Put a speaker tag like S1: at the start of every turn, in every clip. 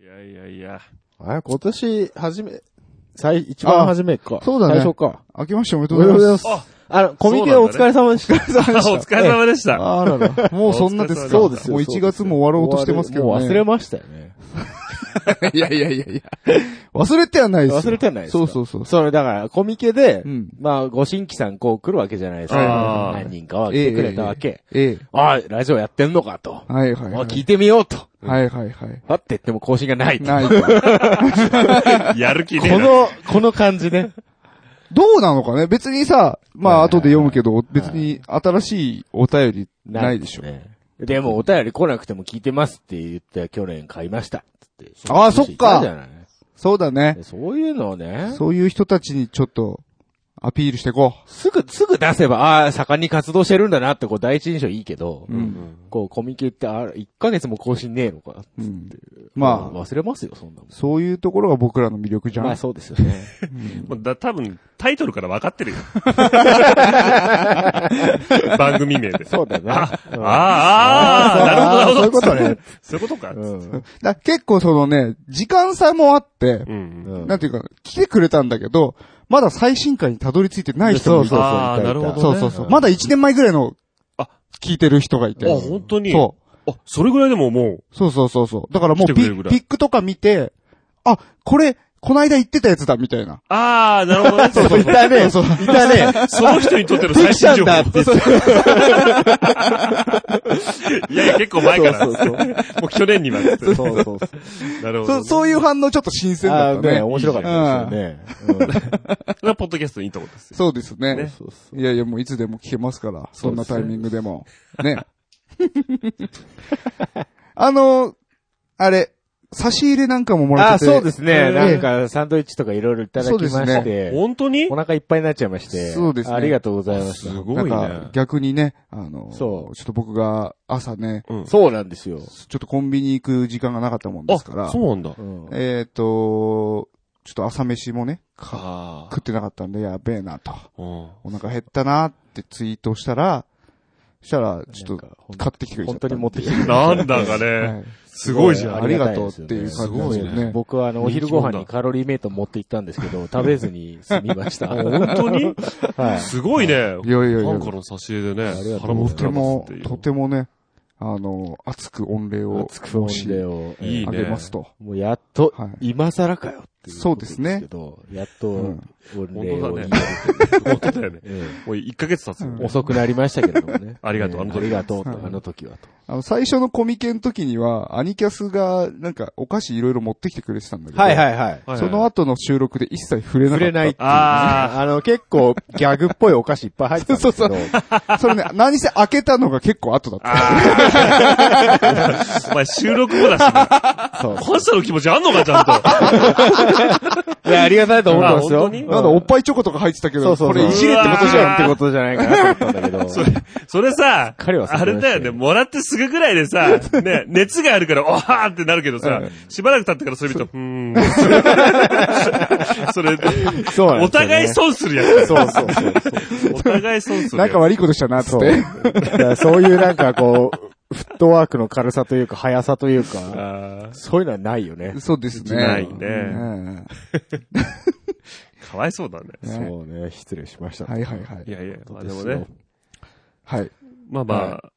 S1: やいやい や。
S2: あ、今年、初め、最、一番初めか。
S3: そうだね
S2: 最初か。
S3: 明けましておめでとうございます。
S1: あ、
S2: あの、コミケお疲れ様で した。
S1: お疲れ様でした。
S3: あらら。もうそんなですか
S2: そうですよ
S3: もう1月も終わろうとしてますけどね。
S2: もう忘れましたよね。
S3: いやいやいやいや。忘れてはないですよ。
S2: 忘れてはないですか
S3: そうそうそう。
S2: それだから、コミケで
S3: う、ん。
S2: まあ、ご新規さんこう来るわけじゃないです
S1: あ
S2: か
S1: あ。
S2: 何人かは来てくれたわけ。
S3: ええ。
S2: あラジオやってんのかと。
S3: はいはい
S2: あ
S3: はい。
S2: 聞いてみようと。
S3: はいはいはい。
S2: あって言っても更新がないと。こ
S3: な い。
S1: やる気ねえな。
S2: の、この感じね。
S3: どうなのかね別にさ、まあ
S2: はいはい
S3: 後で読むけど、別に新しいお便りないでしょ。
S2: ねでも、お便り来なくても聞いてますって言って、去年買いました。つって
S3: ああそっ
S2: 言た
S3: か
S2: じゃない
S3: そうだね。
S2: でそういうのを ね、
S3: そういう人たちにちょっとアピールしていこ
S2: すぐ、すぐ出せば、ああ、盛んに活動してるんだなって、こう、第一印象いいけど、
S3: う。うん。
S2: こう、コミケって、あ1ヶ月も更新ねえのか。
S3: うん、まあ、
S2: 忘れますよ、そんなもん。
S3: そういうところが僕らの魅力じゃん。
S2: まあ、そうですよね。
S1: もうだ多分、タイトルから分かってる よ。番組名で。
S2: そうだ
S1: あ
S2: な。
S1: あ、ああ、なるほど、なるほど。
S3: そういうことね。
S1: そういうことか。
S2: うん。うん
S3: だ結構そのね、時間差もあって、
S1: うん。
S2: うん
S3: なんていうか、来てくれたんだけど、まだ最新回にたどり着いてない人もいる
S2: そうそうそう
S1: ああ、
S2: いた
S1: ない
S2: た
S1: るほどね。
S3: そうそうそう。まだ1年前ぐらいの
S1: あ、
S3: 聞いてる人がいて。
S1: あ、本当に。。
S3: そう
S1: あ、それぐらいでもも
S3: う。そうそうそうそう。だからもう
S1: 来て
S3: ピ
S1: くれる
S3: ピ
S1: ぐらい
S3: ックとか見て、あ、これ、こないだ言ってたやつだ、みたいな。
S1: う。ああ、なるほどね。
S2: いたね、い
S3: そうそう
S2: たね。
S1: その人にとっての
S2: で
S1: 最
S2: きた
S1: 新情
S2: ん
S1: 報。
S2: だって言って。
S1: いやいや、結構前から。
S2: そう
S1: も
S2: そうそう
S1: う去年には。
S2: そうそうそう。
S1: なるほど
S3: そ
S1: ね。
S3: う、そういう反応ちょっと新鮮
S2: あ
S3: だ
S2: あ、
S3: った
S2: ね、
S3: ね。
S2: 面白かったですよね。
S1: それはポッドキャストのいいとこですよ。
S3: そうですね。
S1: ね
S2: そうそ
S3: いやいや、もういつでも聞けますから、そんなタイミングでも。ね。 あの、あれ、差し入れなんかもも
S2: あ
S3: ら
S2: あ、
S3: ってて。
S2: そうです
S3: え
S2: ね。
S3: え
S2: なんか、サンドイッチとかいろいろいただきま
S3: そう
S2: し
S3: です
S2: て、
S1: 本当に
S2: お腹いっぱいになっちゃいまして、
S3: そうですね
S2: ありがとうございまし
S1: す
S2: た。
S1: ご
S3: ないん
S1: ね。
S3: か、逆にね、あの、
S2: そう
S3: ちょっと僕が朝ね、
S1: うん
S2: そうなんですよ。
S3: ちょっとコンビニ行く時間がなかったもんですから、
S1: あ、そうなんだ。
S2: うん
S3: えっ、と、ちょっと朝飯もね、
S1: か
S3: 食ってなかったんで、やべえなと。
S1: うん。
S3: お腹減ったなってツイートしたら、したら、ちょっと買ってきてくれちゃ
S2: 本
S3: った
S2: 当
S3: んで。
S2: に持ってきてくれて
S1: なんだかね。
S3: はい
S1: すごいじゃん。
S3: ありがとうっていう感じなんですよ
S1: すごい
S3: ね。
S2: 僕はあの、お昼ご飯にカロリーメイト持って行ったんですけど、食べずに済みました。
S1: 本当に
S2: はい。
S1: すごいね。
S3: いやいやい
S1: な
S3: や
S1: ん、かの差し入れで
S2: あり
S1: ね
S2: が、
S1: 腹
S2: とう
S1: も
S2: ご
S3: と
S1: 膨
S2: ざ
S3: て
S1: らます
S2: い
S3: も
S1: ってい、
S3: と
S1: う。
S3: てもね、あの、熱く御礼を
S2: 熱く不穏でを。
S1: いい
S3: あ
S1: ね
S3: げますと。
S2: もうやっと、
S3: はい
S2: 今更かよっていうこと
S3: そうですね
S2: けど、やっと、
S3: うん
S2: 御
S1: 本
S2: 礼
S1: 当
S2: を
S1: だね
S2: 言い合う。
S1: 本当だよね。
S2: え
S1: もう1ヶ月経つよ
S2: え。遅くなりましたけれどもね
S1: 。ありがとうあの時は
S2: ええありがとうと
S3: はい
S2: あの時はと。
S3: あの、最初のコミケの時には、アニキャスが、なんか、お菓子いろいろ持ってきてくれてたんだけど、
S2: はいはいはい。
S1: はい
S3: その後の収録で一切触れなか
S2: 触
S3: った。
S2: れないっていうね。
S1: あ
S2: あの、結構、ギャグっぽいお菓子いっぱい入ってたんですけど。
S3: それね、何せ開けたのが結構後だった。
S1: お前収録後だしな、
S2: そう
S1: 感謝の気持ちあんのか、ちゃんと。
S2: いや、ありがたいと思ってます
S1: あ
S2: よ。
S1: 本当に
S3: なんだ、おっぱいチョコとか入ってたけ
S2: そ
S3: ど、
S2: うそうそう
S3: これいじれってことじゃんって
S2: っ
S3: こ
S2: てこ
S3: と。
S2: とじゃないかなと思ったんだけど。
S1: それ、それさ、
S2: かり忘れてまし
S1: あ
S2: たね
S1: れだよね、もらってすぐぐらいでさ、ね、熱があるから、おはーってなるけどさ、しばらく経ってからそれ見ると、うーん。それ、
S2: そうなんですよね
S1: お互い損するやつ。
S2: そうそうそうそう。
S1: お互い損する
S3: な
S1: や
S3: ん
S1: つ
S3: か。悪いことしたな、つ っ
S2: そう。
S3: て。
S2: だからそういうなんかこう、フットワークの軽さというか、速さというか、
S1: あ
S2: そういうのはないよね。
S3: そうですね。
S1: ないね
S3: うん
S1: ーかわいそうだね。
S2: そ
S3: ね
S2: うね、失礼しました。
S3: はいはいはいい。
S1: やいや、まあで
S2: です
S1: も
S2: よ
S1: ね、
S3: はい。
S1: まあまあ、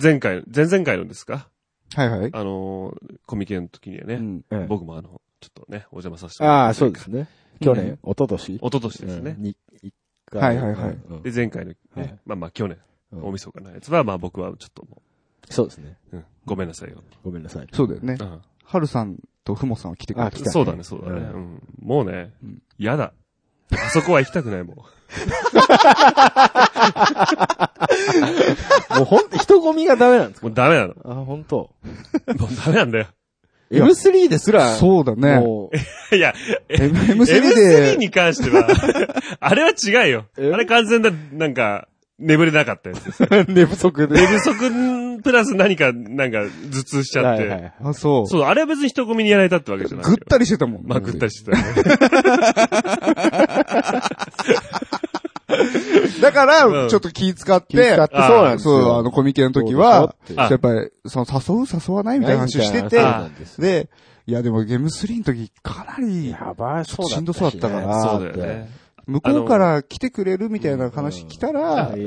S1: 前回、前々回のですか
S3: はいはい。
S1: あのー、コミケの時には
S3: う
S1: ね、
S3: ん
S2: うん
S1: 僕もあの、ちょっとね、お邪魔させてもら
S2: あ
S1: っ
S2: あ、
S1: て
S2: そうですね。去年、
S3: う
S2: 一昨年
S1: 一昨年ですね。。
S2: に一回
S3: はいはいはい
S2: うん
S1: で、前回のね、
S2: はい
S1: まあまあ去年、
S2: うん
S1: 大晦日のやつは、まあ僕はちょっとも
S2: そうですね。
S1: う、うんごめんなさいよ。
S2: ごめんなさい。
S3: そうだよね
S1: う。ん
S3: はるさんとふもさんは来てくれ
S2: あ
S3: た
S2: 来。たね
S1: そうだね、そうだね。
S2: う
S1: うんもうね
S3: うん、
S1: 嫌だ。あそこは行きたくないもん。
S2: もうほんと、人混みがダメなんですか
S1: もうダメなの。
S2: あ、本当。
S1: もうダメなんだよ。
S2: M3 ですら、
S3: そうだね。
S2: も
S1: いや、
S3: M3
S1: M3
S3: で、
S1: に関しては、あれは違うよ。あ
S2: え
S1: れ完全な、なんか、眠れなかったやつです。
S2: う、寝不足で。
S1: 寝不足プラス何か、なんか、頭痛しちゃっ
S2: はいは
S1: て。
S2: い。
S3: あ、そう。
S1: そう、あれは別に人混みにやられたってわけじゃない
S3: ぐ
S1: よ
S3: っ。たりしてたもん。
S1: まあ、ぐったりしてたよね。
S3: だか
S1: うん
S3: ら、ちょっと気使って、
S2: 気遣って、
S1: あー
S2: そうなんですよ。
S3: そう、あの、コミケの時は、
S2: そうでしょって
S3: やっぱり、その、誘う、誘わないみたいな話してて
S2: そう、なんですよ
S3: で、いや、でもゲーム3の時、かなり、
S2: やばい、そうだった
S3: しんどそうだったか
S2: ね
S3: ら
S1: そうだよね。
S3: 向こうから来てくれるみたいな話来たら、
S2: うん
S3: 誘
S2: う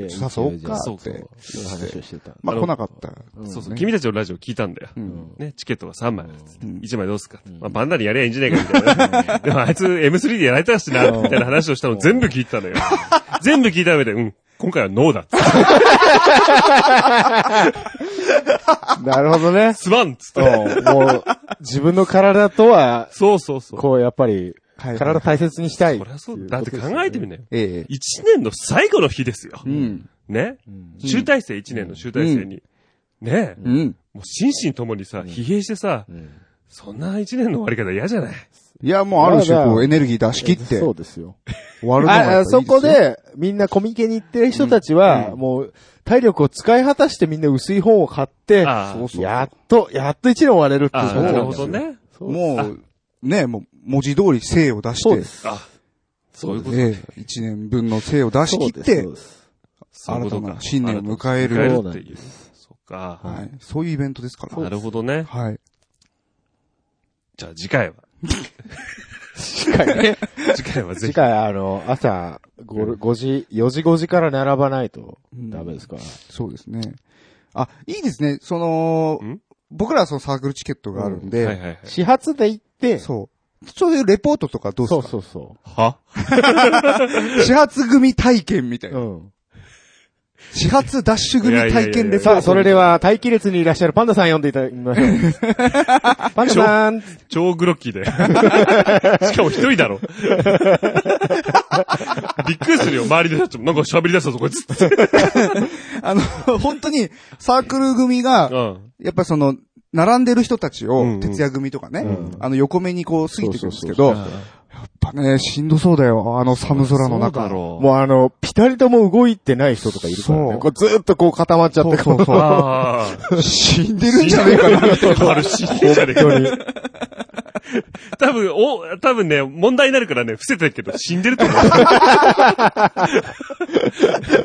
S2: ん
S3: おうか
S1: そうそう
S3: って。
S2: そういう話をしてた。
S3: まあ
S1: あの
S3: 来なかった。
S2: ん
S1: そうそう、
S3: ね
S1: 君たちのラジオ聞いたんだよ。
S3: うん。
S1: ね、チケットが3枚。つって
S3: うん
S1: 1枚どうすか
S2: ん。
S1: まあ、バンダリやりゃいいんじゃねえかみたいな。でもあいつ M3 でやられたしな、
S2: うん
S1: みたいな話をしたの全部聞いたのよ。 全部聞いた上で、うん、今回はノーだっつって。
S2: なるほどね。
S1: すまんっつっ
S2: う
S1: て。
S2: んもう、自分の体とは、
S1: そうそうそう。
S2: こう、やっぱり、
S3: はい
S2: 体大切にしたい。
S1: そりゃそうだ。だって考えてみなよ。
S3: ええ。
S1: 1年の最後の日ですよ
S3: う。ん。
S1: ね
S2: うん。
S1: 集大成、1年の集大成に。ねえ
S3: うん。
S1: もう心身ともにさ、疲弊してさ、そんな1年の終わり方嫌じゃない
S3: いや、もうある種、
S2: まあ
S3: こ
S2: まあ
S3: う、エネルギー出し切って、
S2: そうで
S3: 終
S2: すよ。
S3: わるのがやっぱいい
S2: あ、
S3: ですよ
S2: そこ、で、みんなコミケに行ってる人たちは、もう、体力を使い果たしてみんな薄い本を買って、
S1: ああ
S3: そうそう。
S2: やっと、やっと一年終われるっていう
S1: あ
S2: こ
S1: あ、
S2: と
S1: なる
S2: なん
S1: ほ
S2: ですよ
S1: ど。ね。
S2: そう
S3: もう、ね、もう、文字通り精を出して、
S2: そうです。
S1: あ、そういうこと。
S3: ええ、一年分の精を出し
S2: そう
S3: 切
S2: で
S3: っ
S2: す
S3: て
S2: そう、です
S1: そういう
S3: 新
S1: こ
S3: た
S1: とか
S3: な新年を迎え
S1: 迎え
S3: る。
S1: るっていう。そうか。
S3: はい。そういうイベントですから。
S1: なるほどね。
S3: はい。
S1: じゃあ次 回は。
S2: 次回ね。
S1: 次回はぜ
S2: 次
S1: ひ。
S2: 回、あの、朝5、5時、4時5時から並ばないと、ダメですから。
S3: そうですね。あ、いいですね。その
S1: ん、
S3: 僕らはそのサークルチケットがあるん
S1: はいはい
S3: で、
S1: はい。
S2: 始発で行って、そ
S3: そう。そういうレポートとかどう
S2: う
S3: で
S2: そ
S3: す
S2: う
S3: か
S2: そうそ。
S1: は
S3: 始発組体験みたいうな。
S2: うん。
S3: 始発ダッシュ組体験レポート。
S2: さあ、それでは、待機列にいらっしゃるパンダさん読んでいただきましょ う。パンダ さん、
S1: 超グロッキー で。しかも一人だろ。びっくりするよ、周りの人たちも。なんか喋り出したぞ、こいつって。
S3: あの、本当にサークル組が
S1: う、ん。
S3: やっぱその、並んでる人たち
S1: うんう
S3: を、
S1: ん
S3: 徹夜組とかね
S2: うん、
S3: あの、横目にこう過ぎてくるんですけ
S2: そ
S3: ど、
S2: う
S3: やっぱね、しんどそうだよ、あの寒空の
S1: そうだ
S3: 中。
S1: ろ
S2: もうあの、ピタリとも動いてない人とかいるから
S3: そ
S2: ね。
S3: う
S2: こうずーっとこう固まっちゃって、こう
S1: う。ああ。
S3: 死んでるんじゃねえかな。
S1: あるし、じゃねえか
S2: 本当に。
S1: 多分、お、多分ね、問題になるからね、伏せてるけど、死んでる と思う。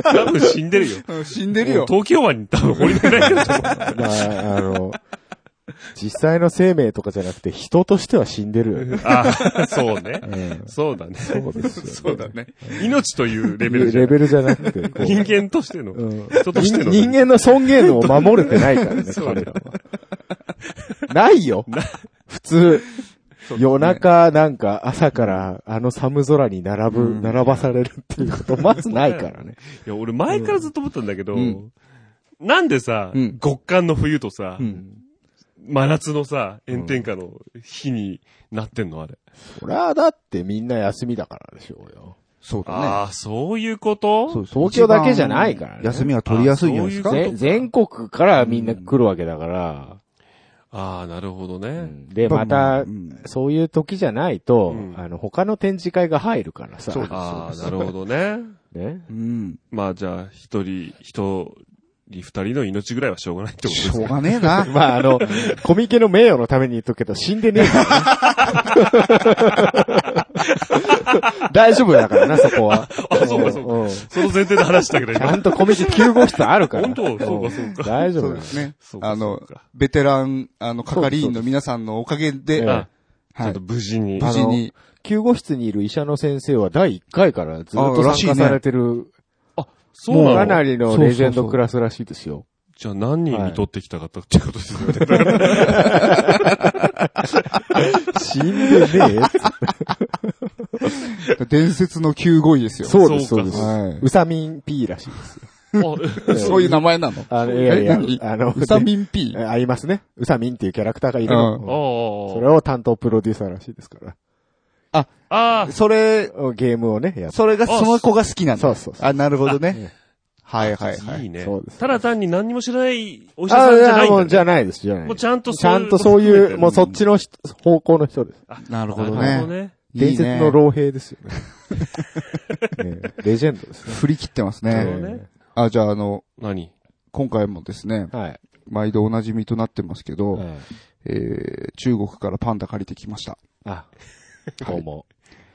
S1: 多分死んでるよ。
S3: うん死んでるよ。
S1: 東京湾に多分降りてないけど。
S2: まあ、あの、実際の生命とかじゃなくて、人としては死んでるよね。
S1: ああ、そうね。
S2: うん
S1: そうだね。
S2: そうですよ
S3: そうだね。
S1: 命というレベルじゃな
S2: レ
S1: い
S2: ベルじゃなくて、こう
S1: 人間としての。
S2: うん
S1: 人としての。
S2: 人間の尊厳を守れてないからね、
S1: そう
S2: 彼らは。ないよ。普通。夜中、なんか、朝から、あの寒空に並ぶ、並ばされるっていうこと、まずないからね。
S1: いや、俺前からずっと思ったんだけど、
S3: うん
S1: なんでさ、
S3: うん
S1: 極寒の冬とさ、
S3: うん。
S1: 真夏のさ、炎天下の日になってんのあれ。
S2: そりゃ、だってみんな休みだからでしょうよ。
S3: そうだね。
S1: ああ、そういうこと
S3: そう
S2: 東京だけじゃないからね
S3: 一番休みは取りやすいんじゃないですか
S1: あそういう
S2: ぜ全国からみんな来るわけだから。
S1: ああ、なるほどね。
S2: うんで、また
S3: う、ん
S2: そういう時じゃないと、
S1: うん
S2: あの、他の展示会が入るからさ。
S3: そう
S1: ああ、なるほど ね。
S2: ね。
S3: うん。
S1: まあじゃあ、一人、一人、二人の命ぐらいはしょうがないってことです
S3: し
S1: ね
S3: ょうがねえな。
S2: まあ、あの、 コミケの名誉のために言っとくけど、死んで ねえからね大丈夫だからな、そこは。
S1: あそうかそうか
S2: んんち
S1: その前提で話したけど、 今
S2: ゃんとコミケ9号室あるから。
S1: 本当そうか
S2: ん
S1: そうか
S2: 大丈
S3: そ
S2: 夫
S3: う
S2: だ
S3: で
S2: よ
S3: すね
S1: そう。か
S3: あの
S1: そうか、
S3: ベテラン、あの、係員の皆さんのおかげで、
S2: え
S3: は
S1: あ
S2: え
S1: ちょっと
S3: い。
S1: 無事に。
S3: 無事に。
S2: 9号室にいる医者の先生は第1回からずっ
S3: あ
S2: と
S3: らしい
S2: 参加
S3: ね
S2: されてる、
S1: そう
S2: もう
S1: な
S2: か
S1: の
S2: なりのレジェンドクラスらしいですよ。
S1: じゃあ何人に取ってきたかったってことですよね。
S2: 死んでね
S3: 伝説の救護医です
S2: え
S3: よ。
S2: そうです、そうです
S1: そう
S3: かはい。
S2: ウサミン P らしいです。
S1: あ
S3: そういう名前なの
S2: あの、いやいや
S3: え何、
S2: あの、
S3: ウサ ミン P?
S2: ありますね。ウサミンっていうキャラクターがいるの。う
S3: う
S2: んそれ
S1: あ
S2: を担当プロデューサーらしいですから。
S1: ああ、
S3: それ、
S2: ゲームをね、やっ
S3: それが、
S1: あ
S3: その子が好きなんだ。
S2: そうそうそう
S3: あ、なるほどね。はいはいはいい。
S1: いね
S2: そうで。す
S1: ただ単に何にも知らないお医者
S2: あ
S1: さんじゃ
S2: あ
S1: ないん
S2: も
S1: だ
S2: う
S1: ね
S2: じゃないです、じゃない
S1: もう
S2: です。
S1: ちゃんと
S2: ちゃんとそう
S1: こと
S2: い
S1: 含め
S2: う、
S1: て
S2: もうそっちの人方向の人です。
S3: なるほど
S1: なるほど
S3: ね。
S1: ね。
S3: い
S2: 伝
S3: い
S2: 説
S3: ね
S2: の老兵です よね。ねレジェンドですね。
S3: 振り切ってます
S1: なるほど
S3: ね。
S1: ね。
S3: あ、じゃああの、
S1: 何
S3: 今回もですね、
S2: はい。
S3: 毎度おなじみとなってますけど、
S2: はい
S3: えー中国からパンダ借りてきました。
S2: あ、どうも。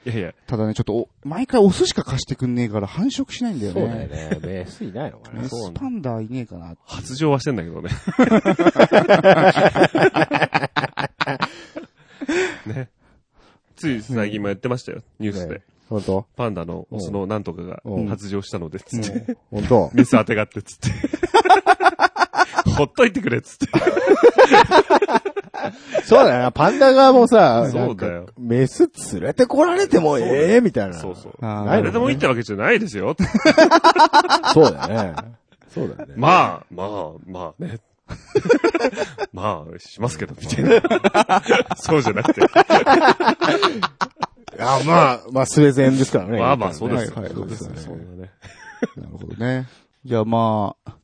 S1: いやいや、
S3: ただね、ちょっとお、毎回オスしか貸してくんねえから繁殖しないんだよ
S2: そうだよ
S3: ね。
S2: ね。メスいないのか
S3: メ
S2: な。
S3: スパンダいねえかな。
S1: 発情はしてんだけどね。ね。つい最近もやってましたよ、ニュースで。
S2: 本当
S1: パンダのオスのなんとかが
S2: うん
S1: 発情したので、つって。
S2: 本当
S1: メス当てがって、つって。ほっといてくれ、つって。
S2: そうだよな、パンダ側もさ、
S1: そうだよ
S2: なんかメス連れてこられてもええみたいな。
S1: そうそう。
S3: あ
S2: な
S3: ー
S2: い
S1: 誰
S2: の
S1: でもいいってわけじゃないですよ。
S2: そうだね。そうだね。
S1: まあ、まあ、まあね。 まあ、しますけど、みたいな。 そうじゃなくて。
S2: あ、まあ、まあ、スウェーデンですからね。
S1: まあまあ、そうですよ。
S3: はいはい
S1: そうですよ
S2: そ
S1: そう
S2: で
S1: んなね。
S3: なるほどね。
S4: じゃあまあ、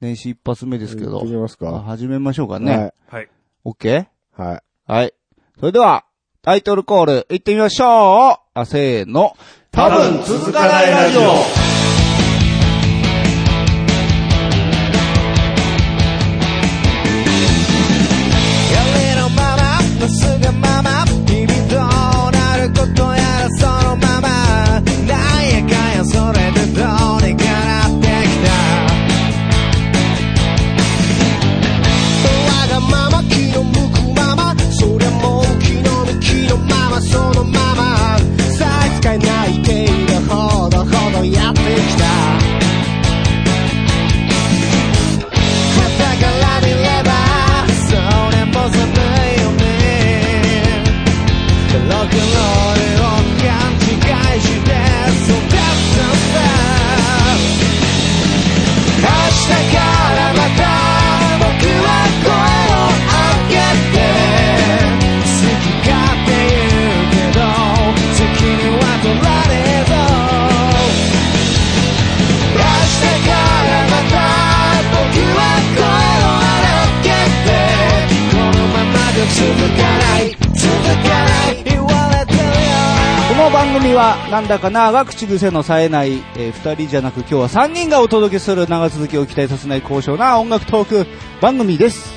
S4: 年始一発目ですけ
S2: 行っ
S4: ど
S2: て、きます
S4: あ
S2: か。
S4: 始めましょうかね。
S1: はい。
S4: OK?
S2: はい。はい。
S4: はい。それでは、タイトルコール、行ってみましょうあ、せーの。多分続かないラジオ
S5: やれのまままっすぐまま日々どうなることやらそのままなんやかんやそれでどうにかなってきたわがまま気の向くままそりゃもう気の向きのままそのままさえ使えない程度ほどほどやってきた「はたから見ればそれも寒いよね」「ロックンロールを勘違いして育ったんだ」「明日からまた僕は声を上げて」「好き勝手言うけど責任は取られるぞ」明日からまた僕は声を荒げてこのままじゃ続かない続かない言われてるよ
S4: この番組は、なんだかなが口癖の冴えない、えー二人じゃなく今日は三人がお届けする長続きを期待させない高尚な音楽トーク番組です。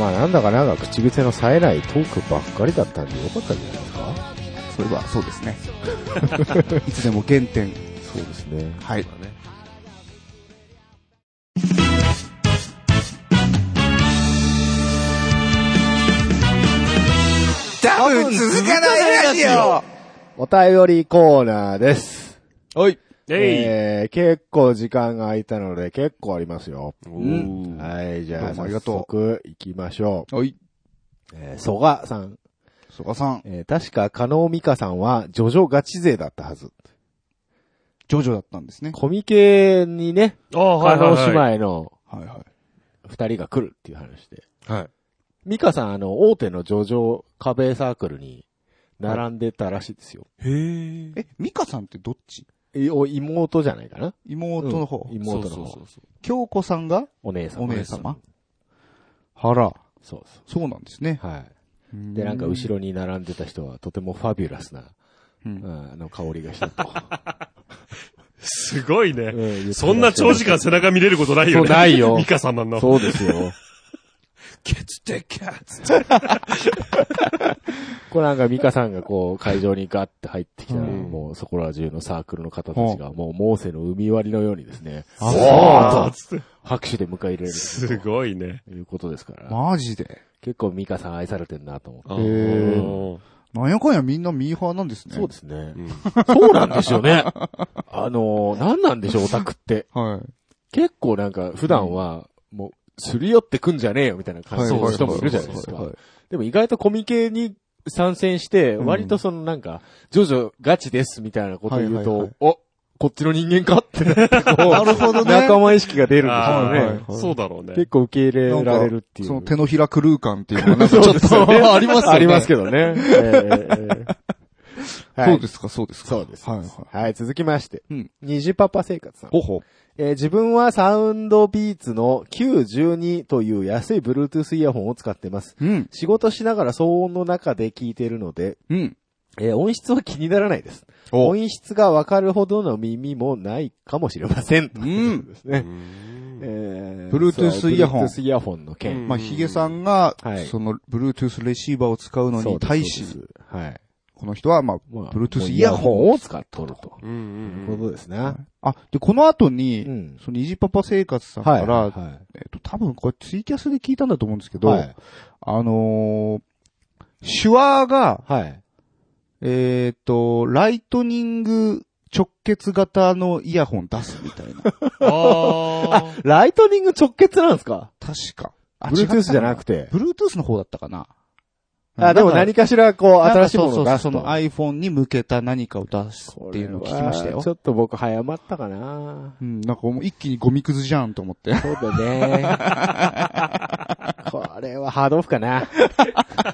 S2: まあ、なんだかなんか口癖の冴えないトークばっかりだったんでよかったんじゃないですか
S4: それは、そうですね。いつでも原点。
S2: そうですね。
S4: はい。
S5: 多分続かないラジオ
S2: お便りコーナーです。
S4: はい。
S1: えい
S2: えー、結構時間が空いたので結構ありますよ。
S1: おー
S2: はい、じゃ
S3: ど
S2: あ、
S3: うもあ
S2: 早
S3: りがとう
S2: 速行きましょう。
S3: はい。
S2: えー、蘇我さん。
S3: そかさん。
S2: えー、確か、加納美香さんは、ジョジョガチ勢だったはず。
S3: ジョジョだったんですね。
S2: コミケにね、
S1: ああ、は
S2: 加
S1: いはいはい。
S2: 納姉妹の
S3: はいはい。
S2: 二人が来るっていう話で。
S1: はい。
S2: 美香さん、あの、大手の上場壁サークルに並んでたらしいですよ。
S1: へえ。
S3: え、ミカさんってどっち
S2: いお妹じゃないかな
S3: 妹の方
S2: うん。妹の方。
S1: そうそうそう
S3: 京子さんが
S2: お姉さん。
S3: お姉様あら。
S2: そうそ
S3: そうなんですね。
S2: う。はい。で、なんか後ろに並んでた人はとてもファビュラスな、
S3: うん
S2: あの香りがした と。
S1: すごい
S2: うん言ってました
S1: ね。
S2: よ
S1: そんな長時間背中見れることないよね。
S2: そうないよ
S1: ミカ様の。
S2: そうです よ。
S1: ケツテキャツ。
S2: これなんか美香さんがこう会場にガッて入ってきたら、
S1: うん
S2: もうそこら中のサークルの方たちがもうモーセの海割りのようにですね、
S1: おーつって
S2: 拍手で迎え入れる
S1: すごいね。
S2: ということですから、
S3: マジで。
S2: 結構美香さん愛されてんなと思って。
S1: あ
S3: へ
S1: ー
S3: なんやかんやみんなミーハーなんですね。。
S2: そうですすね
S1: う。ん
S2: そうなんですよね。 あのー、なんなんでしょう、オタクって。
S3: はい。
S2: 結構なんか、普段は、もう、すり寄ってくんじゃねえよ、みたいな感じの人もいるじゃないです
S3: は
S2: か
S3: は。
S2: でも意外とコミケに参戦して、
S3: うん
S2: 割とそのなんか、ジョジョガチです、みたいなことを言う
S3: はいはい
S2: と
S3: はい、
S2: お、こっちの人間かってなって、こう
S3: なるほどね
S2: 仲間意識が出るんです
S1: あ
S2: よ
S1: ー
S3: はいは
S2: ね
S3: い。
S1: そうだろうね
S2: 結。構受け入れられるっていう。
S3: その手のひら狂う感っていうのがなんか
S2: そ
S3: ち
S2: う
S3: ょ
S2: で
S3: っ
S2: すよね
S3: とありますよね。
S2: ありますけどね。えー
S3: ど。
S2: はい
S3: そうですか、そうですか。
S2: そうです
S3: はいはい。
S2: はい、続きまして
S3: うん。
S2: 虹パパ生活さん。
S3: ほほ。
S2: えー自分はサウンドビーツの Q12 という安い Bluetooth イヤホンを使ってます。
S3: うん。
S2: 仕事しながら騒音の中で聞いているので、
S3: うん。
S2: えー音質は気にならないです。
S3: お
S2: 音質がわかるほどの耳もないかもしれません。ということですね。えー
S3: Bluetooth
S2: そう
S3: イヤホン
S2: Bluetooth イヤホンの件。
S3: まあ、ヒゲさんが
S2: はい、
S3: その、Bluetooth レシーバーを使うの
S2: そう
S3: に
S2: です
S3: 対し、
S2: そうですはい。
S3: この人は、まあ、
S2: まあ
S3: Bluetooth イヤホン
S2: を使っとると。
S1: うんうんうん
S2: ことですね。
S3: あ、で、この後
S2: う
S3: に、
S2: ん。
S3: その、イジパパ生活さん
S2: は
S3: か
S2: い。
S3: ら、
S2: は
S3: えっと、多分これツイキャスで聞いたんだと思うんですけ
S2: い。
S3: ど、
S2: はい。
S3: あのー
S4: 手話が、
S2: はい。
S4: えーっと、ライトニング直結型のイヤホン出すみたいな。
S1: あー。
S2: ライトニング直結なんですか
S4: 確か。あ
S2: ?Bluetooth じゃなく
S4: て。
S2: て。
S4: Bluetooth の方だったかな。
S2: あ、でも何かしら、こう、
S4: なんか
S2: 新しいものを出す
S4: そうそうそうその
S2: と。
S4: iPhone に向けた何かを出すっていうのを聞きました
S2: これは
S4: よ
S2: ち。ょっと僕早まったかな
S3: うん、なんかもう一気にゴミくずじゃんと思って。
S2: そうだ ね。これはハードオフかな。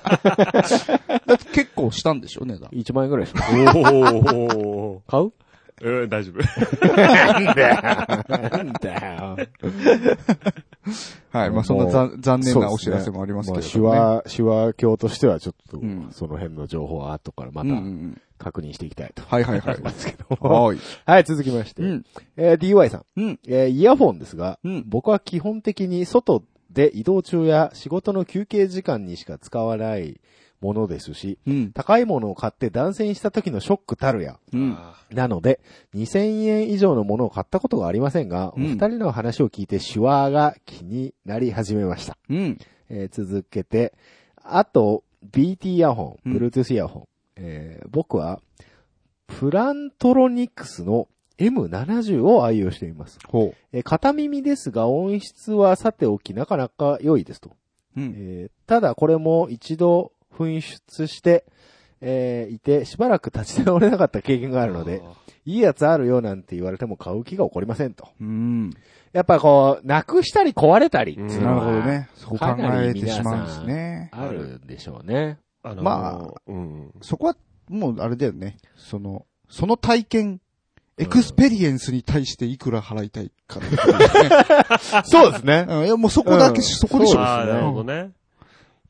S4: だって結構したんでしょ、値段。
S2: 1万円ぐらいでしょ
S1: おー。
S2: 買う
S1: えー大丈夫。
S2: なんだよ。
S3: はい。まあ、そんな残残念なお知らせもありますけれども、ね。
S2: まあ手話、手話教としてはちょっと
S3: ん、
S2: その辺の情報は後からま
S3: うんう
S2: た
S3: んうん。
S2: 確認していきたいと
S3: はいはいはい
S2: 思い。ますけども。
S3: はい。
S2: はい、続きまして。
S3: うん
S2: えー DY さん。
S4: うん
S2: えーイヤホンですが、
S4: うん
S2: 僕は基本的に外で移動中や仕事の休憩時間にしか使わないものですし、
S4: うん。
S2: 高いものを買って断線した時のショックたるや。
S4: うん。
S2: なので、2000円以上のものを買ったことがありませんが、
S4: うん
S2: お二人の話を聞いて手話が気になり始めました。
S4: うん。
S2: えー続けて、あと、BT イヤホン、
S4: うん
S2: Bluetooth イヤホン、えー僕は、プラントロニクスの M70 を愛用しています。
S3: ほ
S2: えー片耳ですが音質はさておきなかなか良いですと。
S4: うん。
S2: えーただこれも一度紛失して、えーいてしばらく立ち直れなかった経験があるので、いいやつあるよなんて言われても買う気が起こりませんと。
S3: うん。
S2: やっぱこう、なくしたり壊れたりっていう
S3: なる
S2: の
S3: ほ
S2: は
S3: どね。そこ考えてしまうんですね。
S2: あるんでしょうね。
S1: あのー
S4: ま
S1: うん。
S4: そ
S3: そ
S4: こ
S3: こ
S4: は
S3: は、
S4: もうあれだよね。その、
S3: その体験、エクスペリエンスに対していくら払いたいかってことですね。
S2: そうですね。
S3: うんいや、もうそこだ
S2: う
S3: け、
S2: ん
S3: そこでしょ。
S1: ああ、
S2: そうですね
S1: なるほどね。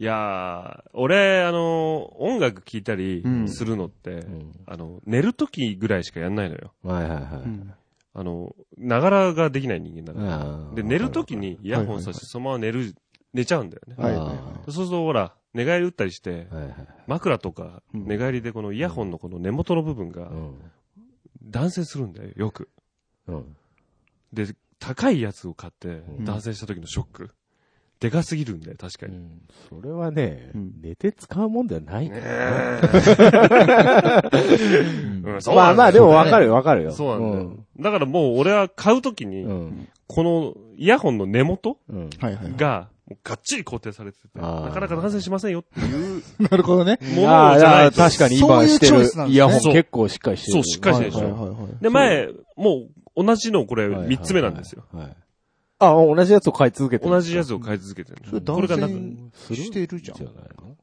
S1: いやー、俺、あのー、音楽聴いたり
S3: うん
S1: するのって、
S2: ん
S1: あの、寝る時ぐらいしかやんないのよ。
S2: はいはいは
S3: う
S2: い。
S3: ん
S1: あの、ながらができない人間だから。
S2: あー
S1: で、寝る時にイヤホンさして、そのまま寝る、寝ちゃうんだよね。
S3: はいはいはい
S1: そうすると、ほら、寝返り打ったりして、
S2: はいはい。
S1: 枕とか、
S3: うん
S1: 寝返りでこのイヤホンのこの根元の部分が
S2: うん
S1: 断線するんだよ、よく。
S2: うん。
S1: で、高いやつを買って、
S2: ん
S1: 断線した時のショック。でかすぎるんだよ、確か
S2: う
S1: に。
S2: んそれはね
S3: うん、
S2: 寝て使うもんではないから
S1: うんそう
S2: ま
S1: な
S2: あ
S1: んだよ
S2: まあ、でもわかる よわかるよ。
S1: そうなんだよ。だからもう俺は買うときに
S2: う、ん。
S1: このイヤホンの根元
S2: うん。うん。
S3: は いはい。
S1: が、もうがっちり固定されてて、
S2: あー
S1: なかなか断線しませんよっていう
S3: なるほどね。
S1: ものじゃない
S2: あーだから確かに今して
S3: そういうチョイスなん
S2: る
S3: ですね
S2: イヤホン結構しっかりしてる。
S1: そうしっかりしてるでし
S3: はいはい
S1: ょ。
S3: はいはい
S1: で、前、もう同じのこれ
S2: はいはいはい
S1: 3つ目なんですよ。。
S2: はい。あ、同じやつを買い続けてる。
S1: 同じやつを買い続けてる
S3: それ
S1: の。これがなんか
S3: 断
S2: する
S3: してるじゃん
S2: じゃないの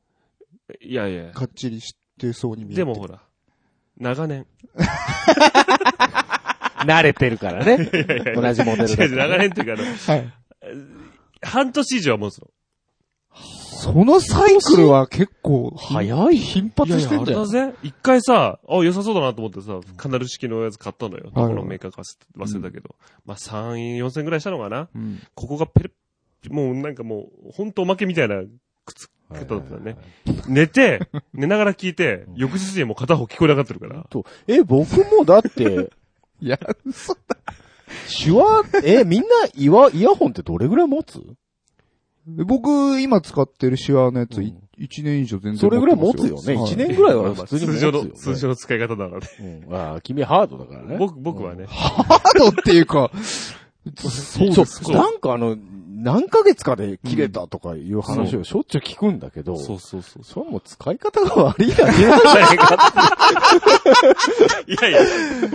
S1: いやいや。
S3: かっちりしてそうに見えて。
S1: でもほら、長年。
S2: 慣れてるからね。同じモデ
S1: 違
S2: ル
S1: う違
S2: だ
S1: う
S2: から。
S1: 長年っていうか、あの
S3: はい。
S1: 半年以上は持つの。
S3: そのサイクルは結構、
S2: 早い
S3: 頻発してん
S1: あ
S3: だ
S1: れ
S3: よ
S1: だ。ぜ。一回さ、あ、良さそうだなと思ってさ、カナル式のやつ買ったんだよ。
S3: は
S1: ど
S3: い
S1: このメーカーか忘れたけど。まあ、3、4千ぐらいしたのかな
S3: うん
S1: ここがペル、もうなんかもう、ほんとおまけみたいな、くっつけたんだったね。寝て、寝ながら聞いて、翌日にはもう片方聞こえなかってるから。
S2: とえ、僕もだって、
S3: いや、嘘だ。
S2: 手話、え、みんなイワイヤホンってどれぐらい持つ
S3: 僕、今使ってるシワのやつ、
S2: うん
S3: い一年以上全然
S2: それぐらい持つよね。
S3: は
S2: 一
S3: い
S2: 年ぐらいは
S1: まあ
S2: 普通に持
S1: 通
S2: つよ
S1: 常
S2: ね
S1: の、。通常の使い方なので。
S2: うんあー君ハードだからね。
S1: 僕、僕はね。
S3: ハードっていうか、そう
S2: そう
S1: そう
S2: なんかあの、何ヶ月かで切れたとかいう話をしょっちゅう聞くんだけど、
S1: そうそうそう。
S2: それはもう使い方が悪いだけなんじゃないか。
S1: いやいや、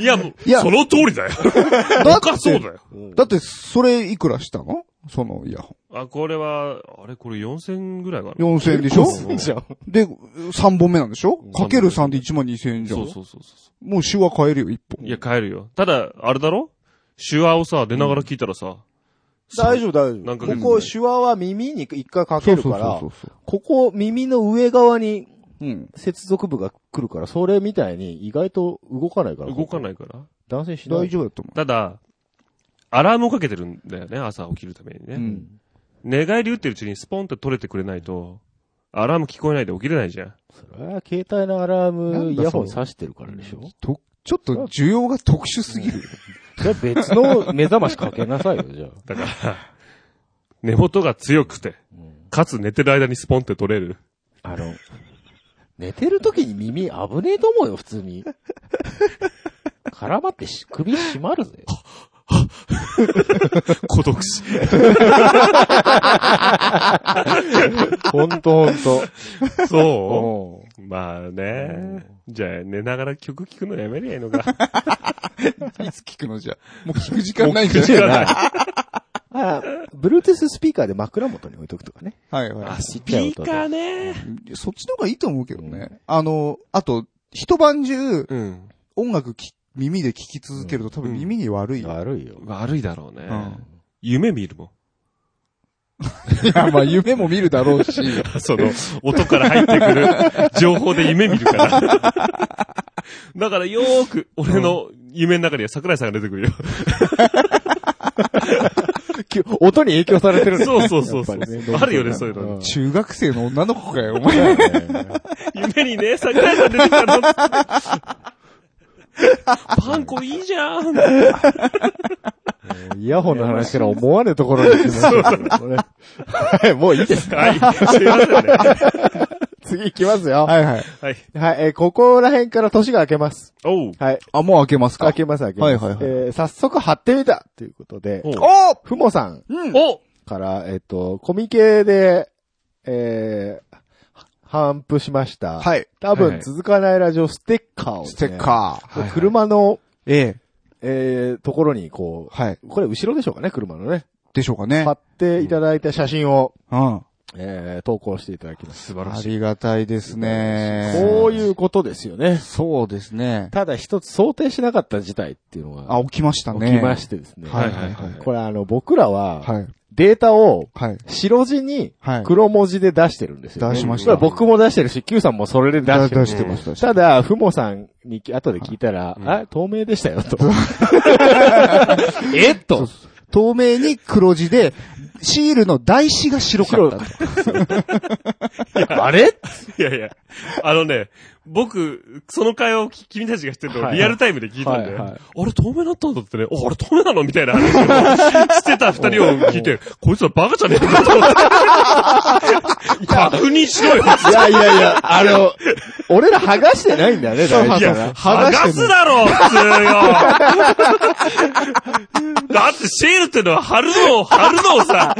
S1: いやもう、
S3: いや
S1: その通りだよ。
S3: だ
S1: 僕はそうだよ。
S3: だって、それいくらしたのそのイヤホ
S1: あ、これは、あれこれ4000ぐらいかな。
S3: ン。4000円でしょ
S2: そうじゃん。
S3: で、3本目なんでしょかける3で1万2000円じゃ。
S1: そうんそうそうそ
S3: もうシワ買えるよ、1
S1: う。
S3: 本。
S1: いや、買えるよ。ただ、あれだろ手話をさ、出ながら聞いたらさ、
S2: 大丈夫、大丈
S1: なんか
S2: 夫。ここ、手話は耳に一回か
S3: そ
S2: け
S3: う
S2: る
S3: そう
S2: から
S3: そ、うそう。
S2: ここ耳の上側に
S3: うん。
S2: 接続部が来るから、それみたいに意外と動かないから。
S1: 動か
S2: い。
S1: ないから。
S2: 男性しない。
S3: 大丈夫だと思
S1: ただ、アラームをかけてるんだよね、朝起きるために
S3: う。
S1: ね。
S3: うん。
S1: 寝返り打ってるうちにスポンって取れてくれないと、アラーム聞こえないで起きれないじゃん。
S2: それは携帯のアラーム、イヤホン
S3: なんだそ
S2: 挿してるからでしょ
S3: と、ちょっと需要が特殊すぎる。
S2: じゃあ別の目覚ましかけなさいよ、じゃあ。
S1: だから、 根元が強くて、かつ寝てる間にスポンって取れる。
S2: あの、寝てる時に耳危ねえと思うよ、普通に。絡まってし首締まるぜ。
S1: 孤独死。
S2: ほんとほんと。
S1: そ
S2: お
S1: うまあね。じゃあ、寝ながら曲聴くのやめりゃいいのか。
S3: いつ聞くのじゃ。もう聞く時間ないんじ
S1: もう聞
S3: ゃない
S1: く時間ない
S2: あ、Bluetooth スピーカーで枕元に置いとくとかね。
S3: はいは
S2: ちっ
S1: ピ
S2: ちゃい
S1: ー
S2: 音
S1: カー
S2: で
S1: ね。
S3: い。そっちの方がいいと思うけどね。あの、あと、一晩中、
S1: うん。
S3: 音楽き耳で聞き続けると多分耳に悪いよ。
S2: 悪いよ。
S1: 悪いだろうね
S3: うん。
S1: 夢見るもん。
S3: いや、 まあ夢も見るだろうし。
S1: その、音から入ってくる情報で夢見るから。 だからよーく、俺の夢の中には桜井さんが出てくるよ。
S2: き音に影響されてるんだ
S1: そうそうそうそう
S2: やっぱりね
S1: あるよねそういうの
S2: ん
S3: 中学生の女の子かよ、お 前。
S1: 夢にね、桜井さん出てきたの。パンコいいじゃん。
S2: イヤホンの話から思わぬところに来ましたけどね。はい、もういいです。
S1: はい。すいませんね。
S2: 次行きますよ。はい。
S3: はいはい。
S1: はい。
S2: えーここら辺から年が明けます。
S1: おう。
S2: はい。
S3: あ、もう開けますか
S2: 明けます、明けます。
S3: はいはいはい
S2: えー早速貼ってみたということで、
S1: おう
S3: お
S2: ふもさん
S3: うん
S1: お
S2: から、えっ、と、コミケで、えー、反布しました。
S3: はい。
S2: 多分続かないラジオステッカーを、ね。
S3: ステッカー。
S2: こう車の、
S3: ええ。
S2: えー、ところにこう、
S3: はい。
S2: これ後ろでしょうかね、車のね。
S3: でしょうかね
S2: 貼。っていただいた写真を、
S3: うん。
S2: えー、投稿していただきまし
S1: 素晴ら
S3: あ
S1: しい。
S3: りがたいです
S2: た。
S3: ね。
S2: こういうことですよね。
S3: そうですね。
S2: ただ一つ想定しなかった事態っていうのが
S3: あ、起きました
S2: 起
S3: ね。
S2: きましてですね。
S3: はいはいはい。
S2: これあの、僕らは、
S3: はい。
S2: データを
S3: はい。
S2: 白地に
S3: はい。
S2: 黒文字で出してるんですよ、
S3: 出しまし
S2: これ
S3: た。
S2: 僕も出してるし、Q さんもそれで出してる
S3: 出。してました。
S2: ただ、ふもさんに後で聞いたら、
S1: は
S2: あ、透明でしたよ、と。 えっと。
S3: 透明に黒字で、シールの台紙が白かったと。
S2: あれ
S1: いやいや。あのね、僕、その会話をき君たちがしてるのを
S2: はい
S1: リアルタイムで聞いたんで、
S2: はいはい
S1: あれ透明だったんだってね、おあれ透明なのみたいな話をしてた二人を聞いて、こいつらバカじゃねえかと思 っ て。確認しろよ
S2: いやいやいや、あの、俺ら剥がしてないんだね、大
S1: い
S2: 事な
S1: や、
S2: ら。
S1: 剥がすだろ、普通よだってシールってのは貼るのを、貼るのをさ、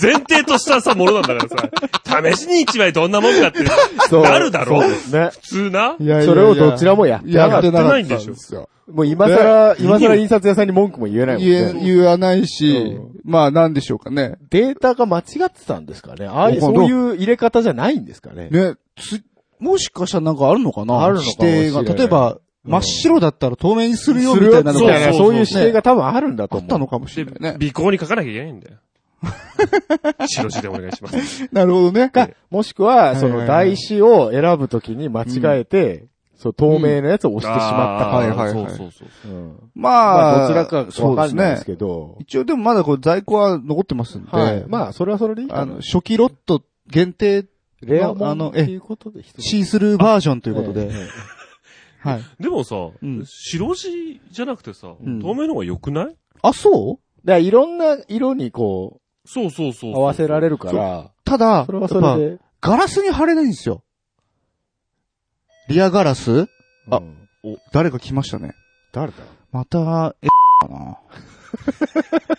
S1: 前提としたさ、ものなんだからさ、試しに一枚どんなもんかって、
S2: そう
S1: なるだろ
S2: そうですね。
S1: 普通な。
S3: いやいやいや
S2: それをどちらもやってなかった
S3: やって
S1: やってないんでしょ
S3: すよ。
S2: もう今更、今更印刷屋さんに文句も言えないもん
S3: 言え、
S2: ね。
S3: 言わないし
S2: う、
S3: まあなんでしょうかね。
S2: データが間違ってたんですかねああいう、
S3: わかん
S2: そ
S3: ないう
S2: いう入れ方じゃないんですかね
S3: ね、つ、もしかしたらなんかあるのかな
S2: あるのかもしれない
S3: 指定が。例えば、真っ白だったら透明にするよ
S2: す
S3: み
S2: る
S3: た
S2: よ
S3: いな
S2: み
S3: の
S2: たいな、
S1: そうそうそう
S2: そういう指定が多分あるんだと
S3: あ
S2: 思
S3: っ
S2: う。
S3: たのかもし
S1: で
S3: れないね。
S1: 尾行に書かなきゃいけないんだよ。白字でお願いします。
S3: なるほどね。
S2: もしく
S3: い
S2: は、
S3: はい
S2: その台紙を選ぶときに間違えて、そう、透明なやつを押してしまったか。
S3: はいはいはい
S1: そうそうそ
S2: うん
S3: まあ、
S2: まあ、どちらか
S3: そ
S2: わ
S3: うで
S2: か
S3: す
S2: んないです
S3: ね。
S2: けど。
S3: 一応でもまだこれ在庫は残ってますんで、
S2: はい。まあ、それはそれでいいか
S3: あ
S2: な
S3: の、。初期ロット限定
S2: レア
S3: まあ
S2: も
S3: あ
S2: の
S3: の
S2: っていうことで一つ
S3: シースルーバージョンということで、
S2: ええ
S3: はい。
S1: う。でもさ、
S3: うん
S1: 白字じゃなくてさ、
S3: ん
S1: 透明の方が良くない
S3: あ、そう
S2: だからいろんな色にこ、
S1: そうそうそうう。
S2: 合わせられるから、
S3: ただ、
S2: それはそれ
S3: やっ
S2: で。
S3: ぱガラスに貼れないんですよ。リアガラスあ
S2: うん
S3: 誰か来ましたね。
S2: 誰だ
S3: また、え、か な。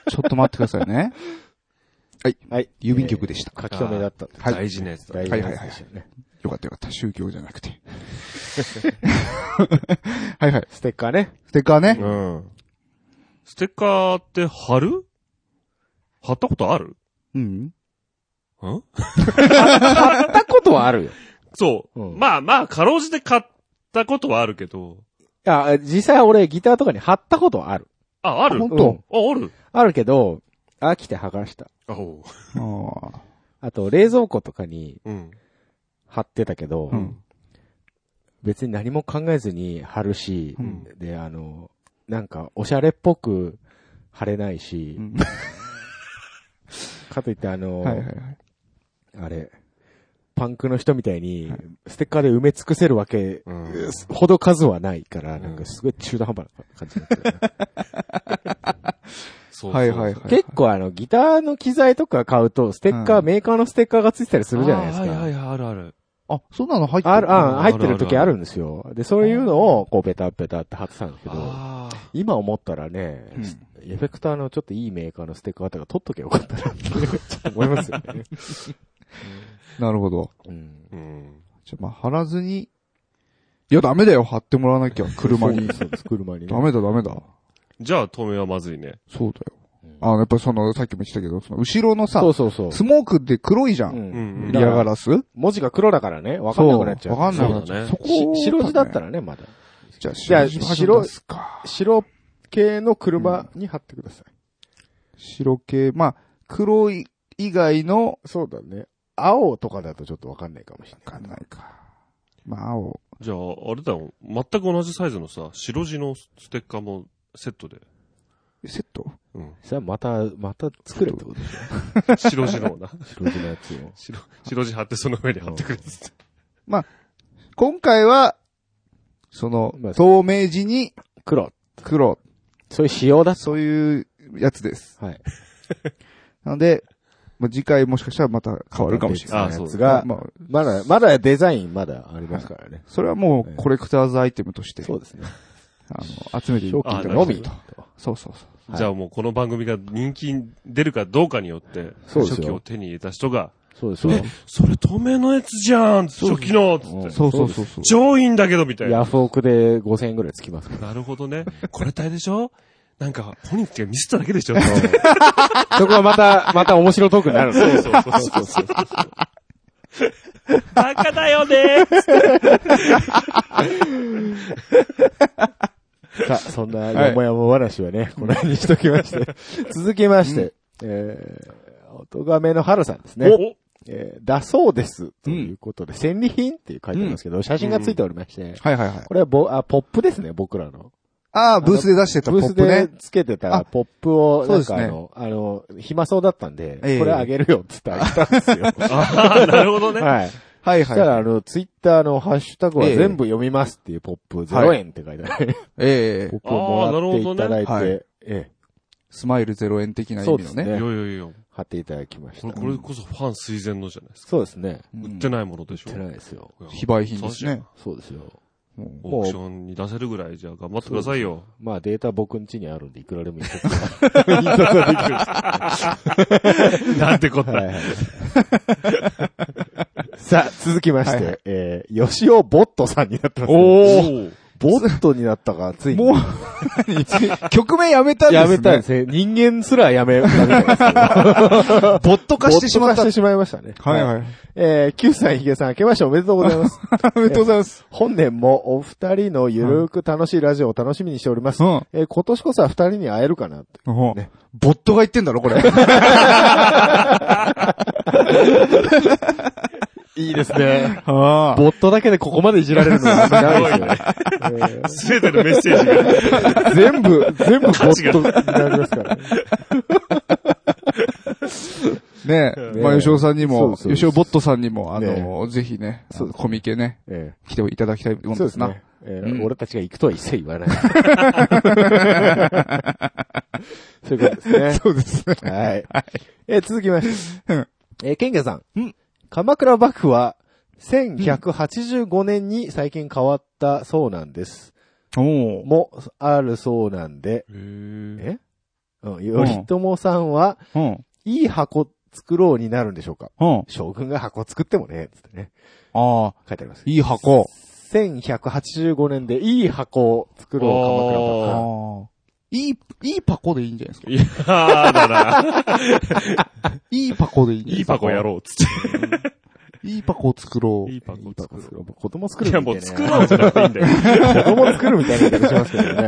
S3: ちょっと待ってくださいね。
S2: はい。
S3: 郵便局でした。
S2: 書き留めだったって。
S3: はい
S1: 大事なやつだ。
S2: 大事なやつでしたよね。
S3: よかったよかった。宗教じゃなく て。はいはい。
S2: ステッカーね。
S3: ステッカーね。
S1: うん。ステッカーって貼る貼ったことある
S3: うん。
S1: ん
S2: 買ったことはあ るよ。
S1: そう。
S2: うん
S1: まあまあ、かろうじて買ったことはあるけど。
S2: いや、実際俺ギターとかに貼ったことはある。
S1: あ、ある
S3: ほ
S1: あ
S3: ん、と
S1: ある
S2: あるけど、飽きて剥がした。
S1: あお
S3: あー
S2: あと、冷蔵庫とかに
S1: う。うん。
S2: 貼ってたけど、
S3: うん。
S2: 別に何も考えずに貼るし、
S3: うん
S2: で、あの、なんか、おしゃれっぽく貼れないし、
S3: うん
S2: かといってあの、
S3: はいはいはい。
S2: あれ、パンクの人みたいに
S3: はい、
S2: ステッカーで埋め尽くせるわけ、
S1: うん
S2: ほど数はないから、
S1: ん
S2: なんかすごい中途半端な感じになってる、
S1: そうそう
S3: はいはいは い。
S2: 結構あの、ギターの機材とか買うと、ステッカー、
S3: うん
S2: メーカーのステッカーがついてたりするじゃないですか。
S1: あーはいはいはい、あるある。
S3: あ
S4: あ、そんなの入って
S2: ある、あ入って
S1: あるあ
S2: る
S1: る
S2: 時あるんですよ。で、そういうのを、こう、ベタベタって貼ってたんですけど、
S4: あー
S2: 今思ったらね、
S3: うん
S2: エフェクターのちょっといいメーカーのステッカーとか取っとけばよかったなって、ちょっと思いますよね。
S3: なるほど。
S2: うん。
S1: うん。
S3: じゃあまあ、貼らずに。いや、ダメだよ。貼ってもらわなきゃ、車に。
S2: そうです、車にね
S3: ダメだ、ダメだ。
S1: じゃあ、透明はまずいね。
S3: そうだよ。あの、やっぱりその、さっきも言ってたけど、その、後ろのさ
S2: そ、うそうそう。
S3: スモークって黒いじゃ。
S2: うん。
S1: うんん。
S3: リアガラス
S2: 文字が黒だからね、わかんなくなっちゃう。
S3: わかんなくなっ
S1: そう
S3: ちゃ
S1: だ
S3: う。
S1: ね
S3: そ
S2: し
S3: こを
S2: 白地だった。らね、まだ。
S3: じゃあ、
S2: じゃあ
S3: 白地バージョン出すか。
S2: 白系の車に貼ってください。
S3: 白系、まあ、黒い以外の、
S2: そうだね。青とかだとちょっとわかんないかもしれ
S3: わかんないか。まあ、青。
S1: じゃあ、あれだよ。全く同じサイズのさ、白地のステッカーもセットで。
S3: セット
S1: うん。
S2: それはまた、また作れってことでし
S1: 白地の方な。
S2: ょ白地のやつを。
S1: 白、白地貼ってその上に貼ってくれっつって。
S3: 今回は、その
S2: まあ、
S3: 透明時に
S2: 黒。
S3: 黒。
S2: そういう仕様だ。
S3: そういうやつです。
S2: はい。
S3: なので、まあ、次回もしかしたらまた変わるかもしれない。
S1: ない
S2: 別のやつ
S3: が
S2: が、
S3: まあ、
S2: まだ、まだデザインまだありますからね。
S3: それはもうコレクターズアイテムとして、
S2: そうですね。
S3: あの、集めてい
S2: 商
S1: あ
S2: 品
S1: なる
S2: の
S1: ほど
S2: みと。
S3: そうそうそう。
S2: はい
S1: じゃあもうこの番組が人気に出るかどうかによって、
S2: そうですよ
S1: 初期を手に入れた人が、
S2: そうですよ。
S1: それ透明のやつじゃん初期のつって。
S3: そうそうそうそう。
S1: 超いいんだけどみたい
S2: ヤ
S1: な。
S2: フオクで5000円ぐらいつきますか
S1: なるほどね。これ大変でしょなんか、本人たちがミスっただけで しょ
S2: ら。そこはまた、また面白トークになるんです
S1: そうそうそうそう。バカだよね
S2: さあ、そんな、よもやも話はね、この辺にしときま して。続きまして、えー、音亀の春さんですね。
S1: お
S2: えーだそうです。ということで、戦利品って書いてあるんですけど、写真がついておりまして、
S3: はいはいはい。
S2: これはぼ、あ、ポップですね、僕らの。
S3: ああ、ブースで出してた
S2: ブ
S3: ポ
S2: ー
S3: ッ
S2: ス
S3: プ
S2: で
S3: ね。
S2: つけてた
S3: あ
S2: ポップを、
S3: そう
S2: なん
S3: です
S2: か
S3: ね
S2: あの、あの、暇そうだったんで、
S3: ええ
S2: これあげるよって言ってあげたんです よ。
S1: あ ーなるほどね。
S2: はい。
S3: はい
S2: そ
S3: は
S2: した
S3: い。
S2: ら、あの、ツイッターのハッシュタグは
S3: ええ
S2: 全部読みますっていうポップ0円って書いてある。
S3: え
S2: ポ
S3: え
S2: ップをもらっていただいて、
S3: あーなるほどねはい
S2: ええ、
S3: スマイル0円的な意
S2: そう
S3: 味
S2: で
S3: の
S2: す
S1: いやい。
S2: ね
S1: やいや。
S2: 貼っていただきまし
S1: こ
S2: た
S1: れ。これこそファン垂涎のじゃないですか。
S2: そうですね。
S3: うん
S1: 売ってないものでしょ
S2: 売ってないですよ。
S3: 非売品ですね。。
S2: そうですよ。
S3: うん
S1: オークションに出せるぐらいじゃあ頑張ってくださいよ。
S2: まあデータ僕ん家にあるんで、いくらでも印刷は印刷 はできる。
S1: なんてこった。
S2: はいはい。さあ、続きまして、えー、吉尾ボットさんになってます、
S1: おー
S2: ーボットになったか、ついに。
S3: もう、 曲名やめたんです
S2: や
S3: ね。
S2: めたんですね。人間すらやめ、やめたんです けど
S3: ボット化してしまっ
S2: ボット化
S3: た
S2: し。てしまいましたね。
S3: はい はい。
S2: えー、9歳ヒゲさん、明けましておめでとうござい ます。
S3: おめでとうございます。
S2: 本年もお二人のゆるく楽しいラジオを楽しみにしております。
S3: うん
S2: えー今年こそは二人に会えるかなと。
S3: うんボットが言ってんだろ、これ。
S2: いいですね。
S3: あ
S2: ボットだけでここまでいじられるのはないですよね。えー
S1: すべてのメッセージ が。
S2: 全部、全部ボットになりますから、ね。
S3: ねえ。まあ、吉尾さんに
S2: そう
S3: も、
S2: そうそう
S3: 吉尾ボットさんにも、あ
S2: ね
S3: の、ぜひね、あのコミケね、
S2: え
S3: 来ていただきたいも
S2: ー
S3: ん
S2: そう
S3: で
S2: ですす
S3: な
S2: ね。。えー
S3: うん
S2: 俺たちが行くとは一切言わ ない。そういうことですね。
S3: そうですね。
S2: はい。えー続きまして。
S3: うん
S2: えー、ケンケンさん。鎌倉幕府は、1185年に最近変わったそうなんです。
S3: お
S2: も、あるそうなんで、えうん、頼朝さんは、
S3: うん。
S2: いい箱作ろうになるんでしょうか
S3: うん。
S2: 将軍が箱作ってもね、つってね。
S3: ああ、
S2: 書いてあります。
S3: いい箱。
S2: 1185年でいい箱を作ろう鎌倉幕府
S1: あ
S2: は。
S3: ああ。いい、いい箱でいいんじゃないです
S1: い
S3: か。
S1: やーだな。
S3: いい箱でいいんじゃない
S1: い
S3: で
S1: い
S3: すか
S1: パコやろう、つっ
S3: いい箱を作ろ
S1: て。
S3: う。
S1: いいパコ
S2: いい
S1: 作
S2: 箱
S1: ろ
S2: 作ろう。子供作
S1: う。い
S2: る
S1: や、
S2: みた
S1: も
S2: いうな。
S1: 作ろうじゃなくていいんだよ。
S2: 子供作るみたいな言い方しますけど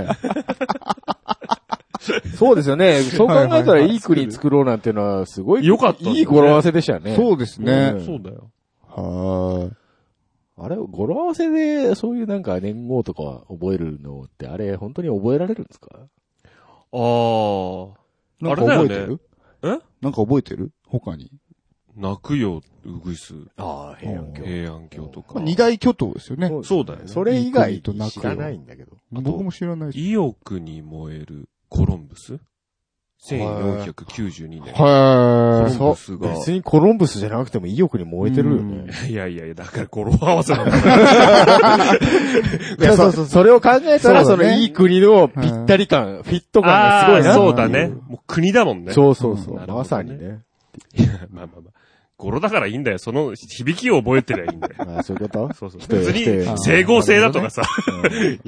S2: ね。そうですよね。そう考えたらいい国作ろうなんていうのはすごい、
S1: よかったですね
S2: いい語呂合わせでしたね。
S3: そうですね。
S1: そうだよ。
S3: は
S2: あれ、語呂合わせでそういうなんか年号とかは覚えるのってあれ本当に覚えられるんですか
S1: あ
S3: い。なんか
S1: あれだよ
S3: 覚え
S1: ね
S3: てる
S1: ー。え
S3: なんか覚えてる他に。
S1: 泣くよ、ウグイス。
S2: ああ、
S3: 平安京
S1: 平安京と
S3: ま
S1: か
S3: あ。二大巨頭ですよね。
S1: そうだよね
S2: それ以外
S3: いい国と泣く
S2: 知らないんだけど。
S1: あと
S3: 僕も知らないし。
S1: 意欲に燃えるコロンブス
S6: 1492年。
S3: は
S6: コロンブス
S2: そう
S6: が
S2: 別にコロンブスじゃなくても意欲に燃えてるよね。
S1: いやいやいや、だから語呂合わせなんだ
S2: いやそうそう、それを考えたら、
S3: そ
S2: そう
S3: だね
S2: のいい国のぴったり感、フィット感がすごいな。
S1: そうだね。もう国だもんね。
S2: そうそうそうう、
S1: んなるほどね
S2: まさにね。
S1: まあまあまあ。語呂だからいいんだよ。その響きを覚えてりゃいいんだよ。
S2: あ そうい うこと
S1: そうそう。
S2: 否定
S1: 別
S2: 否定
S1: に、整合性だとかさ。
S3: い。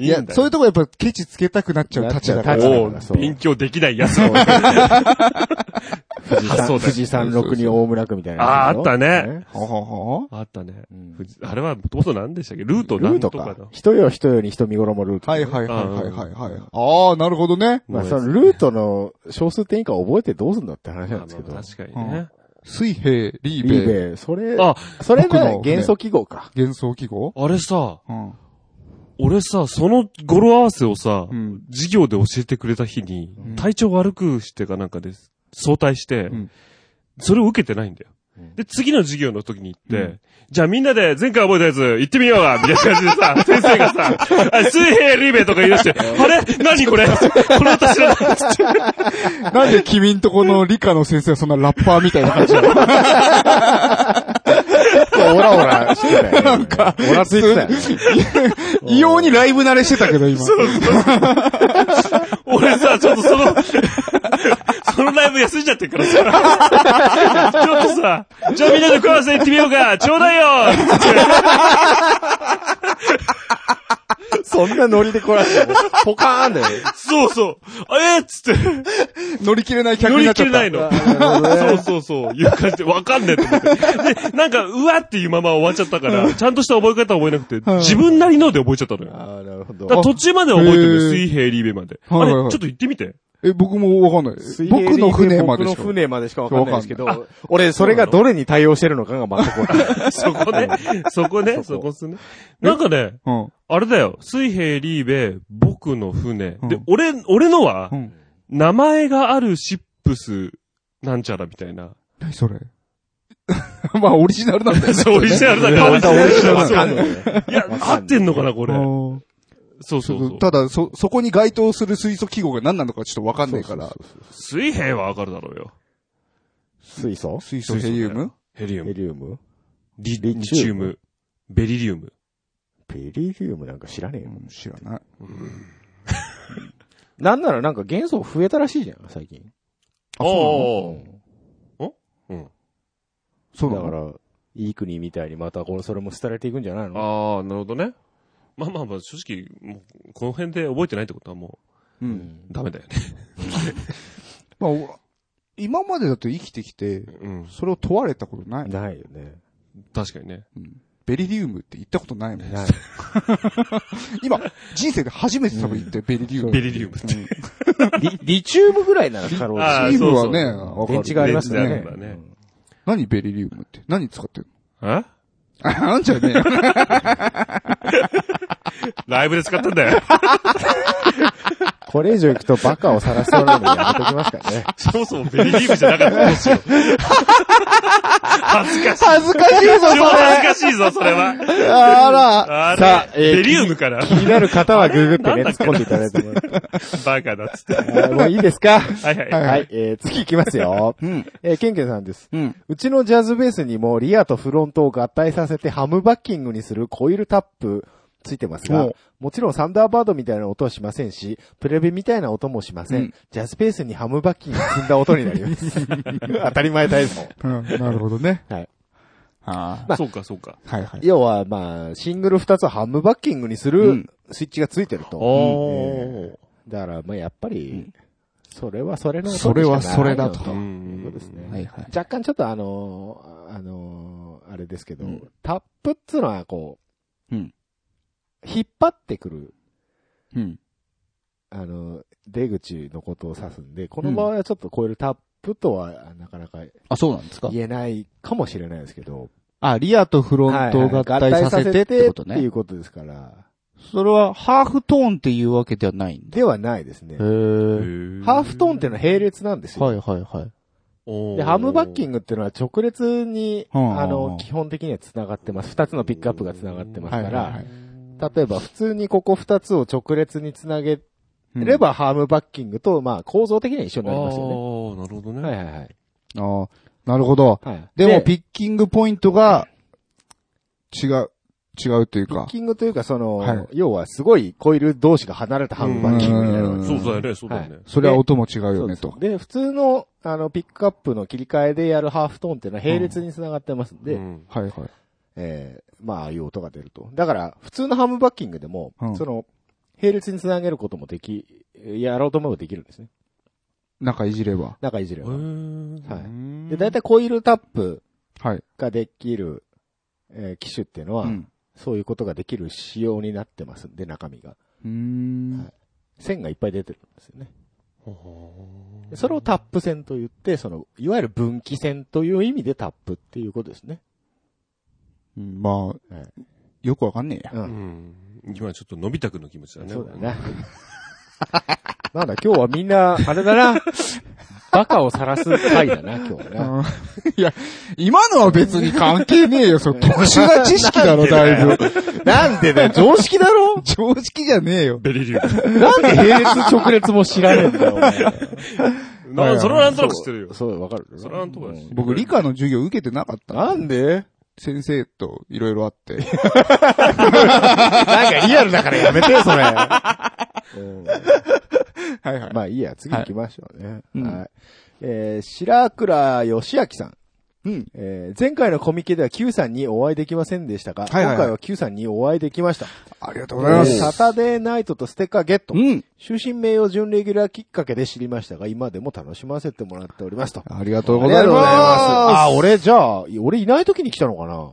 S1: い
S3: い
S1: い
S3: や
S1: ん、だ
S3: そうい
S1: よ。
S3: うとこやっぱケチつけたくなっちゃうたちだ
S2: なっ
S3: から。
S2: ちゃう
S1: お
S2: だから
S1: う
S2: そう
S1: 勉強できないやつ。
S2: 富士
S1: あそう
S2: 山、
S1: だ
S2: 富士山六に大村区みたいな。
S1: あーあったね。
S3: ほほほ
S1: あったね。
S2: うん
S1: 富士あれはもともと何でしたっけルート
S2: ル
S1: な
S2: ー
S1: ん
S2: ト
S1: とか
S2: か
S1: の。。
S2: 人よ人より人見頃もルート。
S3: はいはいはいはいはいはい。ああ、なるほどね。
S2: まあ、そのルートの小数点以下を覚えてどうすんだって話なんですけど。
S1: まあまあ確かにね。
S3: 水平、リ
S2: リ
S3: ー
S2: ー
S3: ベ、
S2: ベイ、それ、
S1: あ、
S2: それ
S3: 僕の
S2: が
S3: ね
S2: 元素記号か。
S3: 幻想記号
S1: あれさ、
S3: うん。
S1: 俺さ、その語呂合わせをさ
S3: う、ん。
S1: 授業で教えてくれた日に、体調悪くしてかなんかで早退して
S3: うん、
S1: それを受けてないんだよ
S2: うん。
S1: で、次の授業の時に行って、じゃあみんなで前回覚えたやつ行ってみようかみたいな感じで さ、先生がさ、あ水平リベとか言い出して、あれ何これ この私知らない
S3: なんで君んとこの理科の先生はそんなラッパーみたいな感じなの
S2: オラオラしてたよ、ね。 なんか、オラついてたよ、ね。
S3: 異様にライブ慣れしてたけど今。
S1: 俺さ、ちょっとそ の、そのライブ休んじゃってるからさ。ちょっとさ、じゃあみんなでクラスで行ってみようか、ちょうだいよ
S2: そんなノリで来られても、ポカーンだよ。
S1: そうそう、えー、っつって、
S3: 乗り切れない客
S1: 乗
S3: に
S1: り
S3: なっち
S1: 切
S3: ゃ
S1: れ
S3: っ
S1: な
S3: た
S1: い。の。そうそうそう、いう感じで、わかんねえと思って。で、なんか、うわっていうまま終わっちゃったから、ちゃんとした覚え方覚えなくて、自分なりので覚えちゃったのよ。だ
S2: ああ、なるほ
S1: から
S2: ど。
S1: 途中までは覚えてる
S3: へー
S1: よ、水平リーベまで。
S3: は
S1: あ
S3: い
S1: れ、
S3: は
S1: ち
S3: いはい
S1: ょっと行ってみて。
S3: え、僕もわかんない。僕の船までし
S2: 僕
S3: か
S2: の。船までしかわかんないですけど、 俺、それ
S1: そう
S2: が
S1: な
S2: どれに対応してるのかが全くわかんない。
S1: そこ ね、そこね、そこっすね。なんかね、
S3: うん。
S1: あれだよ、水平リーベ、僕の船。
S3: うん
S1: で、俺、俺のは、
S3: うん
S1: 名前があるシップス、なんちゃらみたいな。
S3: 何それ まあ、オリジナルなんだよね。
S1: そう、オリジナルだから。
S2: 本当はオリジナル
S1: そ
S2: わ
S1: う
S2: かんない。
S1: いや、合ってんのかな、これ。
S3: うん
S1: そうそうそう。
S3: ただ、そ、そこに該当する水素記号が何なのかちょっとわかんないから。
S1: 水平はわかるだろうよ。
S2: 水素
S3: 水素ヘリウム
S1: ヘリウ
S2: ヘ
S1: ム、
S2: リウム
S1: リ
S2: リ
S1: リチウム、ベリリウム。
S2: ペリリウムなんか知らねえよ。
S3: うん知らない。
S2: なんならなんか元素増えたらしいじゃん、最近。
S1: ああ
S3: そう
S2: だ
S3: だ
S2: か
S3: から。
S2: ら、いい国みたいにまたこれ、それも廃れていくんじゃないの
S1: ああ、なるほどね。まあまあまあ、正直、もう、この辺で覚えてないってことはも
S3: う。
S2: うんん
S1: う、ダメだよね。
S3: まあ、お今までだと生きてきて、
S1: うん。
S3: それを問われたことない。
S2: ないよね。
S1: 確かにね。
S3: ベリリウムって言ったことないもん。
S2: ない。
S3: 今、人生で初めて多分言って、ベリリウム。
S1: ベリリウムって。
S2: リ、リチウムぐらいならかろう
S1: あ
S2: じ
S1: ー
S3: リウムは
S1: そう
S3: ね、
S1: そう
S3: わか
S2: 電
S3: る
S2: 池
S3: け
S2: が
S3: ど
S2: ありますよ
S1: 電
S2: ね
S1: 池があるからね。
S3: 何ベリリウムって何使ってんの
S1: え
S3: あ、なんじ ゃねえよ。
S1: ライブで使ったんだよ。
S2: これ以上行くとバカを晒すようなのやめときますからね。
S1: そもそもベリーリーブじゃなかったんですよ。恥ずかしい。
S2: 恥ずかしいぞ、
S1: 超恥ずかしいぞ、それは。
S2: あら。
S1: あ
S2: さあ
S1: れ、
S2: えー
S1: ベリウムから
S2: 気になる方はググってね、
S1: な
S2: 突
S1: んだっけ
S2: っ込んでいただいても。
S1: バカだっつって。は
S2: あーもういいですか
S1: いはい。
S2: はい、えー、次行きますよ。
S3: うん。
S2: えー、ケンケンさんです。
S3: うん。
S2: うちのジャズベースにもリアとフロントを合体させてハムバッキングにするコイルタップついてます
S3: お
S2: が
S3: う、
S2: もちろんサンダーバードみたいな音はしませんし、プレビみたいな音もしません。
S3: うん
S2: ジャズベースにハムバッキングを積んだ音になります。 当たり前大好
S3: うんなるほどね。
S2: はい。
S3: あ
S2: まあ
S1: そうか、そうか。
S3: あ。はいはい。
S2: 要は、まあ、シングル2つをハムバッキングにす
S3: う
S2: る
S3: ん
S2: スイッチがついてると。
S1: お
S2: だから、まあ、やっぱり、それはそれの音
S3: それはそれだ
S2: し
S3: と
S2: かないよという
S1: ー
S2: ことですね。
S3: はいはい。
S2: 若干ちょっとあのーあのーあれですけど、
S3: うん
S2: タップっつうのはこう、
S3: うん
S2: 引っ張ってくる、
S3: うん。
S2: あのー出口のことを指すんで、この場合はちょっと超えるタップとはなかなか
S4: あ、そうなんですか
S2: 言えないかもしれないですけど、
S4: あ、リアとフロントを合体させてってこと
S2: ってい
S4: ね
S2: う。ことですから、
S4: それはハーフトーンっていうわけではないんだ。
S2: ではないですね
S4: へ。ー。
S2: ハーフトーンっていうのは並列なんですよ。
S4: はいはいはい。
S1: ー
S2: で、ハムバッキ
S1: ン
S2: ングっていうのは直列に、
S3: うん
S2: あの、基本的には繋がってます。二つのピックアップが繋がってます
S3: はい
S2: か
S3: はい
S2: ら
S3: は、い。
S2: 例えば普通にここ二つを直列につなげればハームバッキングと、まあ、構造的には一緒になりますよ
S1: ああ、なるほどね。
S2: ね。はいはいはい。
S3: ああ、なるほど。
S2: はい、
S3: でも、ピッキングポイントが、違う、違うという
S2: ピッ
S3: か。
S2: キングというか、その、
S3: はい
S2: 要はすごいコイル同士が離れたハームバッキングみたいなのが
S3: うん
S1: そうだよね、そうだよね。
S3: それは音も違うよね、
S2: そう
S3: と
S2: です。で、普通の、あの、ピックアップの切り替えでやるハーフトーンっていうのは並列に繋がってますんで、
S1: うん
S3: はいはい。
S2: えーまあ、ああいう音が出ると。だから、普通のハームバッキングでも、
S3: うん
S2: その、並列に繋げることもでき、やろうと思えばできるんですね。
S3: 中いじれば。
S2: 中いじれば。は
S1: へえ
S2: い。
S3: い
S2: で、大体コイルタップ
S3: はい。
S2: ができる、えー機種っていうのは、
S3: うん
S2: そういうことができる仕様になってますんで、中身が。
S3: うーん
S2: は。線がいっぱい出てるんですよね。
S1: ほほ
S2: でそれをタップ線と言って、その、いわゆる分岐線という意味でタップっていうことですね。
S3: うんまあ
S2: はい、
S3: よくわかんねえや。
S2: う。
S1: ーうんん。今ちょっとのび太くんの気持ちだね。
S2: そうだね。 なんだ、今日はみんな、あれだな。バカを晒す回だな、今日はな。
S3: いや、今のは別に関係ねえよ。 それ特殊な知識だろ、だいぶ。
S2: なんでだよ、常識だろ
S3: 常識じゃねえよ。
S1: ベリリュー。
S2: なんで並列直列も知らねえんだよ、お前
S1: なそれはなんとなく知ってるよ。
S2: そう、わかるよ
S1: それはなんとか知ってる
S3: 僕、理科の授業受けてなかった。
S2: なんで
S3: 先生といろいろあ って。
S2: なんかリアルだからやめてよ、 それ。うん
S3: はいはい。
S2: まあいいや、次行きましょうね。
S3: うん
S2: はい。えー、白倉義明さん。
S3: うん。
S2: えー前回のコミケでは Q さんにお会いできませんでしたが、
S3: はいはいはい
S2: 今回は Q さんにお会いできました。
S3: ありがとうございま
S2: えー
S3: す。
S2: サタデーナイトとステッカーゲット。
S3: うん。
S2: 終身名誉準レギュラーきっかけで知りましたが、今でも楽しませてもらっておりますと。
S3: ありがとう
S2: あ
S3: ご
S2: りが
S3: ざい
S2: とうございます。
S3: ま
S2: あ、俺じゃあ、俺いない時に来たのかな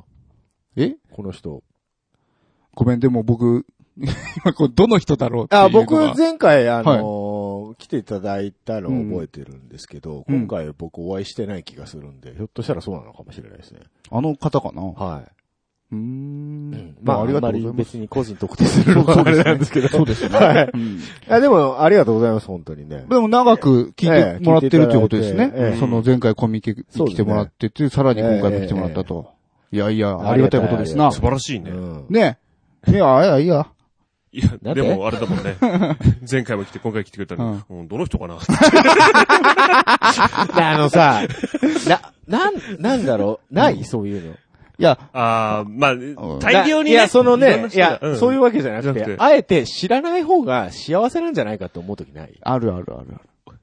S3: え
S2: この人。
S3: す。ごめん、でも僕、 今これどの人だろうっていうの
S2: あ、
S3: が。
S2: 僕前回あのー来ていただいたのを覚えてるんですけど、
S3: うん
S2: 今回僕お会いしてない気がするんで、ひょっとしたらそうなのかもしれないですね。
S3: あの方かなう
S2: はい。
S3: ーん。
S2: まあ、あり
S3: り
S2: が
S3: が
S2: と
S3: と
S2: うございま。
S3: うございますす。
S2: 別に個人特定するのがあれなんですけど。そうですね。はい。
S3: うん
S2: いや、でも、ありがとうございます、本当にね。
S3: でも長く聞いてもらってるということです
S2: ええ聞いていただい
S3: ね
S2: て。
S3: その前回コミケに来てもらってて、さらに今回も来てもらったと。いやいや、ありがたいことですな
S2: あり
S1: 素。晴らしいね。
S2: うん
S3: ねえ。いや、あやいや。
S1: いや、
S2: だって
S1: でもあれだもんね。前回も来て、今回来てくれたのに、うんどの人かな
S2: であのさ、な、なん、なんだろうないそういうの。
S3: いや、
S1: ああ、まあ、大量にね。
S2: いや、その
S1: ろん
S2: ね
S1: な、
S2: い
S1: 人が
S2: や、そういうわけじゃなく
S1: じゃな
S2: て
S1: く、て
S2: あえて知らない方が幸せなんじゃないかって思うときない
S3: あるあるあるある。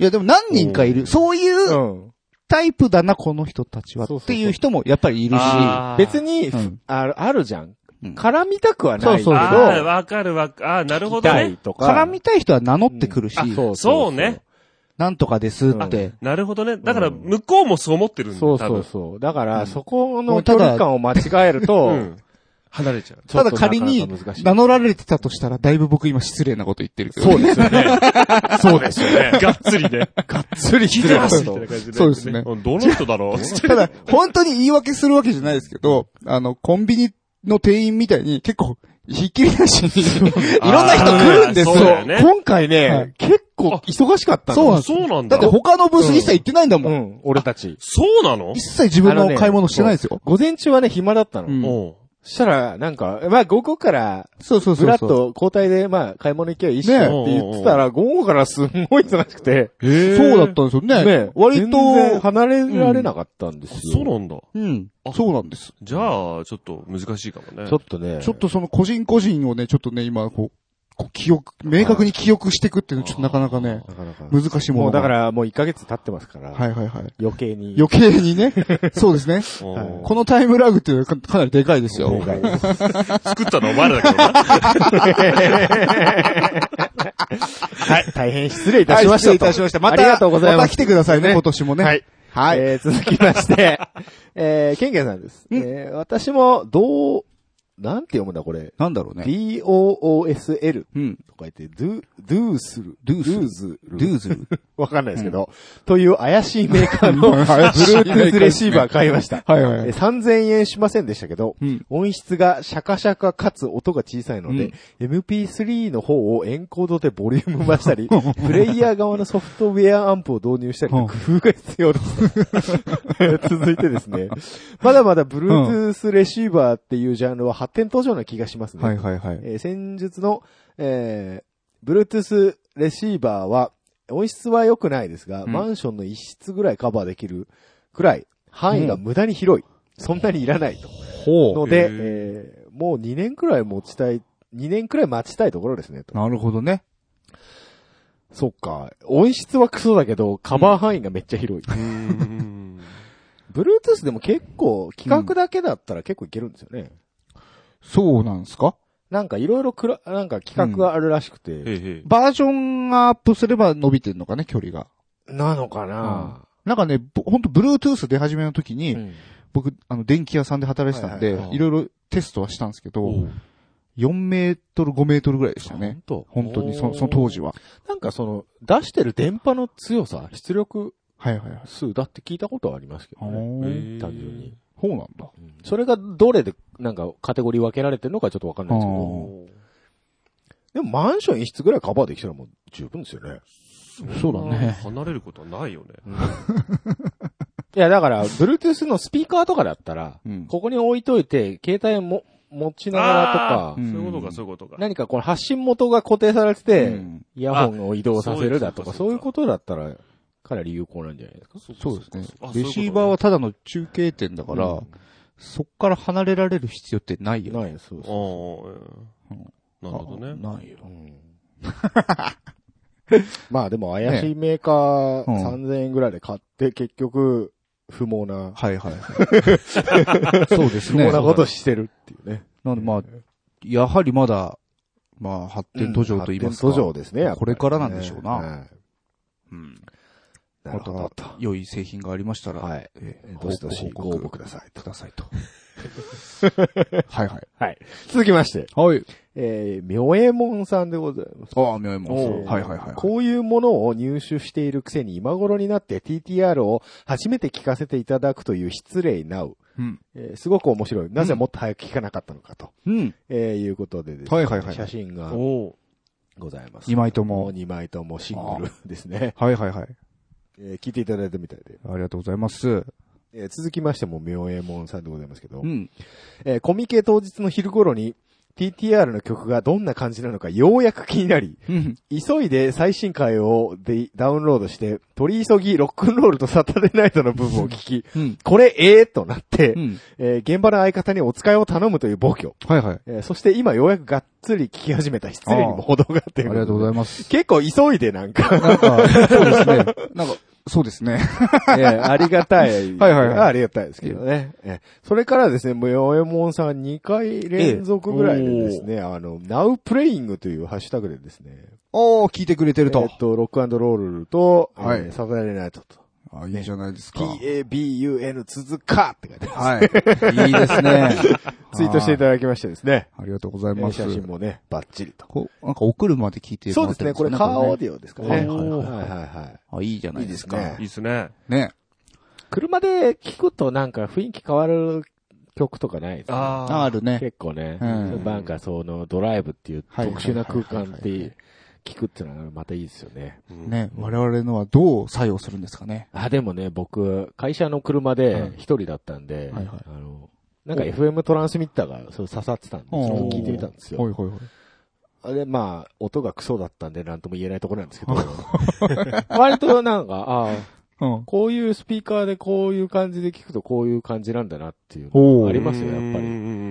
S3: いや、でも何人かいる。そういう
S2: うん。
S3: タイプだな、この人たちは。
S2: そうそうそう
S3: っていう人もやっぱりいるし。
S1: あー
S2: 別に
S3: うん、
S2: ある、あるじゃん
S3: うん。
S2: 絡みたくはないけ
S3: そう
S2: ど、
S3: そう
S1: ああ、
S2: 聞
S1: わかるわかる。ああ、なるほ
S2: き
S1: ど
S2: た
S1: ね
S2: い。とか。
S3: 絡みたい人は名乗ってくるし、
S2: うんあそう
S1: そうね。
S3: なんとかですって。
S1: なるほどね。だから、向こうもそう思ってるんだ、
S2: そう
S1: 多
S2: そう
S1: 分。
S2: そう。だから、
S3: うん
S2: そこ
S3: も
S2: の
S3: うた
S2: 距
S3: だ
S2: 離感を間違えると、
S1: うん。離れちゃう。
S2: ちょっと
S3: ただ仮に
S2: なかなか難しい
S3: 名乗られてたとしたら、だいぶ僕今失礼なこと言ってるけど。
S2: そうですよね。そう ですよね。
S1: がっつりね。がっ
S2: 釣り
S1: つ
S2: 失
S1: り
S2: 礼
S1: み
S2: な
S1: たい
S2: こと
S1: な感じで。
S3: そうですね
S1: んどの人だろうつって
S3: ただ、本当に言い訳するわけじゃないですけど、あの、コンビニの店員みたいに結構、ひっきりなしに、いろんな人来るんです
S1: あーそうだ
S3: よ
S1: よ。ね
S2: 今回ね、
S3: はい
S2: 結構忙しかったの
S3: そうなんです
S1: そうなん
S3: だ
S1: だ。
S3: って他のブース一切行ってないんだも。
S2: うんん、俺たち。
S1: そうなの
S3: 一切自分の買い物してないですよ。
S2: 午前中はね、暇だったの。
S3: うん
S1: おう
S2: そしたら、なんか、まあ、午後から、
S3: そうそうそうそう。
S2: ぶらっと交代で、まあ、買い物行けばいいっしょ
S3: ね
S2: って言ってたら、午後からすんごい忙しくて、
S3: そうだったんですよね。
S2: ね、
S3: 割
S2: 全然
S3: と、
S2: 離れられなかったんですよ。
S1: そうなんだ。
S3: うん。そうなんです。
S1: じゃあ、ちょっと難しいかもね。
S2: ちょっとね、
S3: ちょっとその個人個人をね、ちょっとね、今、こう、こう記憶、明確に記憶していくっていうのはちょっとなかなかね、
S2: なかなか。
S3: 難しいも
S2: も
S3: の
S2: うだ
S3: が。
S2: から、もう1ヶ月経ってますから、
S3: はいはいはい。
S2: 余計に。
S3: 余計 にね、そうですね。
S1: おう
S2: はい
S3: このタイムラグっていうのはかかなりでかいですよ。
S2: 計
S1: 作ったのお前らだけどな。
S2: はい、大変失礼いたしましたと。
S3: はい失礼いたしました。また、
S2: ありがとうございます。
S3: また来てくださいね、
S2: ね
S3: 今年もね。
S2: はい。
S3: はい。
S2: えー、続きま して、えー、ケンケンさんです。えー、私も、どう、なんて読むんだこれ。
S3: なんだろうね。
S2: D-O-O-S-L
S3: うん。
S2: とか言って、ドゥ、ドゥーする。ドゥーズル。
S3: ドゥーズル。
S2: わかんないですけど、という怪しいメーカ ーの
S3: 怪しいメーカーですね
S2: Bluetooth レシーバー買いました。
S3: はいはいは
S2: えー
S3: い。
S2: 3000円しませんでしたけど、
S3: うん。
S2: 音質がシャカシャカかつ音が小さいので、MP3 の方をエンコードでボリューム増した り、プレイヤー側のソフトウェアアンプを導入したりと工夫が必要です。 続いてですね、まだまだ Bluetooth レシーバーっていうジャンルは発展途上な気がしますね。
S3: はいはいはい。
S2: えー戦術の、えー Bluetooth レシーバーは、音質は良くないですが、
S4: うん
S2: マンションの一室ぐらいカバーできるくらい、範囲が無駄に広い。そんなにいらないと。
S4: ほ
S2: ので
S1: へ、
S2: えーもう2年くらい持ちたい、2年くらい待ちたいところですね、と。
S4: なるほどね。
S2: そっか。音質はクソだけど、カバー範囲がめっちゃ広い。
S1: うん。
S2: Bluetooth でも結構、企画だけだったら結構いけるんですよね。
S3: そうなんですか
S2: なんかいろいろくら、なんか企画があるらしくて。
S1: へえ
S3: バージョンがアップすれば伸びてんのかね、距離が。
S2: なのかな、
S3: なんかね、ぼほんと Bluetooth 出始めの時
S2: う
S3: に、
S2: ん
S3: 僕、あの、電気屋さんで働いてたん
S2: はい
S3: で
S2: はいは、い
S3: いろいろテストはしたんですけ
S1: お
S3: ど、
S1: う
S3: 4メートル、5メートルぐらいでしたね。
S2: 本当
S3: 本当に、そその当時は。
S2: なんかその、出してる電波の強さ、出力
S3: はいはいはい。
S2: 数だって聞いたことはありますけどね。
S1: へ
S3: ー
S1: え
S2: 単純に。
S3: そうなんだ。
S2: うんそれがどれで、なんかカテゴリー分けられてるのかちょっとわかんないですけ
S3: あ
S2: ど。
S3: ー
S2: でもマンション一室ぐらいカバーできたらもう十分ですよね。
S3: そうだね。
S1: 離れることはないよね。
S2: いやだから、Bluetooth のスピーカーとかだったら、
S3: うん
S2: ここに置いといて、携帯も持ちながらとか、
S1: そういうこと
S3: う
S1: か、
S3: ん
S1: そういうことか。
S2: 何かこの発信元が固定されてて、
S3: うん
S2: イヤホンを移動させるだとか、
S1: あ
S2: そ
S1: そうう
S2: い
S1: いうう
S2: こ
S1: こと
S2: だったら、かなり有効なんじゃないですか。
S3: そうです
S1: あそうい
S3: ね
S1: うこと。ね
S3: レシーバーはただの中継点だから、
S2: うん
S3: そっから離れられる必要ってないよね。
S2: ない、そう
S1: ああ、なるほどね。
S3: あないよ。
S2: まあでも怪しいメーカー
S3: ね
S2: 3000円ぐらいで買って、結局、不毛な、
S3: はいはいはい。そうです
S2: 不
S3: ね。
S2: 毛なことしてるっていうね。
S3: なんでまあ、やはりまだ、まあ、発展途上と言いますか。
S2: 発展途上ですね、やっぱり
S3: これからなんでしょうな
S2: はい
S3: うん。
S2: なるほどと。
S3: 良い製品がありましたら、
S2: はい。
S3: えー
S2: どしどしご応募くださいと
S3: く。ださいと。はいはい。
S2: はい。続きまして、
S3: はい。
S2: えー、明右衛門さんでございます。
S3: ああ、みょえもんさ
S2: お
S3: ん。
S2: う
S3: はいはいはい。
S2: こういうものを入手しているくせに今頃になって TTR を初めて聞かせていただくという失礼なう。
S3: うん。
S2: えーすごく面白い。なぜもっと早く聞かなかったのかと、
S3: うん。
S2: えーいうことでですね
S3: はいはいはい
S2: 写真が
S1: お
S2: ございます。
S3: 二枚と
S2: もう
S3: も。
S2: 2枚ともシングルですね。
S3: はいはいはい。
S2: えー聞いていただいたみたいで。
S3: ありがとうございます。
S2: えー続きましても、明右衛門さんでございますけど、
S3: うん。
S2: えーコミケ当日の昼頃に TTR の曲がどんな感じなのかようやく気になり、
S3: うん。
S2: 急いで最新回をでダウンロードして、取り急ぎロックンロールとサタデーナイトの部分を聞き、
S3: うん。
S2: これええとなって、
S3: うん。
S2: えー現場の相方にお使いを頼むという暴挙。
S3: はいはい。
S2: えーそして今ようやくがっつり聞き始めた失礼にも程があって
S3: ありがとうご
S2: い
S3: ざいます。
S2: 結構急いでなんか、
S3: なんか、そうですね。なんか、そうですね。
S2: えーありがたい。
S3: はいはいはい
S2: ありがたいですけどね。えーそれからですね、もうよえもんさん2回連続ぐらいでですね、あの、Now Playing というハッシュタグでですね、
S3: おー、聞いてくれてる
S2: え
S3: と
S2: っ。と、ロックンロールと、えー
S3: はい
S2: サタデーナイトと。
S3: あいいじゃないですか。
S2: PABUN 続かって書いてます。
S3: はい。いいですね。
S2: ツイートしていただきましてですね。
S3: ありがとうござい
S2: えー
S3: ます
S2: 写。真もね、バッチリと。
S3: こうなんか送るまで聞いて
S2: そう
S3: も
S2: で
S3: らっ
S2: す
S3: てる
S2: ね、
S3: ん
S2: これ
S3: ね
S2: カーオー
S3: れ
S2: ディオですか
S3: は
S2: ね。
S3: いはいは
S2: はい
S3: い
S2: はいはい。
S3: あ、いいじゃないですか。
S2: いいです
S1: いいですね。
S3: ね。
S2: 車で聞くとなんか雰囲気変わる曲とかないですか
S1: ああ。
S3: あるね。
S2: 結構ね、
S3: うん
S2: なんかそのドライブっていう
S3: はい
S2: 特殊な空間っ
S3: はいはいはいは
S2: て聞くっていうのがまたいいですよね。
S3: ね。我々のはどう作用するんですかね。
S2: あ、でもね、僕、会社の車
S3: う
S2: で
S3: ん
S2: 一人だったんで、
S3: はいはい
S2: あの、なんか FM トランスミッターがそう刺さってたんで、それを聞いてみたんですよ
S3: は。いはいはい。
S2: あれ、まあ、音がクソだったんで、なんとも言えないところなんですけど、 割となんか、ああ、
S3: うん。
S2: こういうスピーカーでこういう感じで聞くとこういう感じなんだなっていう
S3: お
S2: の
S3: ー
S2: ありますよ、やっ
S1: り。
S2: ぱり。うん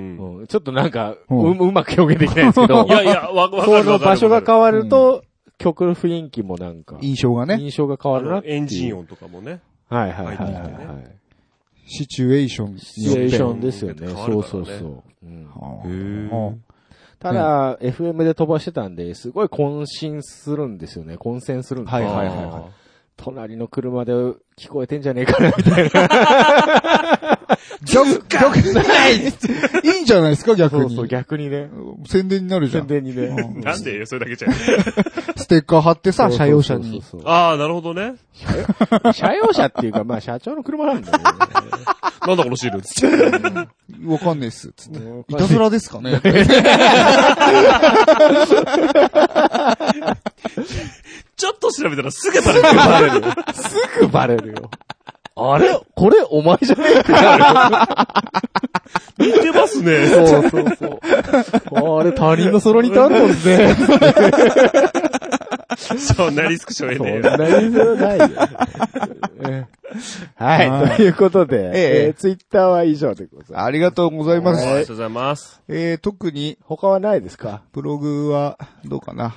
S2: ちょっとなんか、う
S3: うん
S2: うまく表現できないんですけど、
S1: いやいや、わ、わかる
S2: こ
S1: わかる
S2: の
S1: わかる。
S2: 場所が変わると、曲の雰囲気もなんか、
S3: 印象がね。
S2: 印象が変わるな
S1: あの
S2: っていう。
S1: エンジン。音とかもね。
S2: はいはいはいは
S1: 入
S2: い
S1: ってきて
S2: はい。
S3: シチュエーションによって。
S2: シチュエーションですよね。
S1: 変わ
S2: そ
S1: る
S2: う
S1: か
S2: そ
S1: ら
S2: う
S1: ね
S2: そう。うん
S3: あ
S1: へ
S3: ー
S1: ー
S2: ただ、FM で飛ばしてたんで、すごい渾身するんですよね。混戦するんですよ
S3: はいはいはいはい
S2: 隣の車で聞こえてんじゃねえかな、みたいな。
S3: 逆、逆に ないいいんじゃないですか、逆
S2: そうそう、
S3: に。
S2: 逆にね。
S3: 宣伝になるじゃ
S2: 宣
S3: ん。
S2: 伝にね。
S3: うん
S1: なんでそれだけじゃん。
S3: ステッカー貼って
S2: そ
S3: さ、
S2: うそう
S3: 車用車に。
S2: そうそう
S1: ああ、なるほどね。
S2: そう車用車っていうか、まあ、社長の車なんだよ
S1: なんだこのシールつって。
S3: わかんないっす。つって。
S2: ね。
S3: いた ずらですかね。
S1: ちょっと調べたらすぐバレる。
S2: すぐバレるよ。
S1: あれ
S2: これお前じゃねえってなる。
S1: 似てますね。
S2: そうそうそう。あれ他人のソロに頼んもんね。
S1: そんなリスクしょえ
S2: そ
S1: ね
S2: んな理由ないよ。えはい、ということで、
S3: ええ
S2: えツイッター Twitter は以上でございます。
S3: ありがとうございま
S1: えよ。ありが
S3: す。
S1: とうございます。
S3: えー、特に、
S2: 他はないですか
S3: ブログは、どうかな。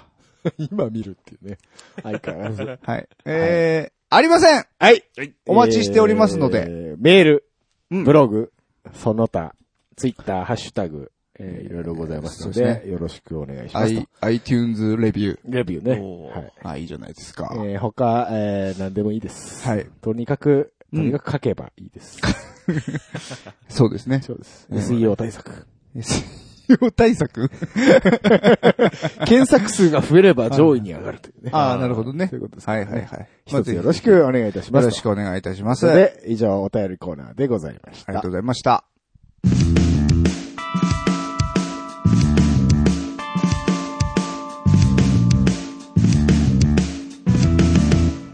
S2: 今見るっていうね。相変わらず。
S3: はい。えー、ありませんはい。
S1: はい。
S3: お待ちしておりますので
S2: えーメール、
S3: うん
S2: ブログ、その他、ツイッター、ハッシュタグ、えーいろいろございますので、
S3: そうです
S2: よろしくお願いします
S3: I、iTunes レビュー。
S2: レビューね。
S1: おー
S2: はい
S3: あ、いいじゃないですか。
S2: えー他、えー何でもいいです。
S3: はい。
S2: とにかく、
S3: う
S2: と
S3: ん
S2: にかく書けばいいです。
S3: そうですね。
S2: そうです。SEO 対策。
S3: SEO 対策
S2: 検索数が増えれば上位に上がるというね。
S3: ああ、なるほどね。
S2: そういうことですね
S3: はいはいはい。
S2: 一つよろし
S3: まあぜ
S2: くお願いいたし
S3: ひよ
S2: ます。
S3: ろしくお願いいたします。
S2: そ
S3: あり
S2: れで、以上お便りコーナーでございまし
S3: が
S2: た
S3: とう。ございました。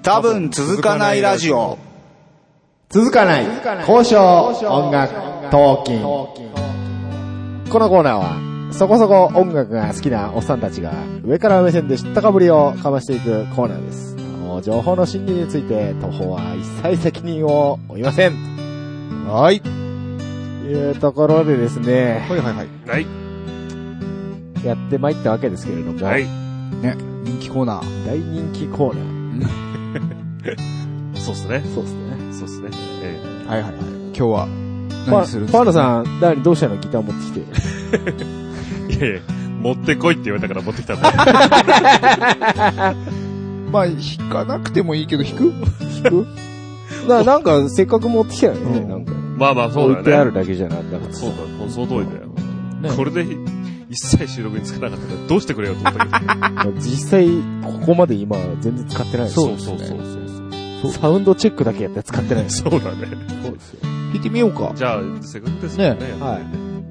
S4: 多分続かないラジオ。
S2: 続かない交渉音楽トーキンこのコーナーはそこそこ音楽が好きなおっさんたちが上から目線で知ったかぶりをかましていくコーナーですもう情報の真偽について途方は一切責任を負いません
S3: はい。
S2: というところでですね
S3: はいはいはい。
S1: はい。
S2: やってまいったわけですけれども、
S1: はい。
S3: ね、人気コーナー。
S2: 大人気コーナー
S1: そうっすね。
S2: そうですね
S1: そうっすね。え
S3: はいはいはい。今日は、
S2: パ
S3: 何するんです
S2: パ
S3: か
S2: ンダさん何どうしたのギター持ってきて
S1: えいやいや、持ってこいって言われたから持ってきたん だ。
S3: まあ、弾かなくてもいいけど、弾く
S2: ななんかせっかく持ってきたよね、
S3: うん
S2: なんか
S1: まあまあ、そうだよ
S2: 置いてある
S1: ね。
S2: だけじゃなくて
S1: そうだ、そのその通りだよ。
S2: ね
S1: これで一切収録につかなかったらどうしてくれよと思ったけど。
S2: 実際、ここまで今、全然使ってない
S3: そう
S1: そうそう
S2: そう。サウンドチェックだけやって使ってない
S1: そう。そうだね。
S2: そうですよ。
S3: 弾いてみようか。
S1: じゃあ、せっかくですからね。
S2: はい。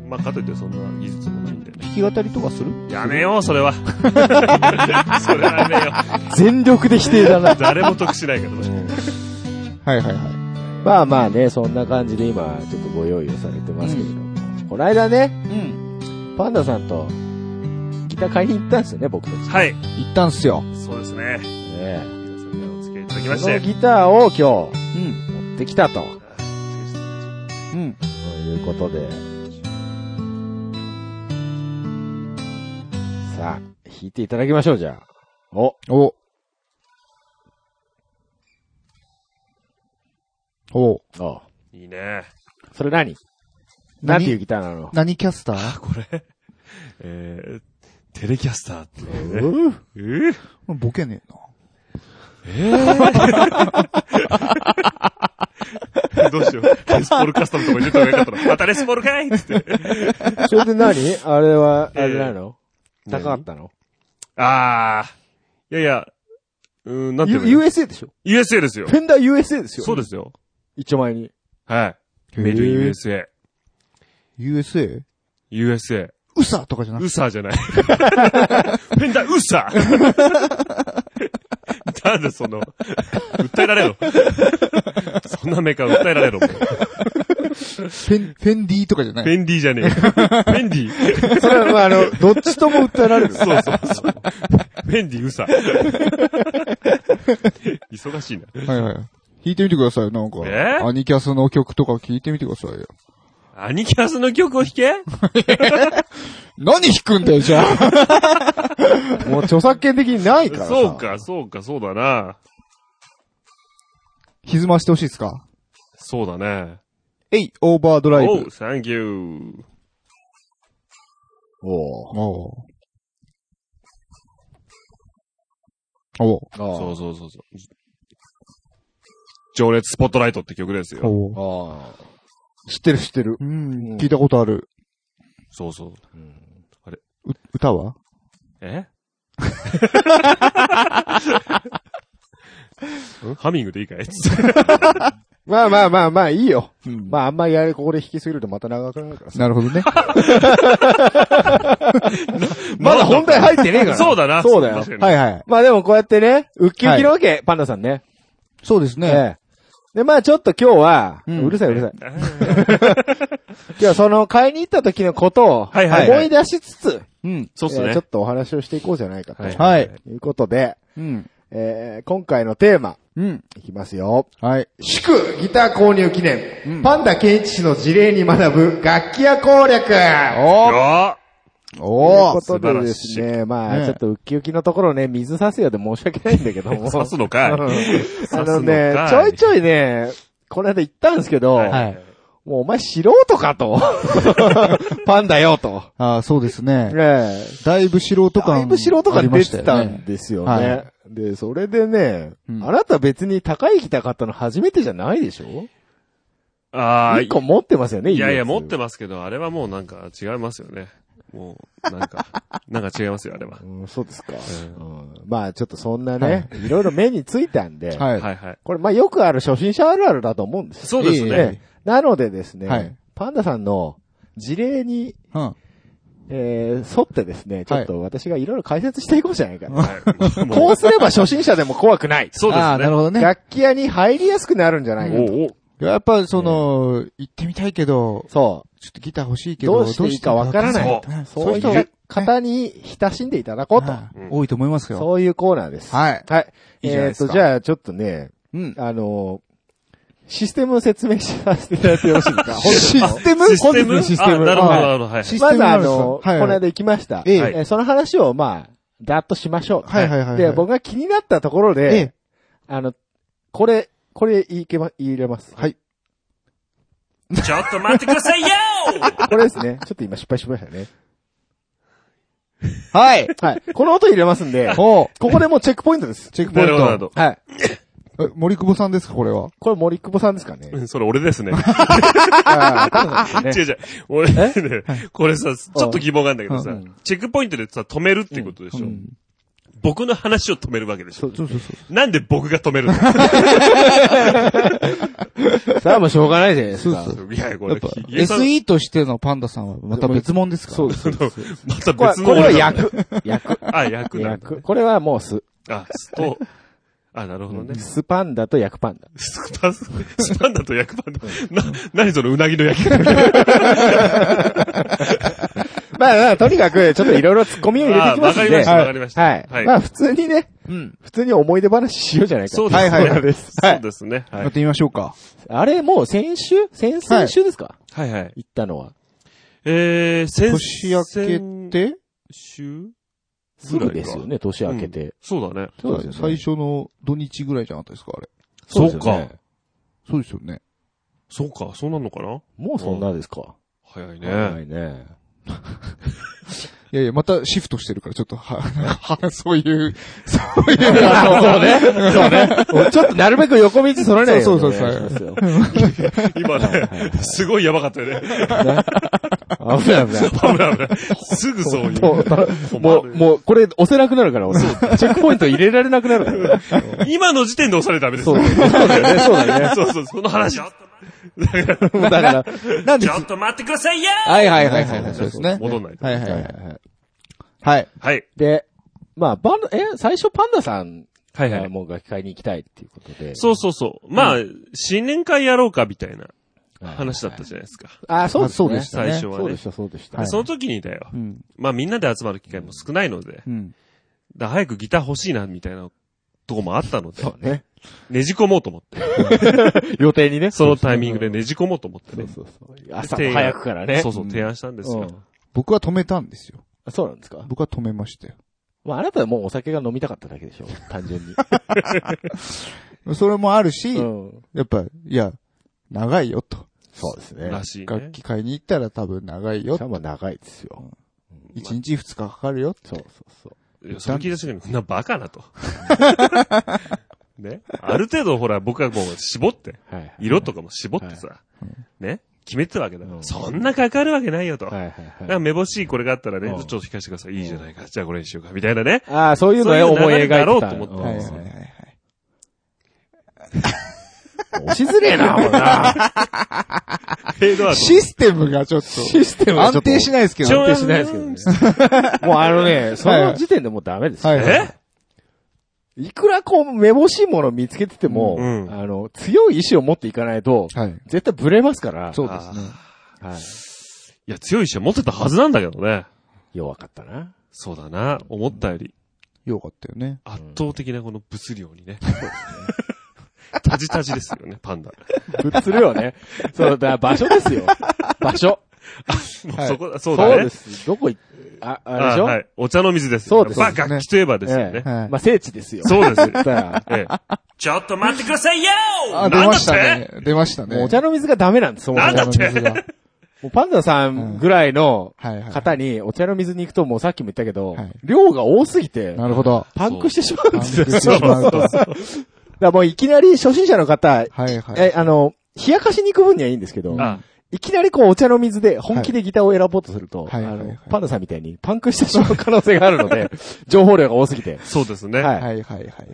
S1: まあ、かといってそんな技術もないんでね。
S3: 弾き語りとかする
S1: やめよう、そ れは。それはやめよう。
S2: 全力で否定だな。
S1: 誰も得しないけど。
S3: はいはいは
S2: まあまあね、そんな感じで今、ちょっとご用意をされてますけれども。この間ね、
S3: い。うん。
S2: パンダさんと、ギター買いに行ったんですよね、僕たち。
S1: はい。
S3: 行ったんすよ。
S1: そうですね。
S2: ね
S1: 皆さんにお付き合いいただきまし
S2: その
S1: て。
S2: ギターを今
S3: う
S2: 日、
S3: ん。
S2: 持ってきたと。
S3: うん。
S2: ということで。さあ、弾いていただきましょう、じゃあ。お、
S3: お。お。
S2: お、
S1: いいね。
S2: それ何なんていうギターなの
S3: 何キャスター
S1: これ、えー、テレキャスターっていうね。
S2: う
S1: えー
S3: ボケねえな。
S1: どうしよう。レスポールカスタムとか入れた方がよかったの。またレスポールかいっつって。
S2: それで何あれ は、
S1: えー
S2: あれなの、
S1: 何
S2: 高かったの
S1: あー。いやいや、うーん、なんていうの
S2: U- ?USA でしょ
S1: ?USA ですよ
S2: フ。ェンダー USA ですよ。
S1: そうですよ。
S2: 一丁前に。
S1: はい。メイド USA。
S3: USA?
S1: USA。
S3: ウサとかじゃなく
S1: ウ
S3: て。
S1: サー じゃない。フェンダーウサー なんでその、訴えられろ。そんなメーカー訴えられろ。もうフ
S3: フェン、フェンディとかじゃない。
S1: ェンディじゃねえよ。フェンディ。
S2: それは、まあ、あの、 どっちとも訴えられる。
S1: そうそうそう。フェンディウサー。忙しいな。
S3: はいはい。弾いてみてください、なんか。
S1: え
S3: アニキャスの曲とか聞いてみてくださいよ。
S1: アニキャスの曲を弾け
S3: 何弾くんだよ、じゃ あ。
S2: もう著作権的にないからさ。
S1: そう。か、そうか、そうだな。
S3: 歪ましてほしいですか
S1: そうだね。
S3: えい、オーバードライ
S1: おう、
S3: ブ。
S1: thank you.
S2: おう
S3: おうおう
S1: そ
S2: あ
S1: うそうそうそう。情熱スポットライトって曲ですよ。
S3: おう
S2: あ。ああ。
S3: 知ってる知ってる。
S2: ん
S3: 聞いたことある。
S1: そうそう。
S3: う歌は
S1: えハミングでいいかい
S2: まあまあまあまあ、いいよ。
S3: うん
S2: まあ、あんまりあれ、ここで弾きすぎるとまた長くなるからさ。
S3: なるほどね。
S2: まだ本題入ってねえから。
S1: そうだな。
S2: そうだよ
S1: 確かに
S3: はいはい。
S2: まあでもこうやってね、ウッキウキなわけ、パンダさんね。
S3: そうですね。
S2: ええで、まあちょっと今日は、う
S3: うん
S2: るさいうるさい。 今日はその買いに行った時のことを
S1: はいはいはい
S2: 思い出しつつ、
S3: うん。
S1: そうっす
S2: えー
S1: ね
S2: ちょ。っとお話をしていこうじゃないかと。
S1: はい
S3: はい。
S2: ということで、
S3: うん。
S2: えー今回のテーマ、
S3: うん。
S2: いきますよ。
S3: はい。
S2: 祝ギター購入記念、
S3: ん
S2: パンダケンイチ氏の事例に学ぶ楽器屋攻略
S1: よー
S2: おという
S3: お
S2: こ
S3: ー
S2: とでです
S1: 素
S2: ね、ま
S3: ね
S2: あ、ちょっとウキウキのところね、水差すようで申し訳ないんだけ ども。
S1: 刺すのかい
S2: うんあ
S1: 刺す
S2: の
S1: のか
S2: ね
S1: い、
S2: ちょいちょいね、この間言ったんですけど、
S1: はい
S4: はい。
S2: もうお前素人 かと。パンダよと。
S3: ああ、そうです
S2: ね
S3: ね。
S2: え。
S3: だいぶ素人感。
S2: だいぶ素人
S3: あり
S2: 感
S3: ま
S2: 出
S3: した
S2: て
S3: よ
S2: た
S3: ね
S2: んですよ
S3: は
S2: ね
S3: い。
S2: で、それでね、
S3: うん
S2: あなた別に高いギター買ったの初めてじゃないでしょ
S1: ああ、
S2: 一個持ってますよね、
S1: いやいや、
S2: つ
S1: 持ってますけど、あれはもうなんか違いますよね。もう、なんか、なんか違いますよ、あれは。
S2: うん、そうですか、うんまあちょっとそんなね、い、ろいろ目についたんで、
S3: はい。
S1: はいはい。
S2: これまあよくある初心者あるあるだと思うんですよ。
S1: そうです
S2: え
S1: ね。
S2: えなのでですね、
S3: はい
S2: パンダさんの事例に、
S3: うん。
S2: えー、沿ってですね、ちょっと私がいろいろ解説していこうじゃないかな、
S1: はいも
S2: こ
S1: う
S2: うすれば初心者でも怖くない。
S1: そうですね。
S3: ああ、なるほどね。
S2: 楽器屋に入りやすくなるんじゃないかと。
S1: おう
S3: やっぱ、その、行ってみたいけど、
S2: そ
S3: ちょっとギター欲しいけ
S2: う。
S3: ど、
S2: どうしていいかわから
S1: どうしていい
S2: ない
S1: かわ。
S3: うん
S2: そ
S3: そううい
S2: いう
S3: 人
S2: う方に親しんでいただこうと。
S3: はい多いと思いますよ。
S2: そういうコーナーです。
S3: はい
S2: はい。
S3: いいじゃない
S2: え
S3: で
S2: っ
S3: す
S2: と、
S3: か
S2: じゃあちょっとね、
S3: うん。
S2: あの、システムを説明させていただいてよろしいですか本日
S3: シ
S2: の
S3: ステム
S1: システ
S3: 本日
S1: ム
S3: のシステ
S1: あ、
S3: ム。
S1: なるほど、な
S3: は
S1: るほど。はい。
S3: シス
S2: ま
S3: テム
S2: ず
S3: な
S2: あ
S3: んですよ
S2: の、
S3: はい
S2: この間行きました。
S3: え
S2: え
S3: え
S2: ーその話を、まあ、だっとしましょう。
S3: はいはいはいはい
S2: で、僕が気になったところ
S3: い。
S2: で、
S3: ええ。
S2: あの、これ、これ、いけま、入れます。
S3: はい。
S1: ちょっと待ってくださいよ
S2: これですね。 ちょっと今失敗しましたね。
S3: はい。
S2: はい。この音入れますんで、こ
S3: おう
S2: こでもうチェックポイントです。
S3: チェックポイ
S1: な
S3: ン
S1: るほ
S3: ト。
S1: ど、なるほど。
S2: はい。
S3: え森久保さんですか、これは。
S2: これ森久保さんですかね
S1: う。んそれ俺ですね。
S2: あー多分そうです
S1: 違う違
S2: ね
S1: う。俺ね、これさ、ちょっと疑問があるんだけど
S3: う
S1: さ、チェックポイントでさ、止めるってことでしょ
S3: ん。
S1: 僕の話を止めるわけでしょ。
S3: そうそうそう。
S1: なんで僕が止めるの
S2: それはもうしょうがないじゃないですか。
S3: そうそう
S1: いや、こ
S3: や
S1: れ
S3: っぱ、、
S1: ヒゲさん
S3: SE としてのパンダさんはまた別物ですから。そうです。
S1: また
S2: これ
S1: 別の
S2: こ
S1: 俺
S2: れは
S1: だ
S2: 役。役。
S1: あ、役なんだ。
S2: 役。これはもうす、
S1: あ、スと、あ、なるほどね。
S2: スパンダと役パンダ。
S1: スパススパンダと役パンダ。な、何そのうなぎの焼き方。
S2: まあまあ、とにかく、ちょっといろいろ突っ込みを入れていきますんで。
S1: あーわかりました
S2: はい
S1: わかりましたは
S2: は。
S1: いい
S2: まあ、普通にね、
S3: うん。
S2: 普通に思い出話しようじゃないか。
S1: そうですね。
S3: はいはい
S2: ですは
S1: そう
S2: い。
S1: ですね。は
S3: やっ
S1: い。
S3: てみましょうか。
S2: あれ、もう先週先々週ですか
S1: はいはい。
S2: 行ったのは。
S1: えー、先
S3: 年明けて、
S1: 週
S2: すぐですよね、年明けて。
S1: そうだね。
S2: そうですよ
S3: 最
S2: ね。
S3: 初の土日ぐらいじゃなかったですか、あれ。
S2: そうですよね。
S3: そうですよね。
S1: そうか、そうなんのかな
S2: もうそんなですか。
S1: 早い
S2: は
S1: ね。
S2: いね。
S3: いやいや、またシフトしてるから、ちょっと、は、は、そういう、そういう、あの、
S2: そうね。そうね。俺 ちょっとなるべく横道それないよ
S3: そう
S2: に
S3: そ
S2: お
S3: うそう
S2: 願いしますよ。
S1: 今ね、すごいやばかったよね。
S2: 危ない危ない。
S1: 危ない危ない。すぐそういう。
S2: もう、もう、もうこれ押せなくなるから、俺。チェックポイント入れられなくなるから。
S1: 今の時点で押されたらダメです
S2: そう
S1: よ。
S2: だよね、そうだよね。
S1: そうそう、その話。
S2: だから、
S3: なんで
S1: ち
S3: す
S1: ょっと待ってくださいよ
S3: はいはいはいはいはい、そうですね。
S1: 戻んないと。
S3: はいはいはいはい。はい。
S1: はい。
S2: で、まあ、パンダ、え、最初パンダさん
S1: はい
S2: が。もう楽器買いに行きたいっていうことで。
S1: そうそうそう。まあ、新年会やろうか、みたいな
S2: はい
S1: 話だったじゃないですか。
S2: あ、そうですね。
S3: まあそうでした
S1: 最
S3: ね
S1: 初は
S2: そうで
S1: ね
S2: し。た、そうでした。
S1: でその時にだよ
S3: う。ん。
S1: まあみんなで集まる機会も少ないので、
S3: うん。
S1: だ早くギター欲しいな、みたいなとこもあったので、
S2: そうね。
S1: ねじ込もうと思って。
S2: 予定にね。
S1: そのタイミングでねじ込もうと思って
S2: そ
S1: ね
S2: う。そうそう。朝の早くからね。
S1: そうそうう、
S3: ん
S1: 提案したんです
S2: う
S1: よ。
S2: ん
S3: 僕は止めたんですよ。
S2: あそうなんですか
S3: 僕は止めましたよ。
S2: まあ、あなたはもうお酒が飲みたかっただけでしょ。単純に。
S3: それもあるし、
S2: うん。
S3: やっぱ、いや、長いよと。
S2: そうですね。
S1: らしい
S3: 楽
S1: ね。
S3: 器買いに行ったら多分長いよ
S2: し。かも長いですよ。
S3: 一日二日かかるよ。
S2: そうそうそう。
S1: いやそれ聞いた瞬間に、こんなバカなと。ね。ある程度ほら、僕はもう絞って、
S2: はいはい。
S1: 色とかも絞ってさ、ね。決めてたわけだか
S2: うん
S1: ら。そんなかかるわけないよと。
S2: はい
S1: なん
S2: はいは
S1: か
S2: い。
S1: 目星これがあったらね、
S2: うん
S1: ちょっと聞かせてください。いいじゃないか。じゃあこれにしようか。みたいなね。
S2: ああ、そういうのを思い描い
S1: そういう流れだ
S2: てた。
S1: ろうと思った
S2: ん
S1: ん
S3: はいはい
S1: で
S3: は
S1: す
S3: い
S1: よ
S3: はい。
S2: 押しづれえな、これな。
S1: フェードアウト。
S3: システムがちょっと、
S2: システムがちょ
S3: 安
S2: っと
S3: 定しないですけど。
S2: 安定しないですけどね。もうあのね、その時点でもうダメですよ。
S3: はいはい
S1: え
S2: いくらこう、めぼしいものを見つけてても、
S1: うん
S2: あの、強い意志を持っていかないと、
S3: はい。
S2: 絶対ブレますから、
S3: そうですね。
S2: はい。
S1: いや、強い人持ってたはずなんだけどね。
S2: 弱かったな。
S1: そうだな。思ったより、
S3: よかったよね。
S1: 圧倒的なこの物量にね。タジタジですよね、パンダ。
S2: するよね。 そう、だから場所ですよ。場所。
S1: もう
S3: はい
S1: そこだ、そうだ
S2: で
S1: ね。
S2: す。どこい、あ、あれでしょ
S1: あはい。お茶の水です。
S2: そうです
S1: まあ、楽器といえばですよね。
S3: えはい
S2: まあ、聖地ですよ。
S1: そうです。
S2: だから
S1: ええちょっと待ってくださいよ
S3: あ、出
S1: なん
S3: ま
S1: だっ
S3: した
S1: て
S3: ね。出ました
S2: もう
S3: ね。
S2: お茶の水がダメなんです、そもそ
S1: なん
S2: も
S1: だって
S3: 水が
S2: もうパンダさんぐらいの
S3: はいはい。
S2: 方にお茶の水に行くと、もうさっきも言ったけど
S3: はい、
S2: 量が多すぎて、
S3: なるほど。
S2: パンクしてしまうんですよ。
S3: パンクして
S2: そう
S3: しまうと
S2: そうそうだからもういきなり初心者の方、
S3: はいはい。
S2: え、あの、冷やかしに行く分にはいいんですけど、
S1: あ、
S2: いきなりこうお茶の水で本気でギターを選ぼうとすると、あ
S3: はいはいはい
S2: の、パンダさんみたいにパンクしてしまう可能性があるので、情報量が多すぎて。
S1: そうですね。
S2: はい。
S3: はいはいはい。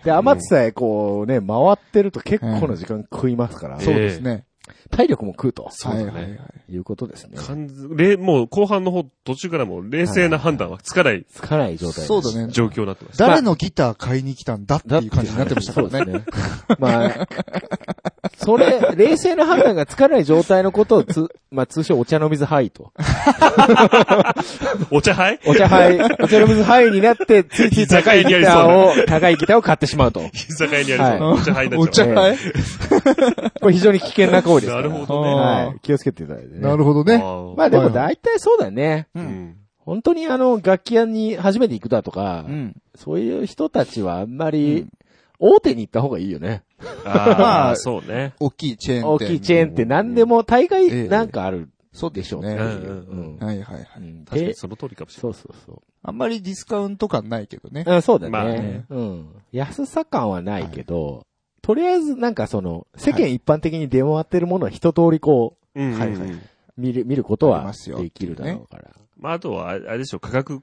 S2: で、天津さえこうね、回ってると結構な時間食いますから、
S3: そうですね。
S2: 体力も食うと
S1: そうだね
S3: はいはいはい。
S2: いうことですね。
S1: 完全れもう後半の方、途中からもう冷静な判断はつかない
S2: つかない状態。
S3: そうだね。
S1: 状況になってました。
S3: 誰のギター買いに来たんだっていう感じになってましたから
S2: そう
S3: ね。
S2: ですね。 まあ、それ、冷静な判断がつかない状態のことをつ、 まあ通称お茶の水ハイと。
S1: お茶杯
S2: お茶杯、 お茶の水ハイになって、ついつい高いギターを、高いギターを買ってしまうと。
S1: 居酒屋にありそうな
S2: は
S1: お茶杯にな
S3: お
S1: っちゃ
S3: 茶
S1: う。
S3: 会
S2: これ非常に危険な行為ですから。
S1: なるほ
S3: どね
S2: はい。気をつけていただいてね。
S3: なるほど
S1: あ
S3: ね。
S1: ー
S2: まあでも大体そうだよね。
S3: う。
S1: うんん
S2: 本当にあの、楽器屋に初めて行くだとか、
S3: うん。
S2: そういう人たちはあんまり、大手に行った方がいいよね。
S1: ああ、そうね。
S3: 大きいチェーン店。
S2: 大きいチェーンって何でも大
S3: ええ
S2: 概なんかある
S3: そう
S2: でしょうね。
S3: ね
S1: うん
S2: うん
S3: はいはいはい。
S2: うん
S1: 確か
S2: で
S1: にその通りかもしれ
S2: そうそうそ
S3: あんまりディスカウント感ないけどね
S2: う。。うん、そうだね,、
S1: まあね
S2: うん。安さ感はないけど、とりあえずなんかその、世間一般的に出回ってるものは一通りこう、
S1: ない。うんうんうん
S3: はいはい
S2: 見る、見ること
S3: あり
S2: は
S3: ますよ
S2: できるだろうから。
S1: まああとは、あれでしょう、価格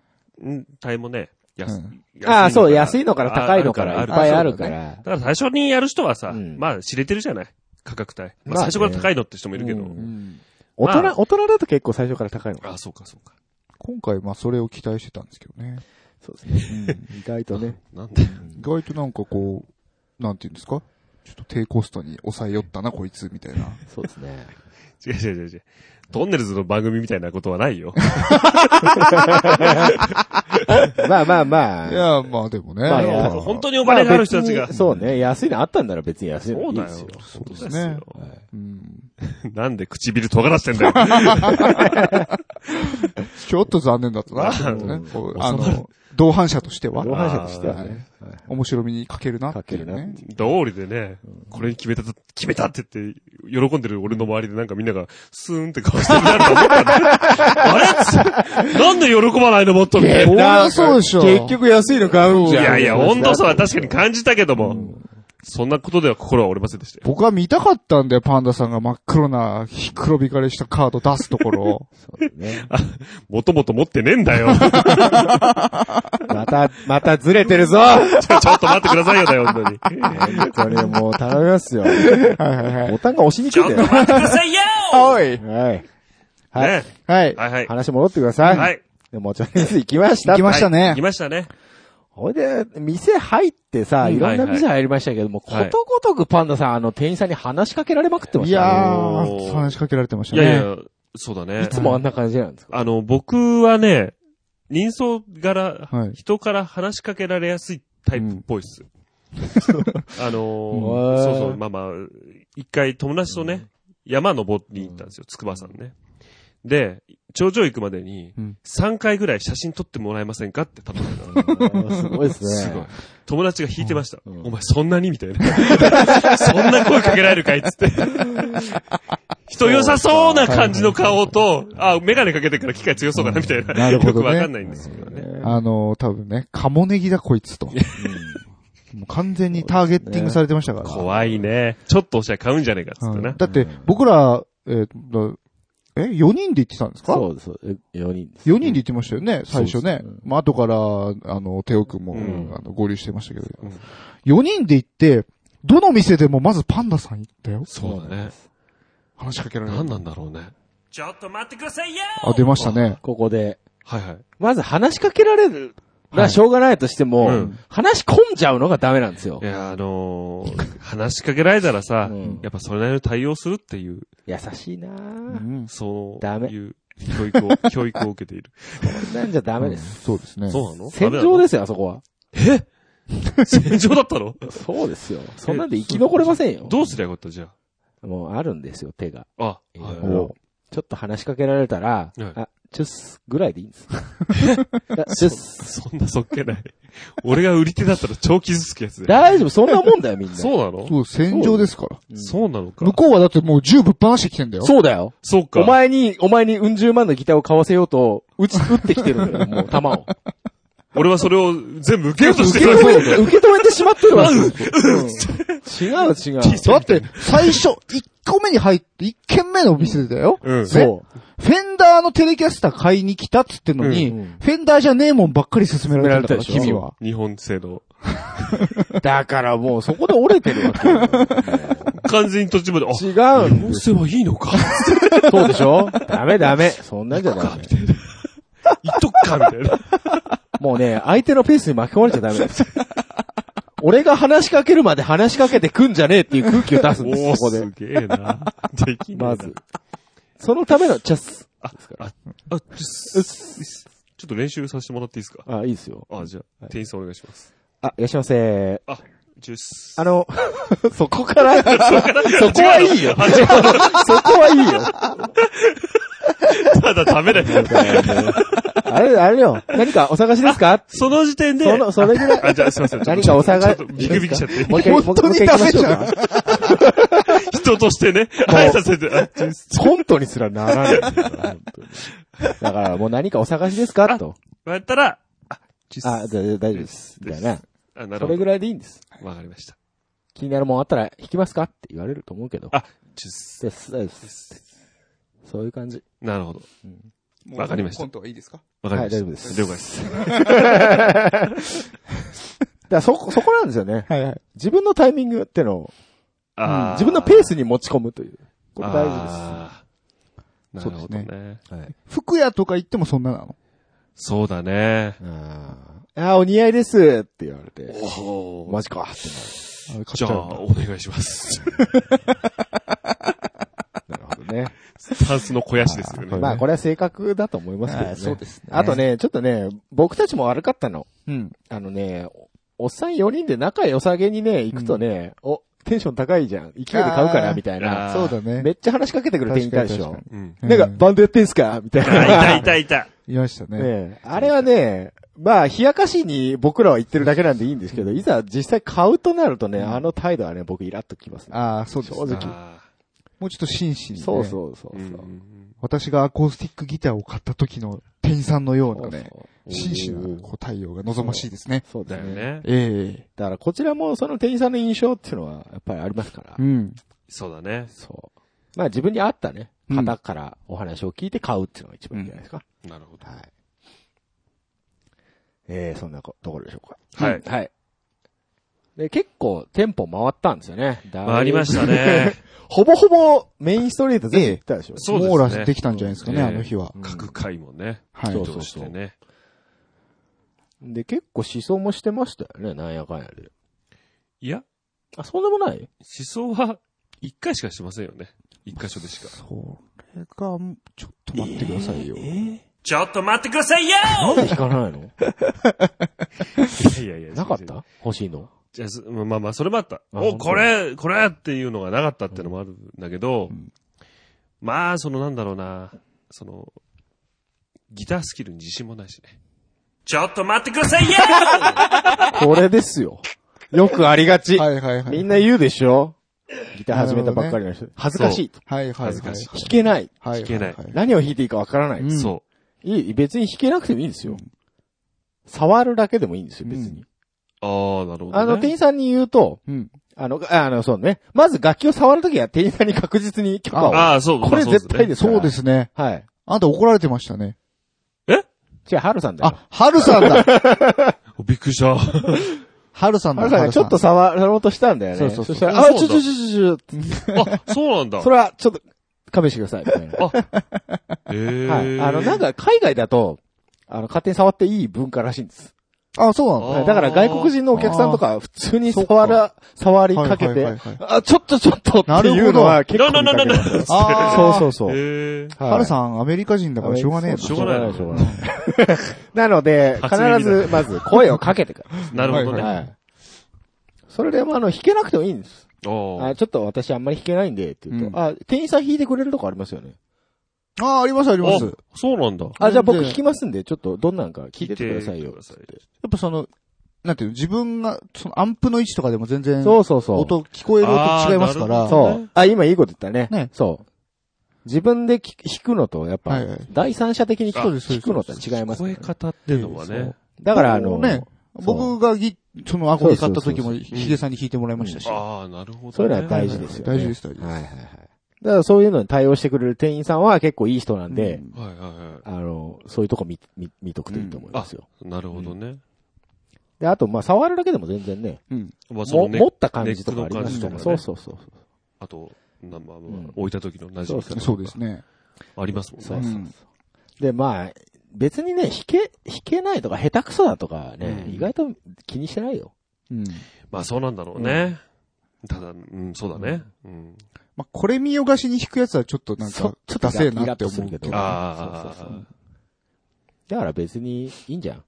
S1: 帯もね、安
S3: うん
S1: 安いのから
S2: ああ、そう、安いのから高いのからい
S1: あ
S2: っ
S1: る
S2: ぱいある
S3: あるか
S2: から。
S1: だから最初にやる人はさ、
S2: うん
S1: まあ知れてるじゃない価格帯。ま
S2: まあ
S1: あ最
S2: ね
S1: 初から高いのって人もいるけど。
S2: うん
S3: うん
S2: 大人、
S1: まあ
S2: 大人だと結構最初から高いの
S1: あ
S2: か。
S1: あ、そうかそうか。
S3: 今回まあそれを期待してたんですけどね。
S2: そうですね。意外とね。
S1: なんで
S3: 意外となんかこう、なんていうんですかちょっと低コストに抑えよったな、こいつ、みたいな。
S2: そうですね。
S1: 違う違う違う違う。トンネルズの番組みたいなことはないよ。
S2: まあまあま
S3: い
S2: あ。
S3: や、まあでもね。
S2: まあいや
S1: 本当にお金がある人たち
S2: まあ
S1: が。
S2: 別にそうね。安いのあったんなら別に安いの
S1: そ
S2: いうい
S1: だ
S2: で
S1: よ
S2: すよ。。
S1: そうです
S3: すよ
S1: よ
S3: うん
S1: なんで唇尖らしてんだよ。
S3: ちょっと残念だったな、ちょっとね。こうあの、同伴者としては
S2: 同。伴者としてはね。はい
S3: 面白みに欠けるなっていう
S2: 欠けるな
S3: ね。
S1: 道理でね、これに決めたと、決めたって言って、喜んでる俺の周りでなんかみんなが、スーンって顔してるなと思ったんだよ あれなんで喜ばないのもっとみたいな
S3: そりゃそうでしょ。
S2: 結局安いの買うん
S1: い
S2: じゃん。
S1: やいや、温度差は確かに感じたけども、そんなことでは心は折れませんでしたよ。
S3: 僕は見たかったんだよ、パンダさんが真っ黒な、ひ黒光りしたカード出すと ころ。
S2: そうね。
S1: もともと持ってねえんだ よ。
S2: また、またずれてるぞ
S1: ちょちょっと待ってくださいよだよ、 本当に。
S2: 本当にもう頼みますよ。ボタンが押しにく
S1: ちょっ
S2: い
S1: と
S2: んだ
S1: 待
S2: よ。
S1: ってくださいよ
S3: おい
S2: はい。
S1: ね。
S2: はい
S3: はい。
S1: はいはい。
S2: 話戻ってください。。
S1: はいい。
S2: でもちろん行きました。
S3: 行きましたね
S1: 行きましたね。
S2: ほいで、店入ってさ、
S1: うん
S2: いろんな店入りましたけども、
S1: はいはい
S2: ことごとくパンダさん、あの、店員さんに話しかけられまくってま
S3: い
S2: したね。
S3: や
S1: お
S3: ー、
S1: ー
S3: 話しかけられてまし
S1: い
S3: たね。
S1: やいや、そうだね。
S2: いつもあんな感じなんですか
S1: あの、僕はね、人相柄、
S3: はい
S1: 人から話しかけられやすいタイプっぽいっす。あのー
S2: うん
S1: そうそう、まあまあ、一回友達とね、山登りに行ったんですよ、筑波山ね。で、頂上行くまでに
S3: うん、
S1: 3回ぐらい写真撮ってもらえませんかって頼んだの。
S2: すごいですね。
S1: すごい。友達が引いてました。
S2: うん
S1: お前そんなにみたいな。そんな声かけられるかいっつって。人良さそうな感じの顔と、あ、メガネかけてから機械強そうかなみたいな。
S3: なるほどね
S1: よくわかんないんですけどね。
S3: あのー、多分ね、カモネギだこいつと。 もう完全にターゲッティングされてましたから。
S1: 怖いね。ちょっとおしゃれ買うんじゃねえかっつって
S3: う
S1: な。
S3: んだって、僕ら、えーっと、え、4人で行ってたんですか
S2: そうです。4人です。
S3: 4人で行ってましたよね、最初ね
S2: そうです。
S3: まあ、後から、あの、テオ君も、
S1: ん
S3: あの、合流してましたけど
S1: うん。
S3: 4人で行って、どの店でもまずパンダさん行ったよ。
S1: そうだね。
S3: 話しかけられる
S1: 何。なんだろうね。ちょっと待ってくださいよ
S3: あ、出ましたね。
S2: ここで。
S1: はいはい。
S2: まず話しかけられるれはしょうがないとしても、
S1: うん
S2: 話し込んじゃうのがダメなんですよ
S1: い。や、あのー話しかけられたらさ、
S2: うん
S1: やっぱそれなりの対応するっていう、
S2: 優しいなぁ。
S1: そう
S2: ダメ
S1: いう教育を、 教育を受けている。
S2: そんなんじゃダメです。
S3: そうですね。
S1: そうなの。
S2: 戦場ですすよ、あそこは。
S1: 戦場だったの
S2: そうですよ。そんなんで生き残れませんよ。
S1: どうすりゃよかったじゃ
S2: もうあるんですよ、手が。
S1: あ。あ、
S2: いろい
S1: は
S2: ろちょっと話しかけられたら、
S1: はい
S2: あ、チュッスぐらいでいいんです。 あチュッ
S1: い。
S2: ス。
S1: そんなそっけない。俺が売り手だったら超傷つくやつだよ。
S2: 大丈夫、そんなもんだよ、みんな。
S1: そうなの
S3: そう、戦場ですから。
S2: うん
S1: そうなのか
S3: 向。こうはだってもう銃ぶっ放してきてんだよ。
S2: そうだよ。
S1: そうか。
S2: お前に、お前にうん十万のギターを買わせよう と、打つ、打ってきてるんだよ、もう、弾を。
S1: 俺はそれを全部受けようとして
S2: 受け
S1: る。
S2: 止めて、受け止めてしまってるわけですよ。うん違う、違う。
S3: だって、最初、1個目に入って、1軒目のお店だよ。
S1: うん。
S2: そ
S3: フェンダーのテレキャスター買いに来たっつってんのに、
S2: うんうん
S3: フェンダーじゃねえもんばっかり勧められ
S2: 勧められた
S3: たから、
S2: でし
S3: 君
S2: ょ
S3: は。
S1: 日本製の。
S2: う。だからもう、そこで折れてる わけよ。
S1: 完全に途中まで、あ、日
S2: 違うん
S1: 本製はいいの か。
S2: そうでしょダメダメ。そんなんじゃダ
S1: い
S2: メ。
S1: っとくか、みたいな。
S2: もうね、相手のペースに巻き込まれちゃダ メです。俺が話しかけるまで話しかけてくんじゃねえっていう空気を出すんです、
S1: おー、。
S2: そこです
S1: げえな。できねえな
S2: まず。。そのためのチャス。
S1: あ、あ、ちょちょっと練習させてもらっていいですか
S2: あ、いいですよ。
S1: あ、じゃあ、店員さんお願いします。
S2: あ、いらっしゃいませ。
S1: あ、ジュース。
S2: あの、 そこから、そこ はいいよ。
S1: あ、違う
S2: そこはいいよ。
S1: ただ食べない。
S2: あれ、あれよ。何かお探しですか
S1: その時点で、
S2: その、それぐらい。
S1: あ、じゃあすいません。ちょっと
S2: 何かお探し
S1: ちょっとビクビクしちゃって。
S2: もう一回、もう一回もう一回行きましょうか。
S1: 人としてね、挨拶で、あ、ジュース。
S2: コントにすらならないんだから。本当にだからもう何かお探しですかと。
S1: やったら、あ、ジュー
S2: あ、
S1: ス。
S2: だだ大丈夫です。だよね。
S1: あ、な
S2: そ
S1: る
S2: れ
S1: ほ
S2: ぐらいでいいんです。
S1: ど。わかりました。
S2: 気になるもんあったら弾きますかって言われると思うけど。
S1: あ、ジュース。
S2: です、です。そういう感じ。
S1: なるほど。わかりました
S3: コントはいいですか
S1: わかりました。
S2: はい大丈夫です
S1: 了解です。
S2: だからそこ、そこなんですよね。
S3: はいはい。
S2: 自分のタイミングってのを、
S1: あー
S2: 自分のペースに持ち込むという。これ大事
S1: あーなるほど
S3: そ
S1: ね。
S2: です。はい。
S3: 服屋とか行ってもそんななの
S1: そうだね。
S2: あーあー、お似合いですって言われて。
S1: お
S2: マジかって
S3: あれ買っ
S1: じ
S3: ち
S1: ゃ
S3: ゃうんだ
S1: あ、お願いし ます。
S2: なる。なるほどね。
S1: タンスの肥やしですよね。
S2: まあ、これは性格だと思いますけどね。
S3: はいそうですね
S2: あとね、ちょっとね、僕たちも悪かったの。
S3: うん。
S2: あのね、おおっさん4人で仲良さげにね、行くとね、お、テンション高いじゃん。勢いで買うから、みたい
S1: あ
S2: な。
S1: ー
S3: そうだね。
S2: めっちゃ話しかけてくる店員いたでし
S3: 確
S2: ょ
S3: かに。
S1: うん。
S3: に
S2: なんか、
S3: うん
S2: バンドやってんすかみたい
S1: あいた
S2: な。
S1: いたいた。
S3: いました ね。
S2: ねえあれはね、まあ、冷やかしに僕らは言ってるだけなんでいいんですけど、いざ実際買うとなるとね、あの態度はね、僕イラっときますね。
S3: ああ、そうです、ね。
S2: 正直
S1: あ
S3: もうちょっと真摯に、ね。
S2: そうそうそう
S1: ーう
S2: そ
S1: ん
S2: う。
S3: 私がアコースティックギターを買った時の店員さんのよう
S2: そ
S3: な
S2: う
S3: ね、
S2: そう
S3: 真摯なこう対応が望ましいですね。
S2: そうで
S1: だ
S2: す
S1: よ
S2: ね。
S1: ね。
S3: え
S2: だからこちらもその店員さんの印象っていうのはやっぱりありますから
S3: え。うん。
S1: そうだね。
S2: そう。まあ自分に合ったね、
S3: うん
S2: 方からお話を聞いて買うっていうのが一番いいんじゃないですか。
S1: なるほど。
S2: はい。えー、そんなこところでしょうか。
S1: はい
S2: うんはい。で、結構店舗回ったんですよね。
S1: 回りました
S2: ね。
S1: ね。
S2: ほぼほぼメインストリート全部行ったでしょ。
S1: そうですね。
S3: 網羅できたんじゃないですかね、
S1: ええ
S3: あの日は。
S1: 各回もね、
S3: はい。
S2: そう
S1: 移動してね。
S2: で、結構思想もしてましたよね、なんやかんやで。
S1: いや、思
S2: あ、そんでもない
S1: 想は一回しかしてませんよね。一箇所でしか。
S3: それが、ちょっと待ってくださいよ。
S1: ちょっと待ってくださいよ
S2: なんで弾かない の
S1: いやいや
S2: なかった欲しいの。
S1: じゃあすまあまあ、それもあった。
S2: あ
S1: お、
S2: 本当
S1: これ、これっていうのがなかったってのもあるんだけど、まあ、そのなんだろうな、その、ギタースキルに自信もないしね。ちょっと待ってくださいよ
S2: これですよ。よくありがち。
S3: はいはいはい。
S2: みんな言うでしょギター始めたばっかりの人。恥ずかしいと。
S3: はいはいはい。
S1: 恥ずかしい
S2: 弾けない。
S3: はいはいはい。
S1: 弾けない
S2: 何を弾いていいかわからない。
S3: うん
S1: そ
S2: いい、別に弾けなくてもいいんですよ。触るだけでもいいんですよ、別に。
S1: う。ああ、なるほど、ね。
S2: あの、店員さんに言うと、
S3: うん。
S2: あの、ああの、そうね。まず楽器を触るときは店員さんに確実に許可を。
S1: ああ、そう、
S2: これ
S1: まあ
S2: 絶対ですから。
S3: そうですね。
S2: はい。
S3: あんた怒られてましたね。
S2: 違う、ハルさんだよ。
S3: あ、はるさん だ
S1: そうですねびっくりした。
S3: はるさん
S2: ハ
S3: だ
S2: ルさんがちょっと触ろうとしたんだよね。
S3: そうそうそう
S2: したら、あ、ちょちょちょちょち
S1: あ、そうなんだ
S2: ょ、そ。れはちょっと、勘弁してください、 みたいな。
S1: ええ
S2: はい。あの、なんか、海外だと、あの、勝手に触っていい文化らしいんです。
S3: あ、そうなの
S2: だから外国人のお客さんとか普通に触ら、触りかけ
S3: はいはい
S2: て
S3: はいはい、
S2: あ、ちょっとちょっとって
S3: なるほど
S2: いうのは結構見か
S1: なな
S2: ける。
S1: なな
S3: あ ー
S2: そうそうそう。
S1: へえ。
S2: はい
S3: ハルさん、アメリカ人だからしょうがねえな。
S1: しょうがない
S2: しょうがない。なので、必
S1: 初耳だ
S2: ず、まず、声をかけてく
S1: なる ほど
S2: る。
S1: ね。
S2: はい。それでも、あの、弾けなくてもいいんです。
S1: おー
S2: あちょっと私あんまり弾けないんで、って言うと、
S3: うん
S2: あ、店員さん弾いてくれるとこありますよね。
S3: ああ、ありますあります。や
S1: あそうなんだ。
S2: あ、じゃあ僕
S3: で
S2: 弾きますんで、ちょっとどんなんか聞いててくださいよ。
S1: 聞いてくださ
S3: っぱその、なんていうの、自分が、そのアンプの位置とかでも全然、
S2: そうそうそう。
S3: 音、聞こえる音違いますか
S1: あ
S3: ら、
S1: ーなるほど
S2: そう。あ、今いいこと言ったね。
S3: ね
S2: そう。自分で聞く弾くのと、やっぱ、
S3: はいはい
S2: 第三者的に聞
S1: そう
S2: く弾くのとは違いますからね、
S1: 声方っていうのはね。
S2: だから、あの、
S3: ね、僕がギ、そのアコギ買った時も、
S2: そうそう
S3: ヒゲさんに弾いてもらいましたし。
S1: ああ、なるほどね。
S2: そういうのは大事ですよ、ね
S3: 大事です大事です
S2: はいはいはい。だからそういうのに対応してくれる店員さんは結構いい人なんで、
S3: うん
S1: はいはいは
S2: あの、そういうとこ見、見、見とくといいと思いますよ。
S1: い。なるほどね。
S2: で、あと、まあ、触るだけでも全然ね、
S1: まあそ
S2: も
S1: のね
S2: 持った感じとかあります
S1: ネ
S2: か
S1: ック
S2: ら
S1: の感じとかね
S2: そうそうそう。
S1: あと、なまあまあ
S2: ん
S1: 置いた時の馴染み
S2: そう
S3: そうですね。
S1: ありますもん
S2: そう
S1: ね。
S2: そうそう。で、まあ、別にね、弾け、弾けないとか下手くそだとかね、
S1: うん
S2: 意外と気にしてないよ。
S3: うん。
S1: まあそうなんだろうね。ただ、うん、そうだね。うん。
S3: まあ、これ見よがしに弾くやつはちょっとなん
S2: そ
S3: か
S2: うちょっ、と
S3: ダセえ
S2: イ
S3: な
S2: ラ
S3: っ
S2: ッと
S3: て思
S2: する
S3: う
S2: け
S3: け
S2: ど
S3: ど。
S1: あ
S2: そうそうそう
S1: あ、
S2: だから別にいいんじゃん。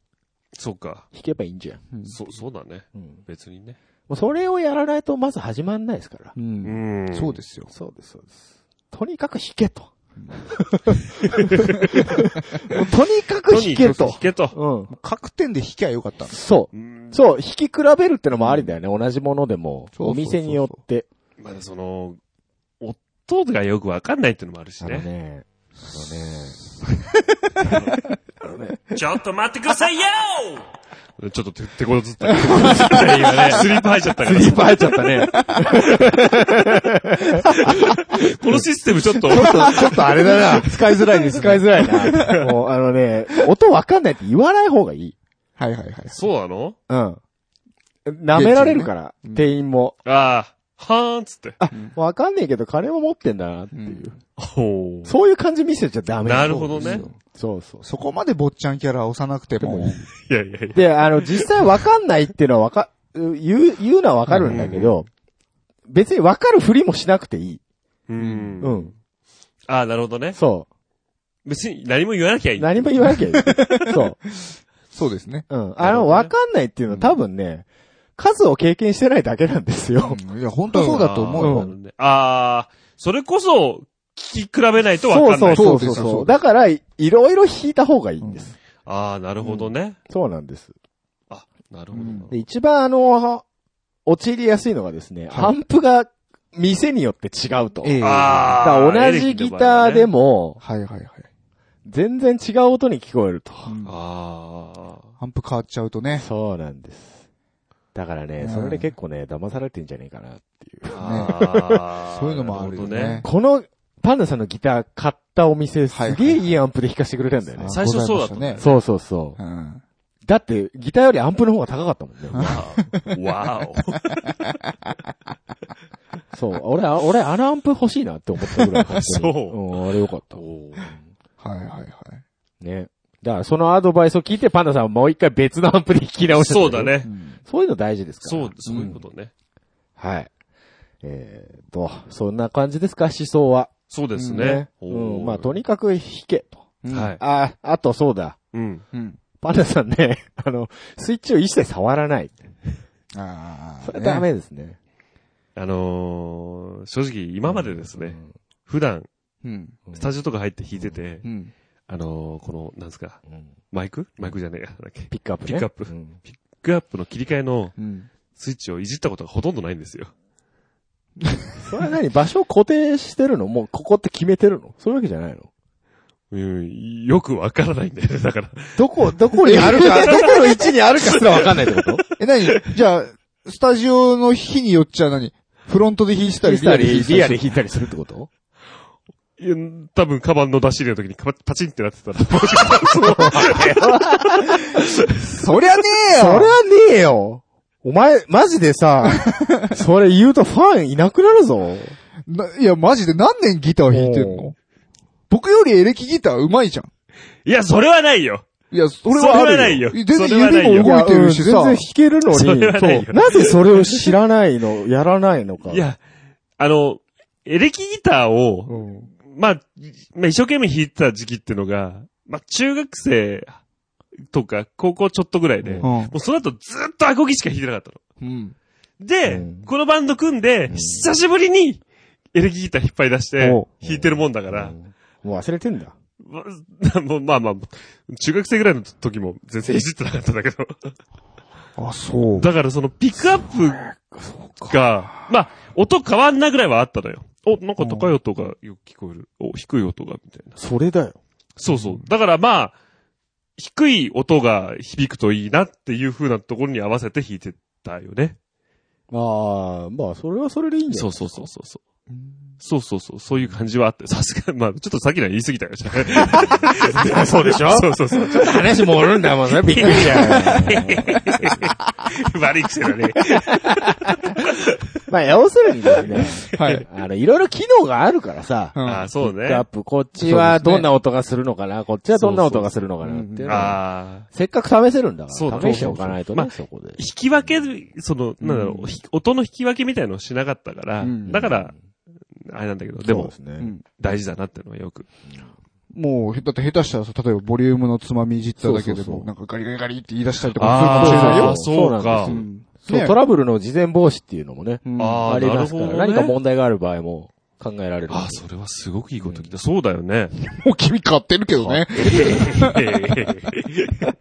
S1: そうか。
S2: 弾けばいいんじゃん。
S3: うん
S1: そう、そうだね。
S2: うん。
S1: 別にね。
S2: もうそれをやらないとまず始まんないですから。
S3: う。
S1: うんん。
S3: そうですよ。
S2: そうです、そうです。とにかく弾けと。もうとにかく
S1: と
S2: 弾
S1: に
S2: け
S1: かく
S2: と
S1: 弾。けと。
S2: うん。
S3: 各点で弾きゃよかったんです。
S2: そう
S1: う。ん。
S2: そう、弾き比べるってのもありだよね。同じものでも。
S3: そう
S2: お
S3: そうそうそう
S2: 店によって。
S1: まだその、音がよくわかんないっていうのもあるし
S2: あ
S1: ね。
S2: のね。あのね。
S1: ちょっと待ってくださいよ ちょっと手、手こずった。手こずったね今ね。スリープ入っちゃったから。
S2: いっぱい入っちゃったね。
S1: このシステムちょっと、
S2: ちょっとあれだな。使いづらいね、使いづらいな。もう、あのね、音わかんないって言わない方がいい。
S3: はいはいはい。
S1: そうなの
S2: うん。舐められるから、店員も。
S1: ああ、はーんっつって。
S2: わかんねえけど、金も持ってんだなっていう。
S1: ほ
S2: そういう感じ見せちゃダメ。
S1: なるほどね。
S2: そうそう。
S3: そこまで坊っちゃんキャラ押さなくても、
S1: いやいやいや。
S2: で、あの、実際わかんないっていうのはわか、う言う、言うのはわかるんだけど、別にわかるふりもしなくていい。
S1: うん。
S2: うん。
S1: ああ、なるほどね。
S2: そ。
S1: 別に何も言わなきゃいうい。
S2: 何も言わなきゃいい。そう。
S3: そうですね。
S2: うん。あの、わかんないっていうのは多分ね、数を経験してないだけなんですよ。
S3: うんいや、本当そうだと思うよ。
S1: ん。ああ、それこそ、聞き比べないとわかんない。
S2: そうそうそう
S3: そうですそう
S2: そ
S3: で
S2: う。
S3: す
S2: だから、いろいろ弾いた方がいいんです。
S1: ああ、なるほどね。
S2: そうなんです。
S1: あ、なるほど。
S2: で、一番あの、陥りやすいのがですね、
S3: はい
S2: アンプが店によって違うと。
S3: ええ
S1: ああ
S2: だから同じギターで。も、
S3: はいはいはい。
S2: 全然違う音に聞こえると。
S1: ああ。
S3: アンプ変わっちゃうとね。
S2: そうなんです。だからね、
S3: うん
S2: それで結構ね、騙されてんじゃねえかなっていう。
S1: ああ
S3: そういうのもあるよね。。
S2: この、パンダさんのギター買ったお店、
S3: はい
S2: すげえいいアンプで弾かせてくれたんだよね。
S1: 最初そうだったね
S3: ね。
S2: そうそうそうう。
S3: ん。
S2: だって、ギターよりアンプの方が高かったもんね。
S1: わお。
S2: そう。俺、あ俺、あのアンプ欲しいなって思ったぐらい買って る。、
S1: そうん
S2: あれよかった。
S1: おー
S3: はいはいはい。
S2: ね。だから、そのアドバイスを聞いて、パンダさんはもう一回別のアンプで弾き直した。
S1: そうだ。ね。
S2: そういうの大事ですから。
S1: そう、そういうことね。
S2: はい。えーっと、そんな感じですか、思想は。
S1: そうですね。
S2: うん。まあ、と
S1: に
S2: にかく弾けと。
S1: はい。
S2: あ、あとそうだ。
S1: うん。
S3: うん。
S2: パンダさんね、 あの、スイッチを一切触らない。
S3: ああ。
S2: それはダメですね。
S1: あのー、正直今までですね、普段、
S3: うん。
S2: うん。
S1: スタジオとか入って弾いてて
S3: う、ん。
S1: あのー、この、なんですか、
S2: うん
S1: マイクマイクじゃねえや、なんだっけ。
S2: ピックアップ
S1: ピッ
S2: ね。
S1: クアップ
S2: うん
S1: ピックアップの切り替えの
S3: うん。
S1: スイッチをいじったことがほとんどないんですよ。
S2: それは何場所を固定してるのもうここって決めてるのそういうわけじゃないの
S1: うん、よくわからないんだよね、 だから。
S2: どこ、どこにある か、どこの位置にあるかすらわかんないってこと
S3: え、なに じゃあ、スタジオの日によっちゃ何フロントで弾いてたり、
S2: リアで弾いたりするってこと
S1: いや多分、カバンの出し入れの時にカバパチンってなってたら、
S3: そりゃねえ
S2: それ
S3: よ
S2: はねえよお前、マジ でさ、それ言うとファンいなくなるぞ。
S3: ないや、マジで何年ギター弾いてん
S2: お
S3: の僕よりエレキギター上手いじゃん。
S1: いや、それはないよ
S3: いや、それはある
S1: それはないよ
S3: 全然
S1: それはないよ
S3: 指も動いてるし
S2: や
S3: さ
S2: うん。全然弾けるのに、
S1: それはないよ
S2: そうなぜそれを知らないの、やらないのか。
S1: い、や、あの、エレキギターを、
S3: うん
S1: まあ、まあ、一生懸命弾いてた時期っていうのが、まあ、中学生とか、高校ちょっとぐらいで、
S3: ん
S1: もうその後ずっとアコギしか弾いてなかったの。
S3: うん。
S1: で、
S2: うん
S1: このバンド組んで、
S2: ん
S1: 久しぶりにエレキギター引っ張り出して、
S2: おう
S1: 弾いてるもんだか、
S2: からもう忘れてんだ。
S1: ま もうまあまあ、中学生ぐらいの時も全然いじってなかったんだけど。
S3: あ、そう。
S1: だからそのピックアップが、まあ、音変わんなぐらいはあったのよ。お、なんか高い音がよく聞こえる。お、低い音が、みたいな。
S2: それだよ。
S1: そうそう。だからまあ、低い音が響くといいなっていう風なところに合わせて弾いてたよね。
S2: ああ、まあ、それはそれでいいんじゃ
S1: そ
S2: な
S1: う
S2: い
S1: そうそうそうそう。そうそうそう、そういう感じはあって、さすが、まあ、ちょっとさっきのは言い過ぎたかもしれない そうでしょそうそうそう。ちょっと
S2: 話盛るんだも んね、びっくりじゃん。
S1: 悪い癖だね。
S2: まあ、要するにですね、
S3: はい。
S2: あの、いろいろ機能があるからさ、
S3: うん
S1: ああ、そう
S2: ピックア
S1: ね
S2: ッ。プ、こっちはどんな音がするのかな、こっちはどんな音がするのかなっていうのは
S1: ああ。
S2: せっかく試せるんだ
S1: そう
S2: か
S1: だ
S2: ら、試しておかないとね、そこで。
S1: 引き分け、その、なんだろう、ひ音の引き分けみたいのをしなかったから、
S3: うん
S1: だから、あれなんだけど、で
S2: そう
S1: も
S2: す、
S3: う
S2: ね。
S3: ん
S1: 大事だなってのはよく。
S3: もう、へだって下手したらさ、例えばボリュームのつまみいじっただけで
S2: そうそう
S3: も
S2: そ、う
S3: なんかガリガリガリって言い出したりと
S1: あ
S3: か
S1: ー
S3: するかもしれない
S2: そ
S3: よ
S2: う。
S1: そうか
S2: そう
S3: う
S2: なん
S3: ん
S2: ですよそ
S3: ね
S2: う、トラブルの事前防止っていうのもね、
S3: うん
S1: あ
S2: あ
S1: あ、
S2: り
S1: な
S2: ま
S1: る
S2: す
S1: ほ
S2: か
S1: ど、ね。
S2: ら、何か問題がある場合も考えられる。
S1: ああ、それはすごくいいこと聞いた。そうだよね。
S3: もう君買ってるけどね。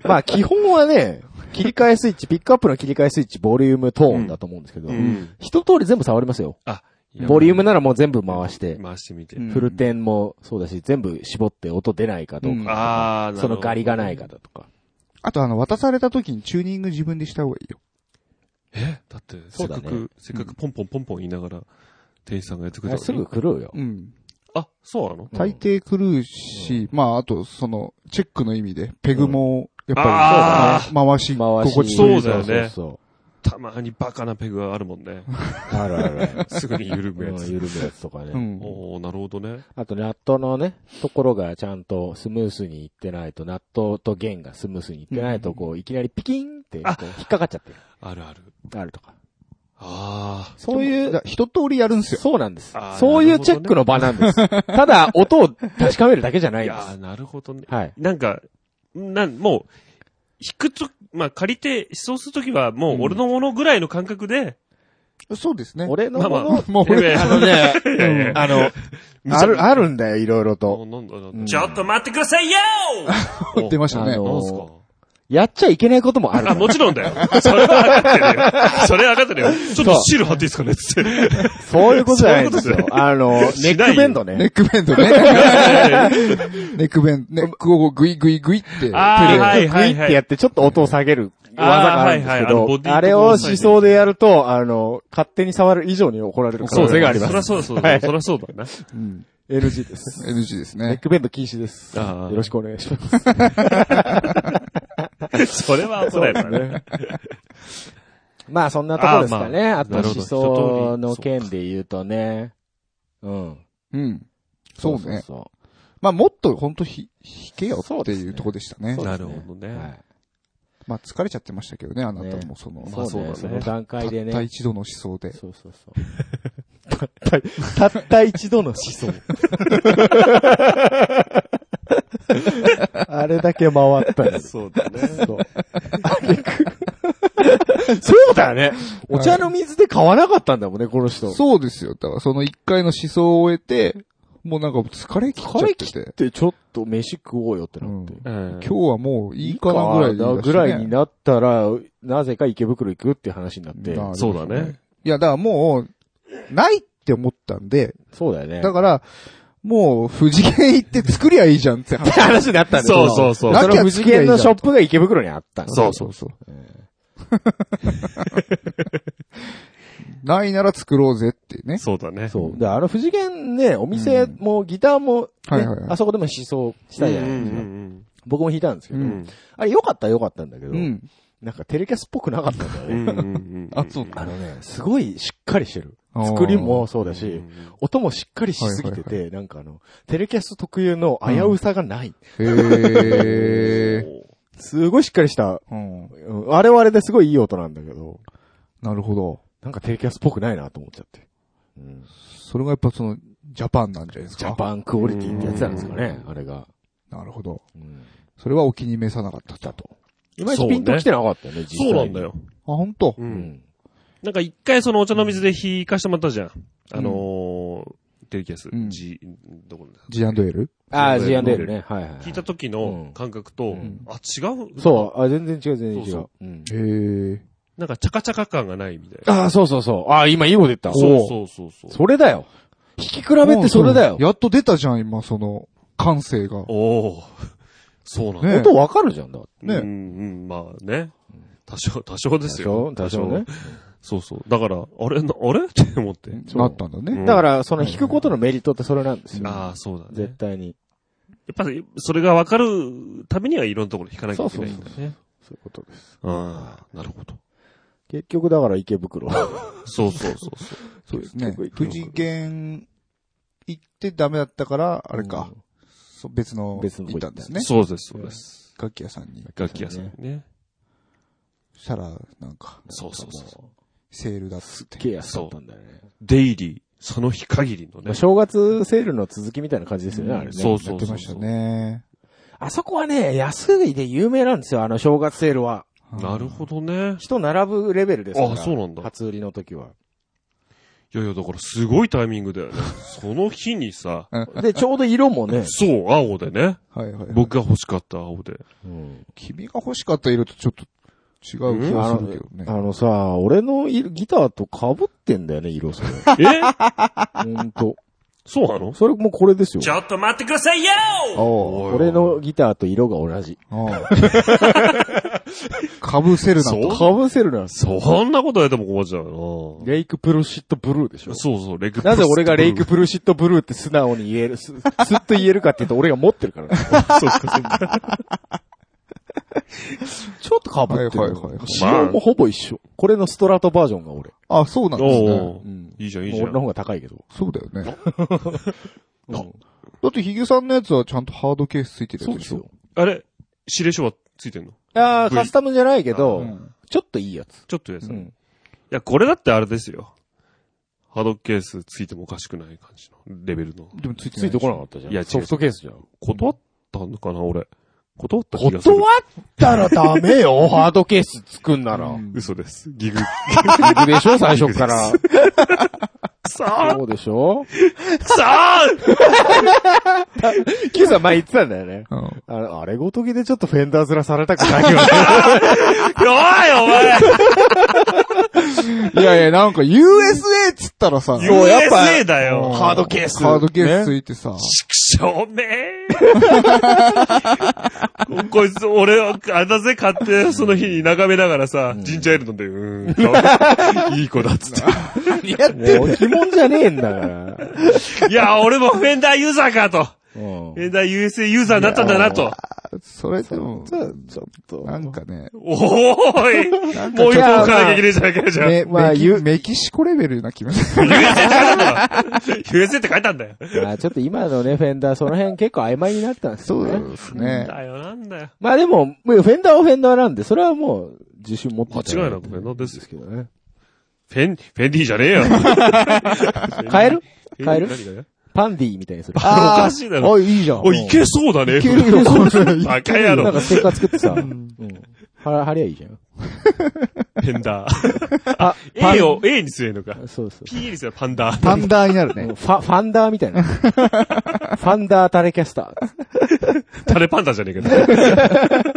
S2: まあ、基本はね、切り替えスイッチ、ピックアップの切り替えスイッチ、ボリューム、トーンだと思うんですけど、
S1: ん
S2: 一通り全部触りますよ。
S1: あ、
S2: ボリュームならもう全部回して、
S1: 回してみて。
S3: うん
S2: フルテンもそうだし、全部絞って音出ないかどうかとか、
S1: ああ、なるほ
S2: そ
S1: ど
S2: のガリがないかだとか。
S3: あとあの、渡された時にチューニング自分でした方がいいよ。
S1: えだって、せ
S2: そ
S1: っ
S2: うだ
S1: か
S2: ね
S1: く、せっかくポンポンポンポン言いながら、店員さんがやってくれたのに
S2: すぐ狂うよ。
S3: うん。
S1: あ、そうなの
S3: 大抵狂うし、まあ、あと、その、チェックの意味で、ペグも、やっぱ
S1: あ
S3: り、ま回し、
S2: 回し。
S3: 心地
S1: そ
S3: と
S1: う
S3: い
S1: だ
S3: うか
S1: よね
S2: そう
S1: たまにバカなペグがあるもん ね。
S2: そう。あるあるある。
S1: すぐに緩む
S2: 緩
S1: や
S2: む
S1: つ。
S2: やつとかね。
S3: うん。
S1: おー、なるほどね。
S2: あと、ナットのね、ところがちゃんとスムースにいってないと、ナットと弦がスムースにいってないと、こう、いきなりピキンって、こう、引っかかっちゃってる。
S1: あるある。
S2: あるとか。
S1: あ
S2: そうい
S3: だ
S2: う、
S3: 一通りやるんすよ。
S2: そうなんです
S1: あー。
S2: そういうチェックの場なんです。ただ、音を確かめるだけじゃ
S1: あ。
S2: ないいん
S1: や
S2: で
S1: ー、
S2: す。
S1: なるほどね。
S2: はい。
S1: なんか、なん、もう、引くと、まあ、借りて、思想するときは、もう、俺のものぐらいの感覚で、
S3: そうですね。
S2: 俺の
S1: まあま
S2: もの
S1: あ、、
S3: もう俺
S1: いやいや
S2: ね、
S1: いやいや
S2: あ の、ある、あるんだよ、いろいろ
S1: も
S2: と
S1: う。なんだなん
S2: う
S1: だ
S2: ん
S1: ちょっと待ってくださいよ
S3: 出ましたね
S2: あ。の
S1: なんすか
S2: やっちゃいけないこともあるか
S1: あ、
S2: ら。
S1: もちろんだよ。それは分かってるよ。それは分かってるよ。ちょっとシール貼っていいですかねつって。
S2: そういうことじゃないんです
S1: そういう
S2: よ
S1: こ。と
S2: あの、ネ
S1: し
S2: ッ
S1: ないよ
S2: クベンド
S3: ネ
S2: ね。
S3: ックベンド ね。ネックベンド、ネックをグイグイグイって、
S1: あー
S3: 手で
S1: はい
S2: グイってやってちょっと音を下げる技があるんですけ
S1: あーはいはいあのボ
S2: ど、
S1: ディー
S2: あれを思想でやると、あの、勝手に触る以上に怒られる可能性がありま
S1: そりゃ
S2: す。
S1: そうだそうだ。そりゃそうだな。
S3: うん。
S2: NG です。
S3: NG です
S2: ネッ
S3: ね。
S2: クベンド禁止です。
S1: あ
S2: よ
S1: ー
S2: ろしくお願いします。
S1: それは怒られるわね。
S2: まあそんなとこですかね。
S1: あーまあ
S2: あと
S1: なるほ
S2: 思
S1: ど
S2: 想の件で言うとね。うん。
S3: うん。そうね。
S2: そ
S3: まあ、もっとほんとひ、弾けよ
S2: そう
S3: って
S2: です
S3: い
S2: ね
S3: うとこでしたね
S2: そ。う
S1: なるほど
S2: う。は
S1: ね。
S2: い。
S3: まあ、疲れちゃってましたけどね、あなたもその、
S1: まあそうだね
S2: その段
S3: た
S2: 階で
S3: った
S2: ね。
S3: 一度の思想で。
S2: そうそうそう。たった、たった一度の思想。あれだけ回ったり。
S1: そうだね。
S2: そう。そうだよね。お茶の水で買わなかったんだもんね、この人。
S3: そうですよ。だから、その一回の思想を終えて、もうなんか疲れきっちゃ
S2: 疲
S3: っ
S2: れ
S3: て
S2: 切
S3: て
S2: っ。てちょっと飯食おうよってなって。
S3: うん
S1: 今
S3: 今日はもういいかなぐらいで言出して
S2: ぐ
S3: ね
S2: らいになったら、なぜか池袋行くっていう話になって。
S3: なる
S1: そうだね。
S3: いや、だからもう、ないって思ったんで、
S2: そうだよね。
S3: だから、もう、不次元行って作りゃいいじゃんって話。
S2: 話になったんだよ
S1: そうそうそう
S2: その不次元のショップが池袋にあったの
S1: そうそう
S3: そう。ないなら作ろうぜっていうね。
S1: そうだね。
S2: そう。で、あの、不次元ね、お店もギターもね、
S3: はいはいはい
S2: あそこでも思想したじゃないですか。
S1: ん
S2: 僕も弾いたんですけど、
S1: うん
S2: あれ良かったは良かったんだけど、
S3: うん。
S2: なんかテレキャスっぽくなかったんだよね。
S1: んうん
S3: あ、そう
S2: あのね、すごいしっかりしてる。作りもそうだし、音もしっかりしすぎてて、
S3: は
S2: なんかあの、テレキャス特有の危うさがない。
S3: へえ。
S2: すごいしっかりした、
S3: うん。
S2: うんあれはあれですごいいい音なんだけど、
S3: なるほど。
S2: なんかテレキャスっぽくないなと思っちゃって。うん
S3: それがやっぱその、ジャパンなんじゃないです
S2: ジ
S3: か。
S2: ャパンクオリティってやつなんですかね、あれが。
S3: なるほど。
S2: うん
S3: それはお気に召さなかっただと。
S2: いまいちピンと来てなかったよね、実際
S1: そうなんだ。よ。
S3: あ、本当。
S1: う。
S2: うんん。
S1: なんか一回そのお茶の水で弾かしてもらったじゃん。あのー、テレキャス
S3: う、ん
S1: G、どこなんだ
S3: G&L?
S2: ああ、
S1: ジアン
S2: G&L
S1: デール
S2: ね。はいはい。
S1: 聞いた時の感覚
S2: う
S1: と
S2: ん、
S1: あ、違う
S2: そう、あ全然違う、全然違
S1: そうう。
S2: うん
S3: へえ。
S1: う。なんかチャカチャカ感がないみたいな。
S2: ああ、そうそうそう。ああ、今いいこと言った。
S1: そう
S2: おう
S1: そうそうそう。
S2: それだよ。引き比べてそれだよ
S3: うん。やっと出たじゃん、今、その、感性が。
S1: おお そうなんだ。
S3: ね
S2: 音わかるじゃんだ。
S1: うん
S3: ね
S1: うん、まあね。多少、多少ですよ。
S2: 多少ね。。
S1: そうそう。だから、あれ、なあれって思って。
S3: なったんだね。
S2: だから、その弾くことのメリットってそれなんですよ。
S1: ああ、そうだね。
S2: 絶対に。
S1: やっぱり、それが分かるためにはいろんなところに引かなきゃ
S2: そ
S1: いうけ
S2: そう
S1: ない
S2: そ
S1: ん
S2: う
S1: だよ。。
S2: そういうことです。
S1: ああ、なるほど。
S2: 結局だから池袋。
S1: そうそうそうそう。
S3: そうですね
S2: 結構い。く
S3: 富士県行ってダメだったから、あれか。そう別の、
S2: 別のとこ
S3: 行
S2: 行
S3: っ
S2: った
S3: たんですね。
S1: そうです、そうです。
S3: 楽器屋さんに。
S1: 楽器屋さんにね。
S3: したら、なんか、
S1: そうそうそう。
S3: セールだっつって。
S2: ケアしちゃったんだよね。
S1: デイリー、その日限りの
S2: ま
S1: ね
S2: あ。正月セールの続きみたいな感じですよね、あれね。
S1: そう
S3: や
S1: そ
S3: っ
S1: うそ
S3: て
S1: う。
S3: ましたね。
S2: あそこはね、安いで有名なんですよ、あの正月セールは。
S1: なるほどね。
S2: 人並ぶレベルですから。
S1: あそうなんだ
S2: 初売りの時は。
S1: いやいや、だからすごいタイミングだよね。その日にさ、。
S2: で、ちょうど色もね
S1: そう、青でね。
S3: ど。はいはいはい。
S1: 僕が欲しかった青で。
S2: うん
S3: 君が欲しかった色とちょっと違う気がするけどね。
S2: あのさ、俺の色ギターと被ってんだよね、色それ。
S1: え
S2: ほんと。
S1: そうなの
S2: それもうこれですよ。
S1: ょっと待ってくださいよ
S3: おう
S2: 俺のギターと色が同じ。
S3: かぶせるな
S1: そ
S3: と。
S1: う
S2: 被せるな。
S1: そんなことやっても困っちゃうよ
S2: レイクプルシットブルーでしょ
S1: な。。そうそう、レク
S2: なぜ俺がレイクプルシットブルーって素直に言える、す、す っと言えるかって言うと俺が持ってるからね。
S1: そうかそうか
S2: ちょっと被ってる。
S3: はいはいはいはい
S2: 仕様もほぼ一緒。これのストラトバージョンが俺。
S3: あ、そうなんですね。
S1: お
S2: う
S1: ー
S2: ん。
S1: いいじゃん、いいじゃ
S2: 俺の
S1: ん。
S2: 方が高いけど。
S3: そうだよね。
S2: うん
S3: だってヒゲさんのやつはちゃんとハードケースついてる
S2: そ
S3: や
S2: う
S3: つ
S2: で
S3: ですしょ。
S2: よ。
S1: あれ、指令書はついてんの
S2: ああ、
S1: V
S2: カスタムじゃないけど、
S3: ん
S2: ちょっといいやつ。
S1: ちょっとやさ。
S2: う
S1: い
S2: ん。
S1: や、これだってあれですよ。ハードケースついてもおかしくない感じの、レベルの。
S3: でもついて
S2: つ
S3: ない
S2: てこなかったじゃん。
S1: いや違う
S2: ソフトケースじゃん。
S1: 断ったのかな、俺。断った気がする。
S2: 断ったらダメよ、ハードケース作んなら。
S1: 嘘です。ギグ。
S2: 行くで しょ、最初から。
S1: さあ
S2: そうでしょ
S1: さあ
S2: キューさん前言ってたんだよね。
S3: うん
S2: あれ、あれごときでちょっとフェンダー面されたく ないよね。
S1: 弱いお前
S3: いやいや、なんか USA っつったらさ、
S2: うやっぱ
S1: !USA だ
S3: うん
S1: よ
S2: ハードケース。
S3: ハードケースつ
S2: ね。
S3: いてさ、
S1: ちくしょうめーこ いつ、俺は、あれだぜ、買って、その日に眺めながらさ、ジンジャーエール飲んで、うーん、 いい子だっつって。
S2: もう疑問じゃねえんだから。
S1: いや、俺もフェンダーユーザーかと。
S2: うん
S1: フェンダー USA ユーザーになったんだなと。
S3: それでも、
S2: じゃあちょっと。
S3: なんかね、
S1: おーいもう一本買わなきゃいけないじゃないかじゃん。
S3: ね、
S2: まあ
S3: メキ
S2: 言う
S3: メキシコレベルな気がする。
S1: USA って書いたんだよ。
S2: まあちょっと今のね、フェンダー、その辺結構曖昧になったんです
S3: そ
S2: よ
S3: う
S2: ね。
S3: ですね。
S1: だよ、なんだよ。
S2: まあでも、もうフェンダーはフェンダーなんで、それはもう、自信持ってた
S1: 間違いなくフェンダーですよ
S2: けどね。
S1: フェン、フェンディじゃねえよ。
S2: 変える変える
S1: 何が
S2: パンディみたいにする。
S1: あーおかしいだろ
S3: あ、いいじゃん。
S1: おい、いけそうだね。
S3: いけるよ、これ。
S1: バカ野
S2: なん
S1: 郎。
S2: かステッカー作ってさ、うん。は、はりゃいいじゃん。
S1: ペンダー。
S2: あ、パン
S1: A を A にすれのか。
S2: そうそう。
S1: P にすればパンダー。
S3: パンダーになる
S2: フ
S3: ね。
S2: ァ、ファンダーみ たいな。ファンダータレキャスタ
S1: タレパンダじゃねえか。
S2: ー。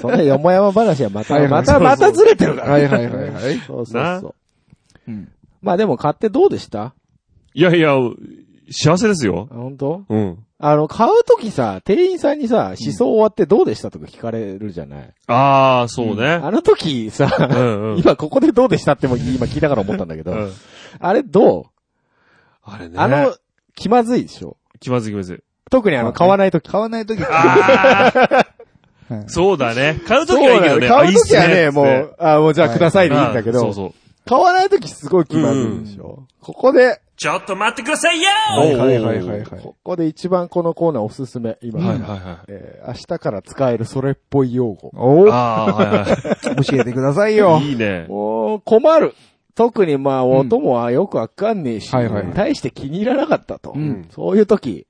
S2: そんなよもやま話はま
S3: は
S2: た、
S3: いはい
S2: また、またずれてるから。
S3: はいはいはいはい。
S2: そうそう
S1: な
S2: そう。
S3: うん
S2: まあでも買ってどうでした
S1: いやいや、幸せですよ
S2: あ。本当
S1: うん。
S2: あの、買うときさ、店員さんにさ、思想終わってどうでしたとか聞かれるじゃない。
S1: ああ、そうね。
S2: あの時
S1: う
S2: さ、
S1: んうん。
S2: 今ここでどうでしたっても今聞いたから思ったんだけ
S1: う
S2: ど、
S1: ん
S2: あれど
S1: あれ
S2: う
S1: ね。
S2: あの、、気まずいでしょ
S1: 気まずい気まずい。
S2: 特にあ
S3: まあ
S2: の、
S3: ね
S2: 買わないとき。
S3: 買わないとき、
S1: ああ
S3: は。い
S1: そうだ ね。買うときはいいけどね。
S2: 買うときは
S1: あいい
S2: ね、
S1: っす
S2: もう、あもうじゃあくださいでいいんだけ
S1: あそ
S2: ど
S1: う、そう。
S2: 買わないときすごい気まずいでしょ。ここで、
S1: ちょっと待ってくださいよ
S3: はいはいはいはいはい。
S2: ここで一番このコーナーおすすめ、今。
S3: は
S1: は
S3: い
S1: いはい。
S2: えー明日から使えるそれっぽい用語。
S3: おー
S1: ああ、はい
S3: 教えてください
S1: は
S3: よ
S1: い。。いいね。
S2: もう、困る。特にまあ、音もはよくわかんねえし、
S3: はいはい
S2: 大して気に入らなかったと。
S3: うん
S2: そういう時、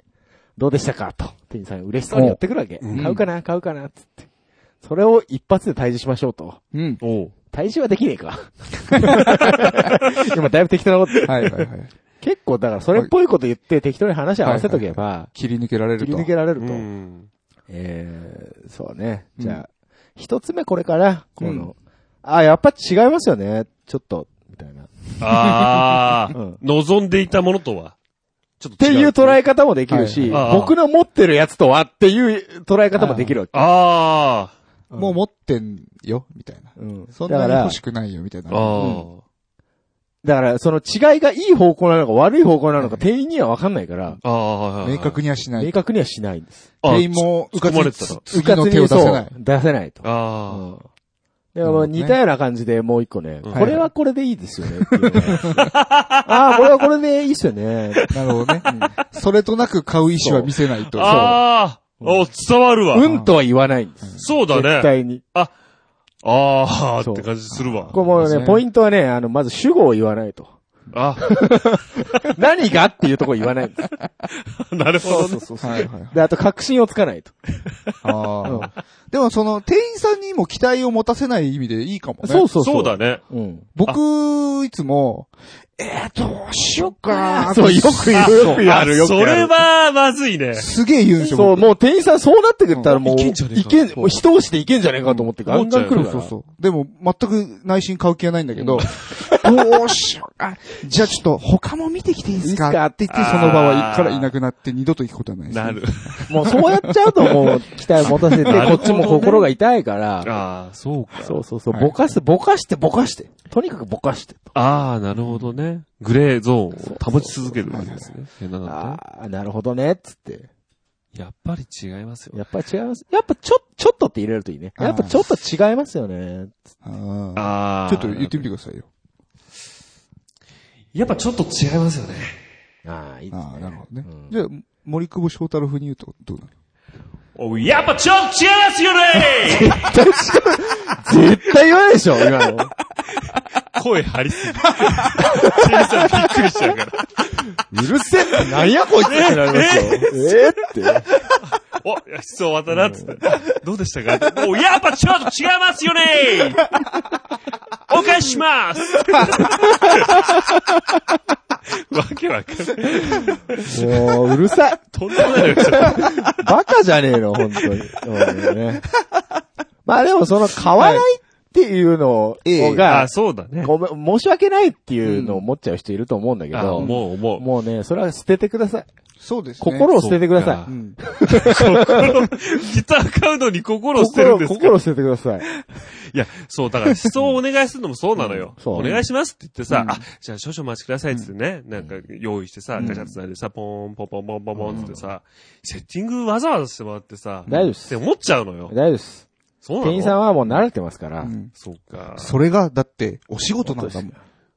S2: どうでしたかと、店員さんが嬉しそうにやってくるわけ。
S3: うん
S2: 買うかな、買うかな、つって。それを一発で退治しましょうと。
S3: うん。
S1: おう。
S2: 退治はできねえか。 今だいぶ適当なこと。
S3: はいはいはい。
S2: 結構だからそれっぽいこと言って適当に話合わせとけば、
S3: 切り抜けられると。
S2: 切り抜けられる
S1: う
S2: と。
S1: ん。
S2: えー、そうね。じゃあ、
S3: うん
S2: 一つ目これから、こ
S3: う
S2: の、あ、やっぱ違いますよね。ちょっと、みたいな。
S1: ああ、
S2: うん
S1: 望んでいたものとは。ちょっ
S2: っていう
S1: と違う。
S2: 捉え方もできる
S1: は
S2: し、
S1: いはい
S2: 僕の持ってるやつとはっていう捉え方もできるわけ。
S1: ああ。
S3: もう持ってんよ、みたいな。
S2: うん、
S3: そん
S2: だ
S3: な
S2: か
S3: に
S2: ら
S3: 欲、しくないよ、みたいな。
S1: ああ。
S2: だからその違いがいい方向なのか悪い方向なのか店員には分かんないから、
S1: ああ、はいはいはい。
S3: 明確にはしない
S2: 明。確にはしないんです。
S1: あ
S3: 店員もう
S1: 突
S3: か
S1: っ込まれ
S3: つ
S1: てたら
S3: に次の手を出せない
S2: そう。出せないと。
S1: あ
S2: うんだからまあ似たような感じでもう一個ね、
S1: うん
S2: これはこれでいいですよね っていうね。ああ、これはこれでいいっすよね。
S3: なるほどね。それとなく 買う意思は見せない
S1: あ。
S3: と。
S1: ああ。お、伝わるわ。
S2: うんとは言わないんです。
S1: そうだ
S2: 絶
S1: ね。
S2: 対に。
S1: ああ、
S2: そう
S1: って感じするわ。
S2: これも
S3: そうです
S2: ね、
S3: ね
S2: ポイントはね、あの、まず主語を言わないと。
S1: あ、
S2: 何がっていうところ言わないんです。
S1: なるほどね。
S3: そう。はいはい。
S2: で、あと確信をつかないと。
S3: ああ。でもその、店員さんにも期待を持たせない意味でいいかもね。
S2: そうそうそう。
S1: そうだね。
S2: うん。
S3: 僕、いつも、えー、どうしようかな
S2: そう、よく言う、よくやる、よく
S1: そ
S2: やる。
S1: れは、まずいね。
S3: すげえ言うんですよ。
S2: そう、
S3: 僕
S2: もう店員さんそうなってくれたらもう、
S1: いけん
S2: いけん
S1: じゃねえかそう
S2: もう人押していけんじゃねえかと思ってガンガン来る
S1: 思
S2: から。
S3: そうそう。でも、全く内心買う気はないんだけど、どうしようか。じゃあちょっと、他も見てきていいですか
S2: いいっすか
S3: って言って、その場はからいなくなって、二度と行くことはないですね
S1: なる。
S2: もうそうやっちゃうともう、期待持たせて、
S1: なるほどね
S2: こっちも心が痛いから。
S1: ああ、そうか。
S2: そうそうそう、
S3: はい
S2: ぼかす、ぼかして、ぼかして。とにかくぼかしてと。
S1: ああ、なるほどね。グレーゾーンを保ち続けるわけですね。変な
S2: あ
S1: か
S2: あ、なるほどね、つって。
S1: やっぱり違いますよ。
S2: やっぱり違います。やっぱちょ、ちょっとって入れるといいね。
S3: あー
S2: やっぱちょっと違いますよね。
S3: ああ
S1: ああ。
S3: ちょっと言ってみてくださいよ。
S1: やっぱちょっと違いますよね。
S2: ああ、いいです
S3: ああ、
S2: ね。
S3: なるほどね
S2: うん。
S3: じゃあ、森久保翔太郎風に言うと、どうなる
S1: おやっぱちょっと違いますよね
S2: 絶対言わないでしょ、今の。
S1: 声張りすぎ。店員さんびっくりしちゃうから。
S2: うるせえなんやこいつってなりますよ。えーって。
S1: お、いや質終わったな、つって。どうでしたかお、やっぱちょっと違いますよねお返しします わけわかんない。
S2: もう、うるさい。
S1: とんでもないのよ、ちょっと
S2: バカじゃねえの、本当に。うんねまあでも、その、買わないっていうの
S1: あ、
S2: が、
S1: そうだね。
S2: ごめん、申し訳ないっていうのを持っちゃう人いると思うんだけ
S1: あ、
S2: ど、
S1: 思う思う。
S2: もうね、それは捨ててください。
S3: そうですね。
S2: 心を捨ててくださ
S1: そ
S2: い。
S3: う
S2: うん
S3: ん。
S1: 心、ギター買うのに心を捨てるん
S2: 心、
S1: ですか
S2: 心を捨ててください。
S1: いや、そう、だから思想をお願いするのもそうなのよ。
S2: そう
S1: お願いしますって言ってさ、
S3: うん
S1: あ、じゃあ少々お待ちくださいってってね、なんか用意してさ、ガチャッつないでさ、ポーン、ポンポンポンポンポンってさ、セッティングわざわざしてもらってさ、
S2: 大丈夫です
S1: って思っちゃうのよ
S2: 大。丈夫です。
S1: そうなの
S2: 店員さんはもう慣れてますから、
S1: そうか。
S3: それが、だって、お仕事なんだもん。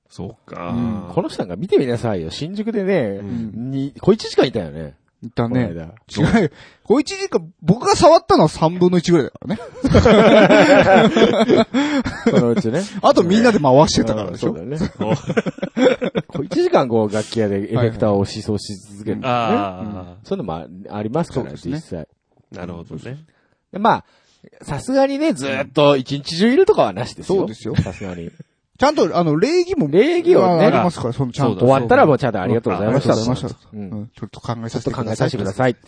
S1: そう
S3: う
S1: か。
S2: この人なんか見てみなさいよ。新宿でね、に、小1時間いたよね。
S3: だね
S2: この間。
S3: 違うよ。小一時間、僕が触ったのは3分の1ぐらいだからね。
S2: そのうちね。
S3: あとみんなで回してたからでし
S2: そう
S3: ょ
S2: だ。よね。 こう1時間こう楽器屋でエフェクターを思想し続ける、ね
S1: あ
S2: そういうのもあありますから、
S3: そうですね
S2: 実際。
S1: あ、なるほどね。
S2: でまあ、さすがにね、ずーっと一日中いるとかはなしですよ。
S3: そうですよ
S2: さすがに。
S3: ちゃんと、あの、礼儀も。
S2: 礼儀をね
S3: ありますから、その、ちゃんと。
S2: 終わったらもう
S3: ち
S2: ちゃんとありがとうござ
S3: ゃ
S2: い
S3: ん
S2: ま
S3: と
S2: した。
S3: ありがとうございました。
S2: う
S3: うんん。ちょっと考え
S2: ちょ
S3: さ
S2: っと
S3: せて
S2: 考
S3: く
S2: え
S3: ださ
S2: さ
S3: い。
S2: せてくださいって。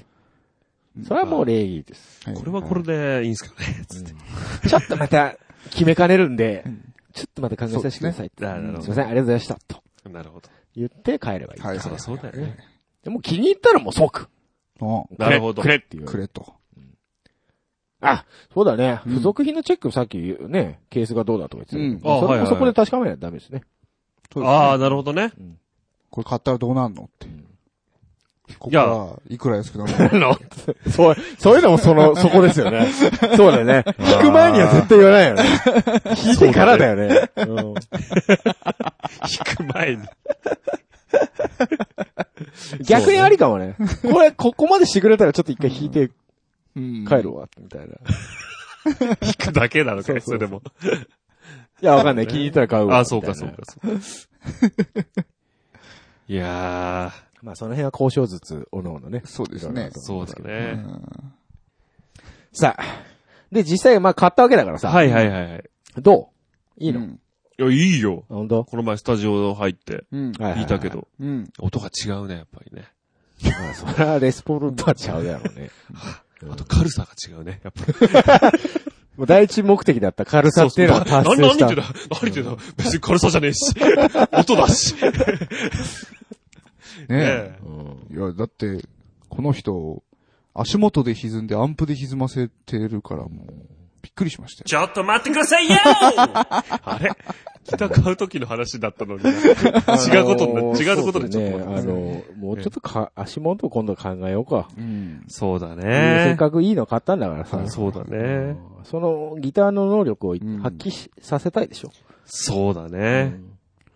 S2: それはもう礼儀です。
S3: はい。
S1: これはこれでいいんすかねつって。
S2: ちょっとまた決めかねるんで、ちょっとまた考えさせてくださいって。
S1: そうですねなるほど
S2: すいません、ありがとうございました。と
S1: なるほど。
S2: 言って帰ればいい。
S3: はい。
S1: そりゃそうだよね。
S2: でもう気に入ったらもう即。
S3: う
S1: なるほど。
S2: くれってい
S3: ん
S2: う。
S3: くれと。
S2: あ、そうだね。
S3: うん
S2: 付属品のチェックさっき言うね、ケースがどうだとか言ってたけど
S1: うんあ
S2: そ
S1: はいは
S2: れも
S1: い
S2: そこで確かめないとダメです ね。
S3: そうですね
S1: ああ、なるほどね。
S3: これ買ったらどうなんのって
S2: ん。
S3: ここはいくら安くなるの
S2: そう、そういうのもその、 そこですよね。そうだよね。聞く前には絶対言わないよね。聞いてからだよね。うん
S1: 引く前に。
S2: 逆にありかもね。これ、ここまでしてくれたらちょっと一回引いて帰るわ、みた いな。い
S1: 聞くだけなのか
S2: そう
S1: ね、
S2: そ
S1: そうれでも。
S2: や、わかんない。気に入ったら買うわ。
S1: あ、そうか、
S2: みた
S1: そ
S2: いうな
S1: か、そうか。 いや
S2: まあ、その辺は交渉ずつ、おのおのね。
S3: そうですね
S1: ー、そうだね。
S2: さあ。で、実際、まあ、買ったわけだからさ。
S1: はいはいはいはい。
S2: どうい
S3: い
S2: いの、
S1: いや、いいよ。
S2: 本当
S1: この前スタジオ入って、
S3: うん。
S2: は
S1: 聞いたけ。ど、
S3: うん。
S1: 音が違うね、やっぱりね。
S2: まあ、それはレスポールとはちゃうやろ うね。
S1: あと軽さが違うね、やっぱり。
S2: もう第一目的だった軽さっていうのは 達成し
S1: 何
S2: た。
S1: 何言ってた何言ってた別に軽さじゃねえ し。音だし。
S3: ね
S1: ね
S2: うん
S3: え。いや、だって、この人、足元で歪んでアンプで歪ませてるからもう、びっくりしましたよ。
S1: ちょっと待ってくださいよあれ北買う時の話だったのに。 違うことにな、違うことでちょっと
S2: そうね。あ
S1: 待って。
S2: の、もうちょっとか、足元を今度考えようか。
S3: うん。
S1: そうだ
S2: せっ
S1: ね。
S2: かくいいの買ったんだからさ。
S1: そうだ
S2: う
S1: ね。
S2: んそのギターの能力を発
S3: ん
S2: 揮しさせたいでしょ。
S1: そうだ
S2: う
S1: ね。
S2: ん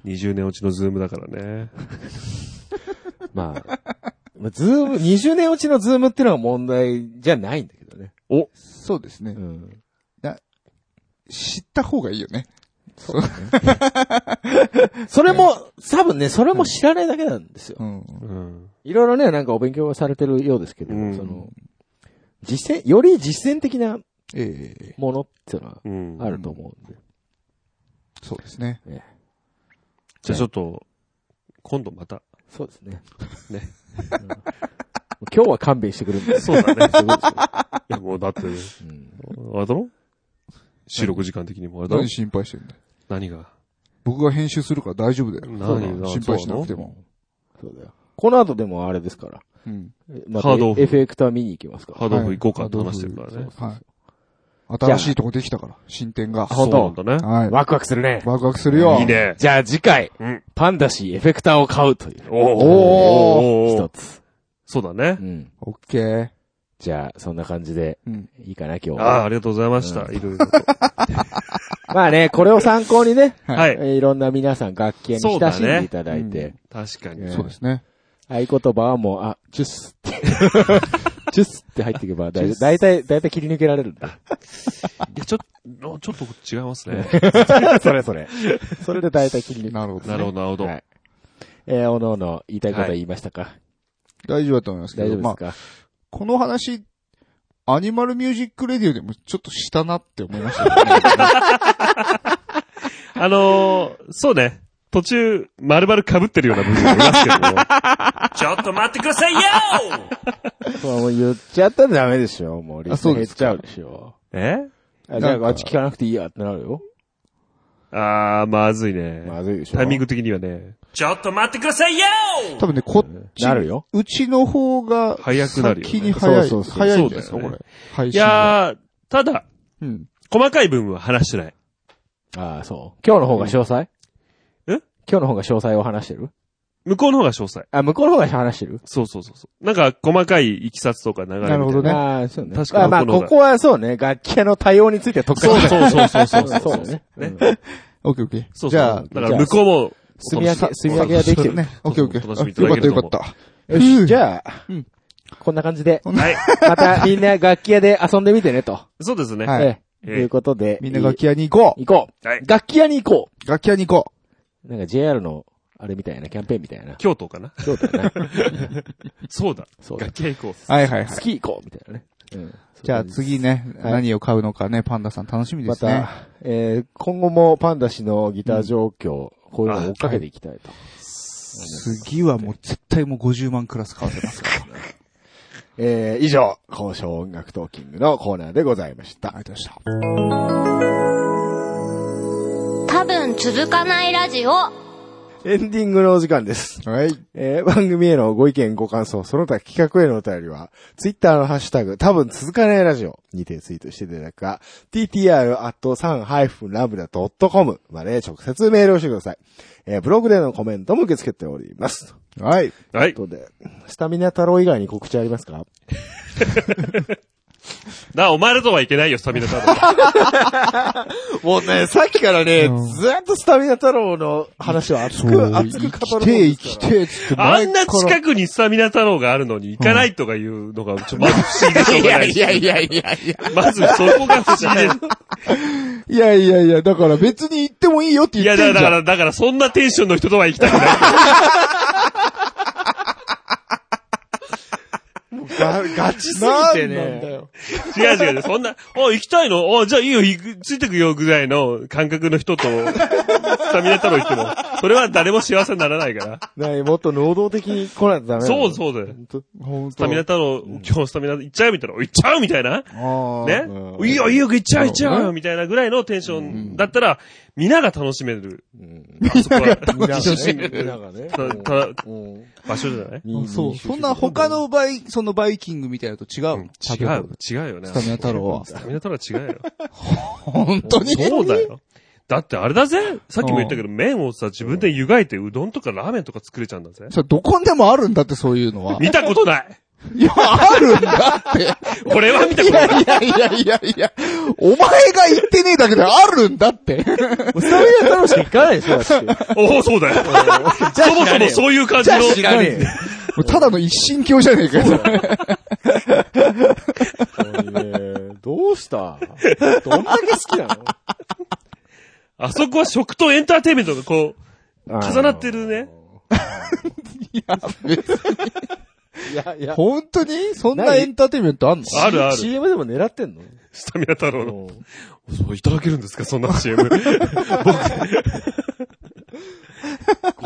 S1: 20年落ちのズームだからね。
S2: まあ、 まあズーム、20年落ちのズームっていうのは問題じゃないんだけどね。
S3: そうですね
S2: う。ん。
S3: 知った方がいいよね。
S2: それも、多分ね、それも知らないだけなんですよ。
S3: う
S1: う
S3: ん。
S1: ん。
S2: いろいろね、なんかお勉強はされてるようですけど、
S1: うん
S2: その、実践、より実践的な
S3: ええ
S2: ものっていうのは
S1: うん。
S2: あると思うんで。
S3: そうですね。
S1: じゃあちょっと、今度また。
S2: そうですね。
S1: ね
S2: うん。今日は勘弁してくれるんです
S1: そうだね。
S2: すごいですよ
S1: いやもうだって、
S2: うん
S1: あれだろ収録時間的にもあれだろ
S3: 何心配してんだよ
S1: 何が
S3: 僕が編集するから大丈夫だよ。
S1: 何が
S3: 心配しなくても。
S2: そうだよ。この後でもあれですから。
S3: うん。
S2: ま
S1: ハードオフ
S2: エフェクター見に行きますから。
S1: ハードオフ行こうかって話してるから
S2: そう
S1: ね
S2: そう。そう
S3: はい。新しいとこできたから、進展が。
S2: ハードオフ
S1: そうなんだね。
S3: はい。
S2: ワクワクするね。
S3: ワクワクするよ。
S1: いい。ね。
S2: じゃあ次回、
S1: うん。
S2: パンダシーエフェクターを買うという。
S1: おー
S2: お
S1: おー
S2: 一つ。
S1: そうだね
S2: う。ん。
S3: オッケー。
S2: じゃあ、そんな感じで、
S3: うん。
S2: いいかな、今日
S1: ああ、
S2: は。
S1: ありがとうございました。いろいろと。
S2: まあね、これを参考にね、
S1: は
S2: え
S1: い。
S2: ーいろんな皆さん楽器に
S1: そう
S2: 親
S1: だ
S2: し
S1: ね
S2: んでいただいて、
S1: 確か
S2: え
S1: に。
S2: ー
S3: そうですね。
S2: 合言葉はもう、あ、チュッス って。チュッスって入っていけば大丈夫、だいたい、だいたい切り抜けられるんだ。
S1: いや、ちょっと、ちょっと違いますね。
S2: それそれ。それでだいたい切り抜け
S3: なるほど。
S1: なるほど、なるほど
S2: は。い。えー、おのおの言いたいことは言いましたか、
S3: 大丈夫だと思いますけ
S2: 大丈
S3: ど、
S2: 夫で
S3: ますあ、
S2: か、
S3: この話、アニマルミュージックレディオでもちょっとしたなって思いましたよね。
S1: あのー、そうね。途中、丸々被ってるような部分もいますけども。ち ょっと待ってくださいよ
S2: そうもう言っちゃったらダメでしょ。もう、リ
S3: あ
S2: スナー
S3: そう
S2: 減っ
S3: です
S2: ちゃうでしょ。
S1: え
S2: あじゃ
S3: なんか
S2: あ、あっち聞かなくていいやってなるよ。
S1: ああ、 まずいね。
S2: まずいでしょ。
S1: タイミン
S2: グ。
S1: グ的にはね。ちょっと待ってくださいよ
S3: 多分ね、こっち、
S2: なるよ。
S3: うちの方が、
S1: 早くなるよね
S3: 先に早い。
S2: そうそうそう
S3: 早いんじゃないですか、
S1: そうだ
S3: こ
S1: よね
S3: れ。配
S1: い
S3: 信が。
S1: やー、ただ、
S3: うん。
S1: 細かい部分は話してない。
S2: ああ、そう。今日の方が詳細、
S1: うんえ
S2: 今日の方が詳細を話してる
S1: 向こうの方が詳細。
S2: あ、向こうの方が話してる
S1: そうそうそうそう。なんか、細かいいきさつとか流れみたい
S3: なるほどね
S2: ああ、そうね。
S1: 確かに
S2: まあ
S1: 向
S2: ま
S1: こうの方
S2: あ、こ
S1: が
S2: こはそうね。楽器屋の対応について特化
S1: そうそうそうそうそう
S2: そうそうだね。
S1: ね
S2: うん
S3: オッケーオッケー。
S1: そうそう。
S3: じゃあ、
S1: だから向こうも、
S2: すみ上げ、すみ上げができてる。
S3: ね。オッケーオッケ
S1: お楽しみい
S3: ー。
S1: た
S3: よ
S1: だ
S3: かっ
S1: け
S3: た
S1: る
S3: よ
S1: と思う
S3: かった。
S2: よし、じゃあ、
S3: うん
S2: こんな感じで、
S1: はい。
S2: またみんな楽器屋で遊んでみてねと。
S1: そうですね。
S3: はい
S2: ええ
S1: ええ
S2: ということで。
S3: みんな楽器屋に行こ
S2: 行こう、
S1: はい
S2: 楽器屋に行こ
S3: う。楽器屋に行
S2: う
S3: こ
S2: なんか JR の、あれみたいな、キャンペーンみたいな。
S1: 京都かな
S2: 京都だ な。
S1: そうだ。
S2: そうだ
S1: 楽。器屋行こ
S3: う。はいはいはい。
S2: スキー行こうみたいなね。うん
S3: じゃあ次ね、
S2: はい
S3: 何を買うのかね、パンダさん楽しみで
S2: ます
S3: ね。
S2: た、えー今後もパンダ氏のギター状況、こういうのを追っかけていきたいと。
S3: 次はもう絶対もう50万クラス買わせますから。
S2: えー以上、交渉音楽トーキングのコーナーでございました。ありがとうございました。
S6: 多分続かないラジオ
S2: エンディングのお時間です。
S3: はい。
S2: えー番組へのご意見、ご感想、その他企画へのお便りは、ツイッターのハッシュタグ、多分続かないラジオにてツイートしていただくか、ttr.san-lambda.com まで直接メールをしてください。えーブログでのコメントも受け付けております。
S3: はい。
S1: う。はい。
S2: ということで、スタミナ太郎以外に告知ありますか
S1: な、お前らとはいけないよ、スタミナ太郎。
S2: もうね、さっきからね
S3: うん
S2: ずーっとスタミナ太郎の話を熱
S3: そう
S2: く、熱く語
S3: 生き
S2: る。
S3: て、生きて、つって
S1: あ
S3: 前
S1: んな
S3: から
S1: 近くにスタミナ太郎があるのに行かないとかいうのが、ちょっとまず不思議でしょうがない。いやいやいやいや。まずそこが不思議です。
S3: いやいやいや、だから別に行ってもいいよって
S1: い
S3: 言
S1: や、
S3: って
S1: だ
S3: んじ
S1: か
S3: ゃん。
S1: ら、だから、そんなテンションの人とは行きたくない。
S2: ガガチすぎて
S3: なんだ
S2: ね。
S3: よ。
S1: 違う違う、そんな、あ、行きたいのあ、じゃあいいよ、行く、ついてくよぐらいの感覚の人と、スタミナ太郎行っても、それは誰も幸せにならないから。
S2: ないもっと能動的に来ないとダメな
S1: そ
S2: の
S1: うそうだよ。
S2: ほんと
S3: ほん
S1: スタミナ太郎、今日スタミナ行っちゃうみたいな、行っちゃうみたいな。
S3: ああ。
S1: ね
S2: う。ん
S1: いいよ、いいよ、行っちゃう、行っち
S3: なる
S1: ゃ
S3: ほ
S1: うみたいなぐらいのテンションだったら、皆が楽しめる。皆が
S2: みんなが
S1: 楽し
S2: ね
S1: め
S2: みん な
S1: る。
S2: がね。
S1: たた
S2: うん
S1: 場所じゃない
S2: うん
S4: そう。そんな他のバイ、そのバイキングみたいなのと違う。
S1: 違う、違うよね。
S3: スタミナ太郎は
S1: スタミナ太郎は違うよ。
S3: 本当に
S1: そうだよ。だってあれだぜさっきも言ったけど、麺をさ、自分で湯がいて、うどんとかラーメンとか作れちゃうんだぜ。
S3: それどこにでもあるんだってそういうのは。
S1: 見たことない
S3: いや、あるんだって。
S1: 俺は見たことない
S3: いやいやいやいや、お前が言ってねえだけであるんだって。
S2: スタミナ太郎しか行かないでしょ、だって。
S1: おお、そうだよ。
S2: じゃあ
S1: そもそ
S2: 知ら
S1: も
S2: ねえよ。
S1: そういう感じの、
S2: 知らねえよ。
S3: もうただの一神教じゃねえかよ。
S2: ねどうしたどんだけ好きなの
S1: あそこは食とエンターテインメントがこう、重なってるね。
S2: いや、いや。
S3: 本当にそんな
S2: ない
S3: エンターテインメントあんの
S1: あるある
S2: CM でも狙ってんの
S1: スタミナ太郎の。
S2: うん
S1: そう、いただけるんですかそんな CM。
S2: こ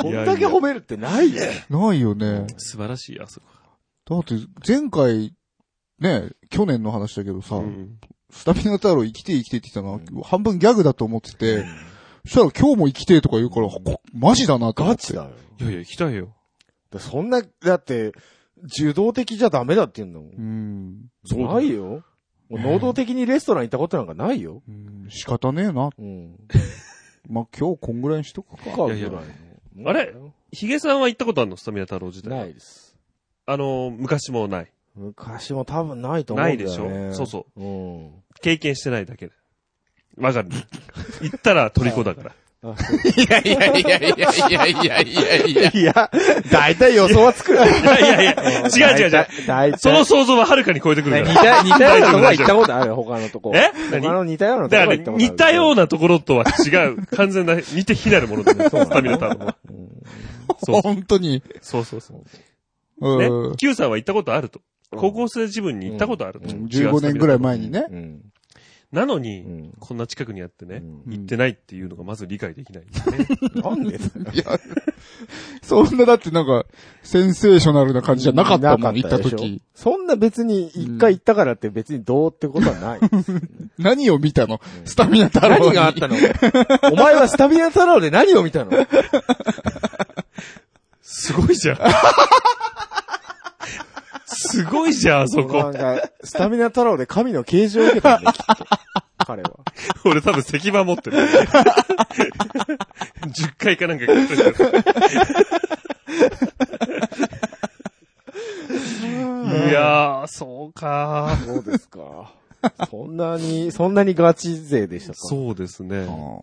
S2: んだけ褒めるってないよ。
S3: ないよね。
S1: 素晴らしい、あそこ。
S3: だって、前回、ね、去年の話だけどさ、
S1: うん
S3: スタミナ太郎生きてえ生きてえって言ってたのは、半分ギャグだと思ってて、そしたら今日も生きてえとか言うから、こマジだなと思って。
S2: だよ。
S1: いやいや、行きたいよ。
S2: だそんな、だって、受動的じゃダメだって言うんだもん
S3: う。ん。
S1: そうだ
S2: ないよ。もう能動的にレストラン行ったことなんかないよ。
S3: うん仕方ねえな。
S2: うん。
S3: まあ、今日こんぐらいにしとくか。
S2: か
S1: いやいや
S2: の
S1: あれヒゲさんは行ったことあるのスタミナ太郎自体。
S2: ないです。
S1: あのー、昔もない。
S2: 昔も多分ないと思う
S1: なんい
S2: だ
S1: でし
S2: よ、ね。
S1: ょそうそう。
S2: う。うん。
S1: 経験してないだけで。わかる。 行ったら虜だから。
S2: あそう
S5: いやいやいやいやいやいやいや。
S2: いや、だいたい予想はつく よ。
S1: い やいやいや、違う違う違う。
S2: う。だいたい。
S1: その想像ははるかに超えてくる
S2: 似
S1: から。
S2: た、似たようなとこは行ったことあるよ、他のとこ。
S1: え
S2: 他の似たようなとこ
S1: だ
S2: は
S1: からね
S2: 行ったことある。
S1: 似たようなところとは違う。完全な、似て非なるものだね。
S2: そうだね
S1: スタミナ太郎は。そう
S3: 本当に。
S1: そうそうそう。ね
S3: うん。、
S1: Q さんは行ったことあると。高校生自分に行ったことあると。
S2: うん
S3: 15年ぐらい前にね。
S2: うん。
S1: なの
S2: う
S1: に、
S2: ん。
S1: こんな近くにあってね、
S2: うん
S1: 行ってないっていうのがまず理解できないんだね。
S2: なんでだよ
S3: いや、そんなだってなんか、センセーショナルな感じじゃなかったもん、行
S2: な
S3: っ
S2: かで
S3: た
S2: しょ
S3: 時。。
S2: そんな別に、一回行ったからって別にどうってことはない。
S3: 何を見たのスタミナ太郎に
S2: 何があったの お前はスタミナ太郎で何を見たの
S1: すごいじゃん。すごいじゃん、あそ
S2: なん
S1: こ。
S2: か、スタミナ太郎で神の啓示を受けたんだよ、きっと。彼は。
S1: 俺多分石板持ってる。10回かなんか買っといたいやー、そうか
S2: そうですか。そんなに、そんなにガチ勢でしたか
S1: そうですね。
S3: あー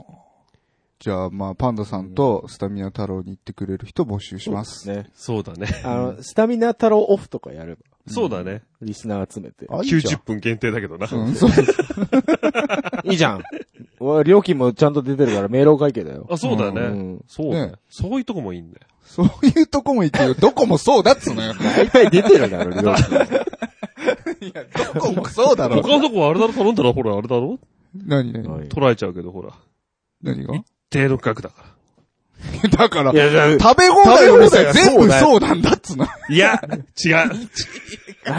S3: じゃあ、まあ、パンダさんとスタミナ太郎に行ってくれる人募集します。
S2: ね。
S1: そうだね。
S2: あの、スタミナ太郎オフとかやれば、
S1: そうだね。
S2: リスナー集めて。
S3: あいいじゃ
S1: 90
S3: ん
S1: 分限定だけどな。
S3: うん、そうです。
S2: いいじゃん。お料金もちゃんと出てるから、明朗会計だよ。
S1: あ、そうだね。
S2: うん
S1: そうね
S3: ね
S1: そういうとこもいいんだよ。
S3: そういうとこも行ってよ。どこもそうだっつうのよ。
S2: 大体出てるだろ、料金。
S3: どこもそうだろ。
S1: 他のとこあれだろ頼んだらほら、あれだろ
S3: 何何
S2: はい
S1: 取られちゃうけど、ほら。
S3: 何が
S1: 低の額だから。
S3: だから
S2: い、や、じゃ
S3: 食べ放題の店は
S2: 食べ
S3: 全
S2: 放題
S3: 部
S2: が
S3: そうなんだっつうの。
S1: いや、違う。
S2: あ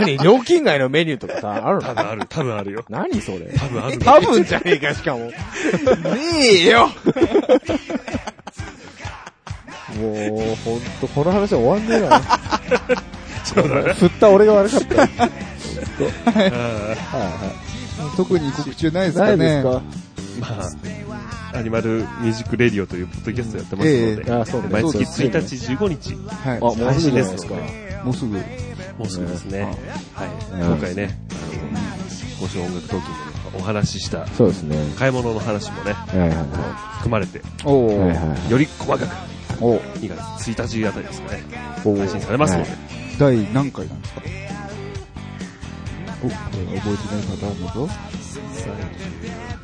S2: 何料金外のメニューとかさ、ある
S1: 多
S2: の
S1: 分ある、多分あるよ。
S2: 何それ
S1: 多分あるんだよ
S2: 多分じゃねえか、しかも。ねえよもう、ほんと、この話は終わんねえな。
S1: そうだね。
S2: 振った俺が悪かった。
S3: 特に告知はないです
S2: な
S3: か
S2: いです
S3: ね。
S2: か
S1: まあ、アニマルミュージックレディオというポッドキャストやってますので、
S2: ええあそうね
S1: 毎
S2: そう
S1: 月
S2: ですね
S1: 1日15日、
S3: はい。
S2: あ、もうすぐじゃないですか。
S3: もうすぐ。
S1: もうすぐですね。はい。今回ね、あの
S2: 今週音楽トーキングで。
S1: お話しした
S2: そうですね。
S1: 買い物の話もね、
S2: はいはい
S1: 含まれて、
S3: お
S2: はい。はい
S3: ー
S2: はい。
S1: より細かく、
S3: おー
S1: 2月1日あたりですかね、
S3: お
S1: 配信
S3: ー
S1: されますので、
S3: 第何回なんですかお、これ覚えてないパターンだぞ。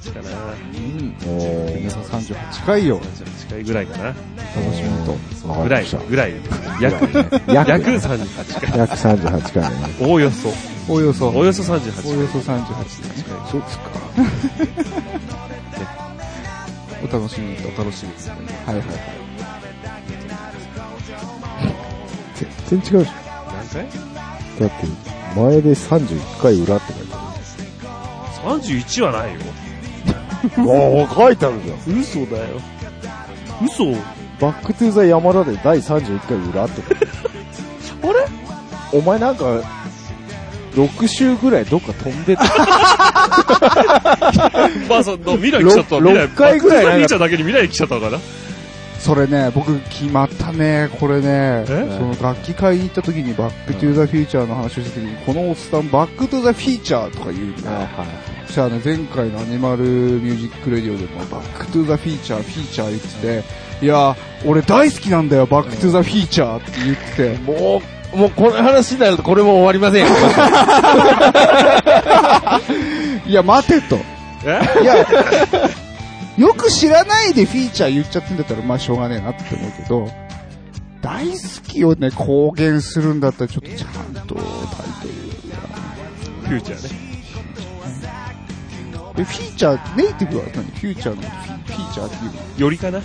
S1: 31かな、
S3: うん。
S2: おー。
S3: 皆さん38回よ。
S1: 38回ぐらいかな、
S3: 楽しみと。
S2: わ
S1: ぐ
S2: かり
S1: ら
S2: ま
S1: い
S2: した、
S1: ぐらい、約、
S2: 約
S1: 約38回、
S2: 約38回ね。
S1: おおよそ、
S3: おおよそ。
S1: おおよそ38
S3: お
S1: 回
S3: お。よそ38ですね。
S2: そうですか。
S3: お楽しみと。
S1: お楽しみですね。
S3: はいはいはい。
S2: 全然違うじゃん。
S1: 何回
S2: だって、前で31回裏って書いてあ
S1: ?31 はないよ。
S2: る。ああ、書いてあるじゃん。
S1: 嘘だよ。嘘
S2: バックトゥーザ山田で第31回裏って書いてある。あれお前なんか、6週ぐらいどっか飛んでた。
S1: まあその、未来来ちゃった。未来、
S2: ろ六回ぐらい
S1: バックトゥーザフューチャーだけに未来来ちゃったから。
S3: それね、僕決まったね、これね。そ
S1: え
S3: の楽器会に行った時にバックトゥーザフューチャーの話をした時に、このおっさんバックトゥーザフィーチャーとか言うんだよ。
S2: はい。
S3: そしたらね、前回のアニマルミュージックレディオでもバックトゥーザフィーチャー、フィーチャー言ってて、いや、俺大好きなんだよ、バックトゥーザフィーチャーって言ってて。
S2: もう、もうこの話になるとこれも終わりませんよ。
S3: いや、待てと。
S1: え
S3: いや、よく知らないでフィーチャー言っちゃってんだったら、まあしょうがねえなって思うけど、大好きをね、公言するんだったら、ちょっとちゃんとタイ
S1: フューチャーね。
S3: トル。で、フィーチャー、ネイティブは何フューチャーのフィフィーチャーっていうの
S1: よりかな。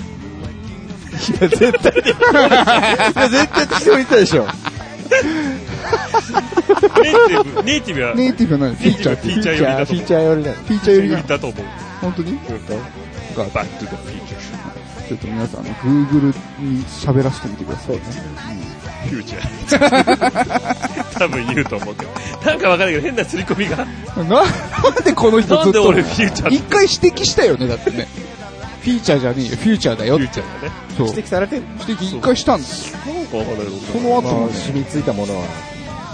S2: 絶対に。 絶対適当に言ったでしょ。
S1: ネイティブ、ネイティブは、
S3: ネイティブは何フィーチャーっ
S1: フ
S3: て
S1: ィ
S3: いう
S1: ーチャー
S2: フ
S1: よりだと思
S2: ィーチャー寄りなの。
S3: フィーチャーより
S1: う。
S3: な
S1: だと思う。
S3: 本当に
S1: バックがフィーチャー。
S3: ちょっと皆さん、あの Google に喋らせてみてくださいね。
S1: フューチャー。多分言うと思うけど。なんかわかんないけど、変な刷り込みが。
S3: ななんでこの人
S1: な
S3: ず
S1: ん
S3: っ
S1: で
S3: と
S1: 俺。フューチャーって
S3: 一回指摘したよね、だってね。フィーチャーじゃねえよ、フューチャーだよ
S1: フュ。ーチャーだね。
S3: そう。
S2: 指摘されてる
S3: 指摘一回したんですよ。
S1: なんかわかんないけど。
S3: その後もね、
S2: 染みついたものは。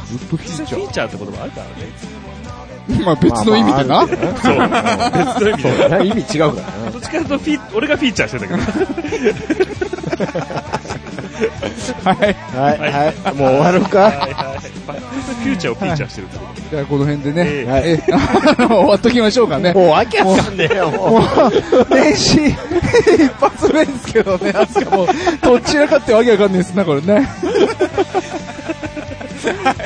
S3: ずっとフィ
S1: 実
S3: ーチ
S1: 際
S3: ャ
S1: フィーチャーって言葉あるからね。
S3: ー。まあ別の意味で
S2: まあ
S3: な。
S2: まあ
S1: そう。別の意味で。
S2: あるよね意味違うからな。
S1: どっちかというとフィ、俺がフィーチャーしてたけど。
S3: はい。
S2: はい、はい。もう終わる
S1: は
S2: か。
S1: いはい。バックスフューチャーをフィーチャーしてるってこと。
S3: じゃあこの辺でね、
S1: ええ
S2: はい
S3: ええ あの終わっときましょうかね。
S2: もうわけわかんねえよ、もう。
S3: 年始、一発目ですけどね、あすかもう、どちらかってわけわかんないですな、これね。はい。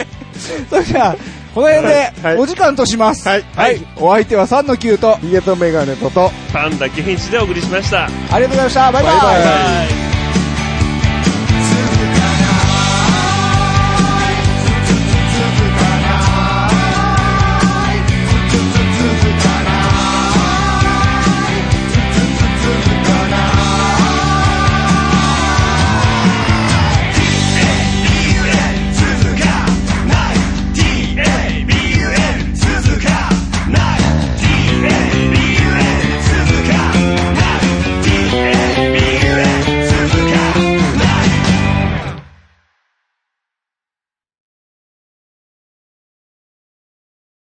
S3: それじゃあ、この辺で
S2: はい、
S3: お時間とします。はい。はい。お相手は3の9と、
S2: ヒゲとメガネとと。
S1: パンダけ変死でお送りしました。
S3: ありがとうございました。バイバイ。
S1: バイ。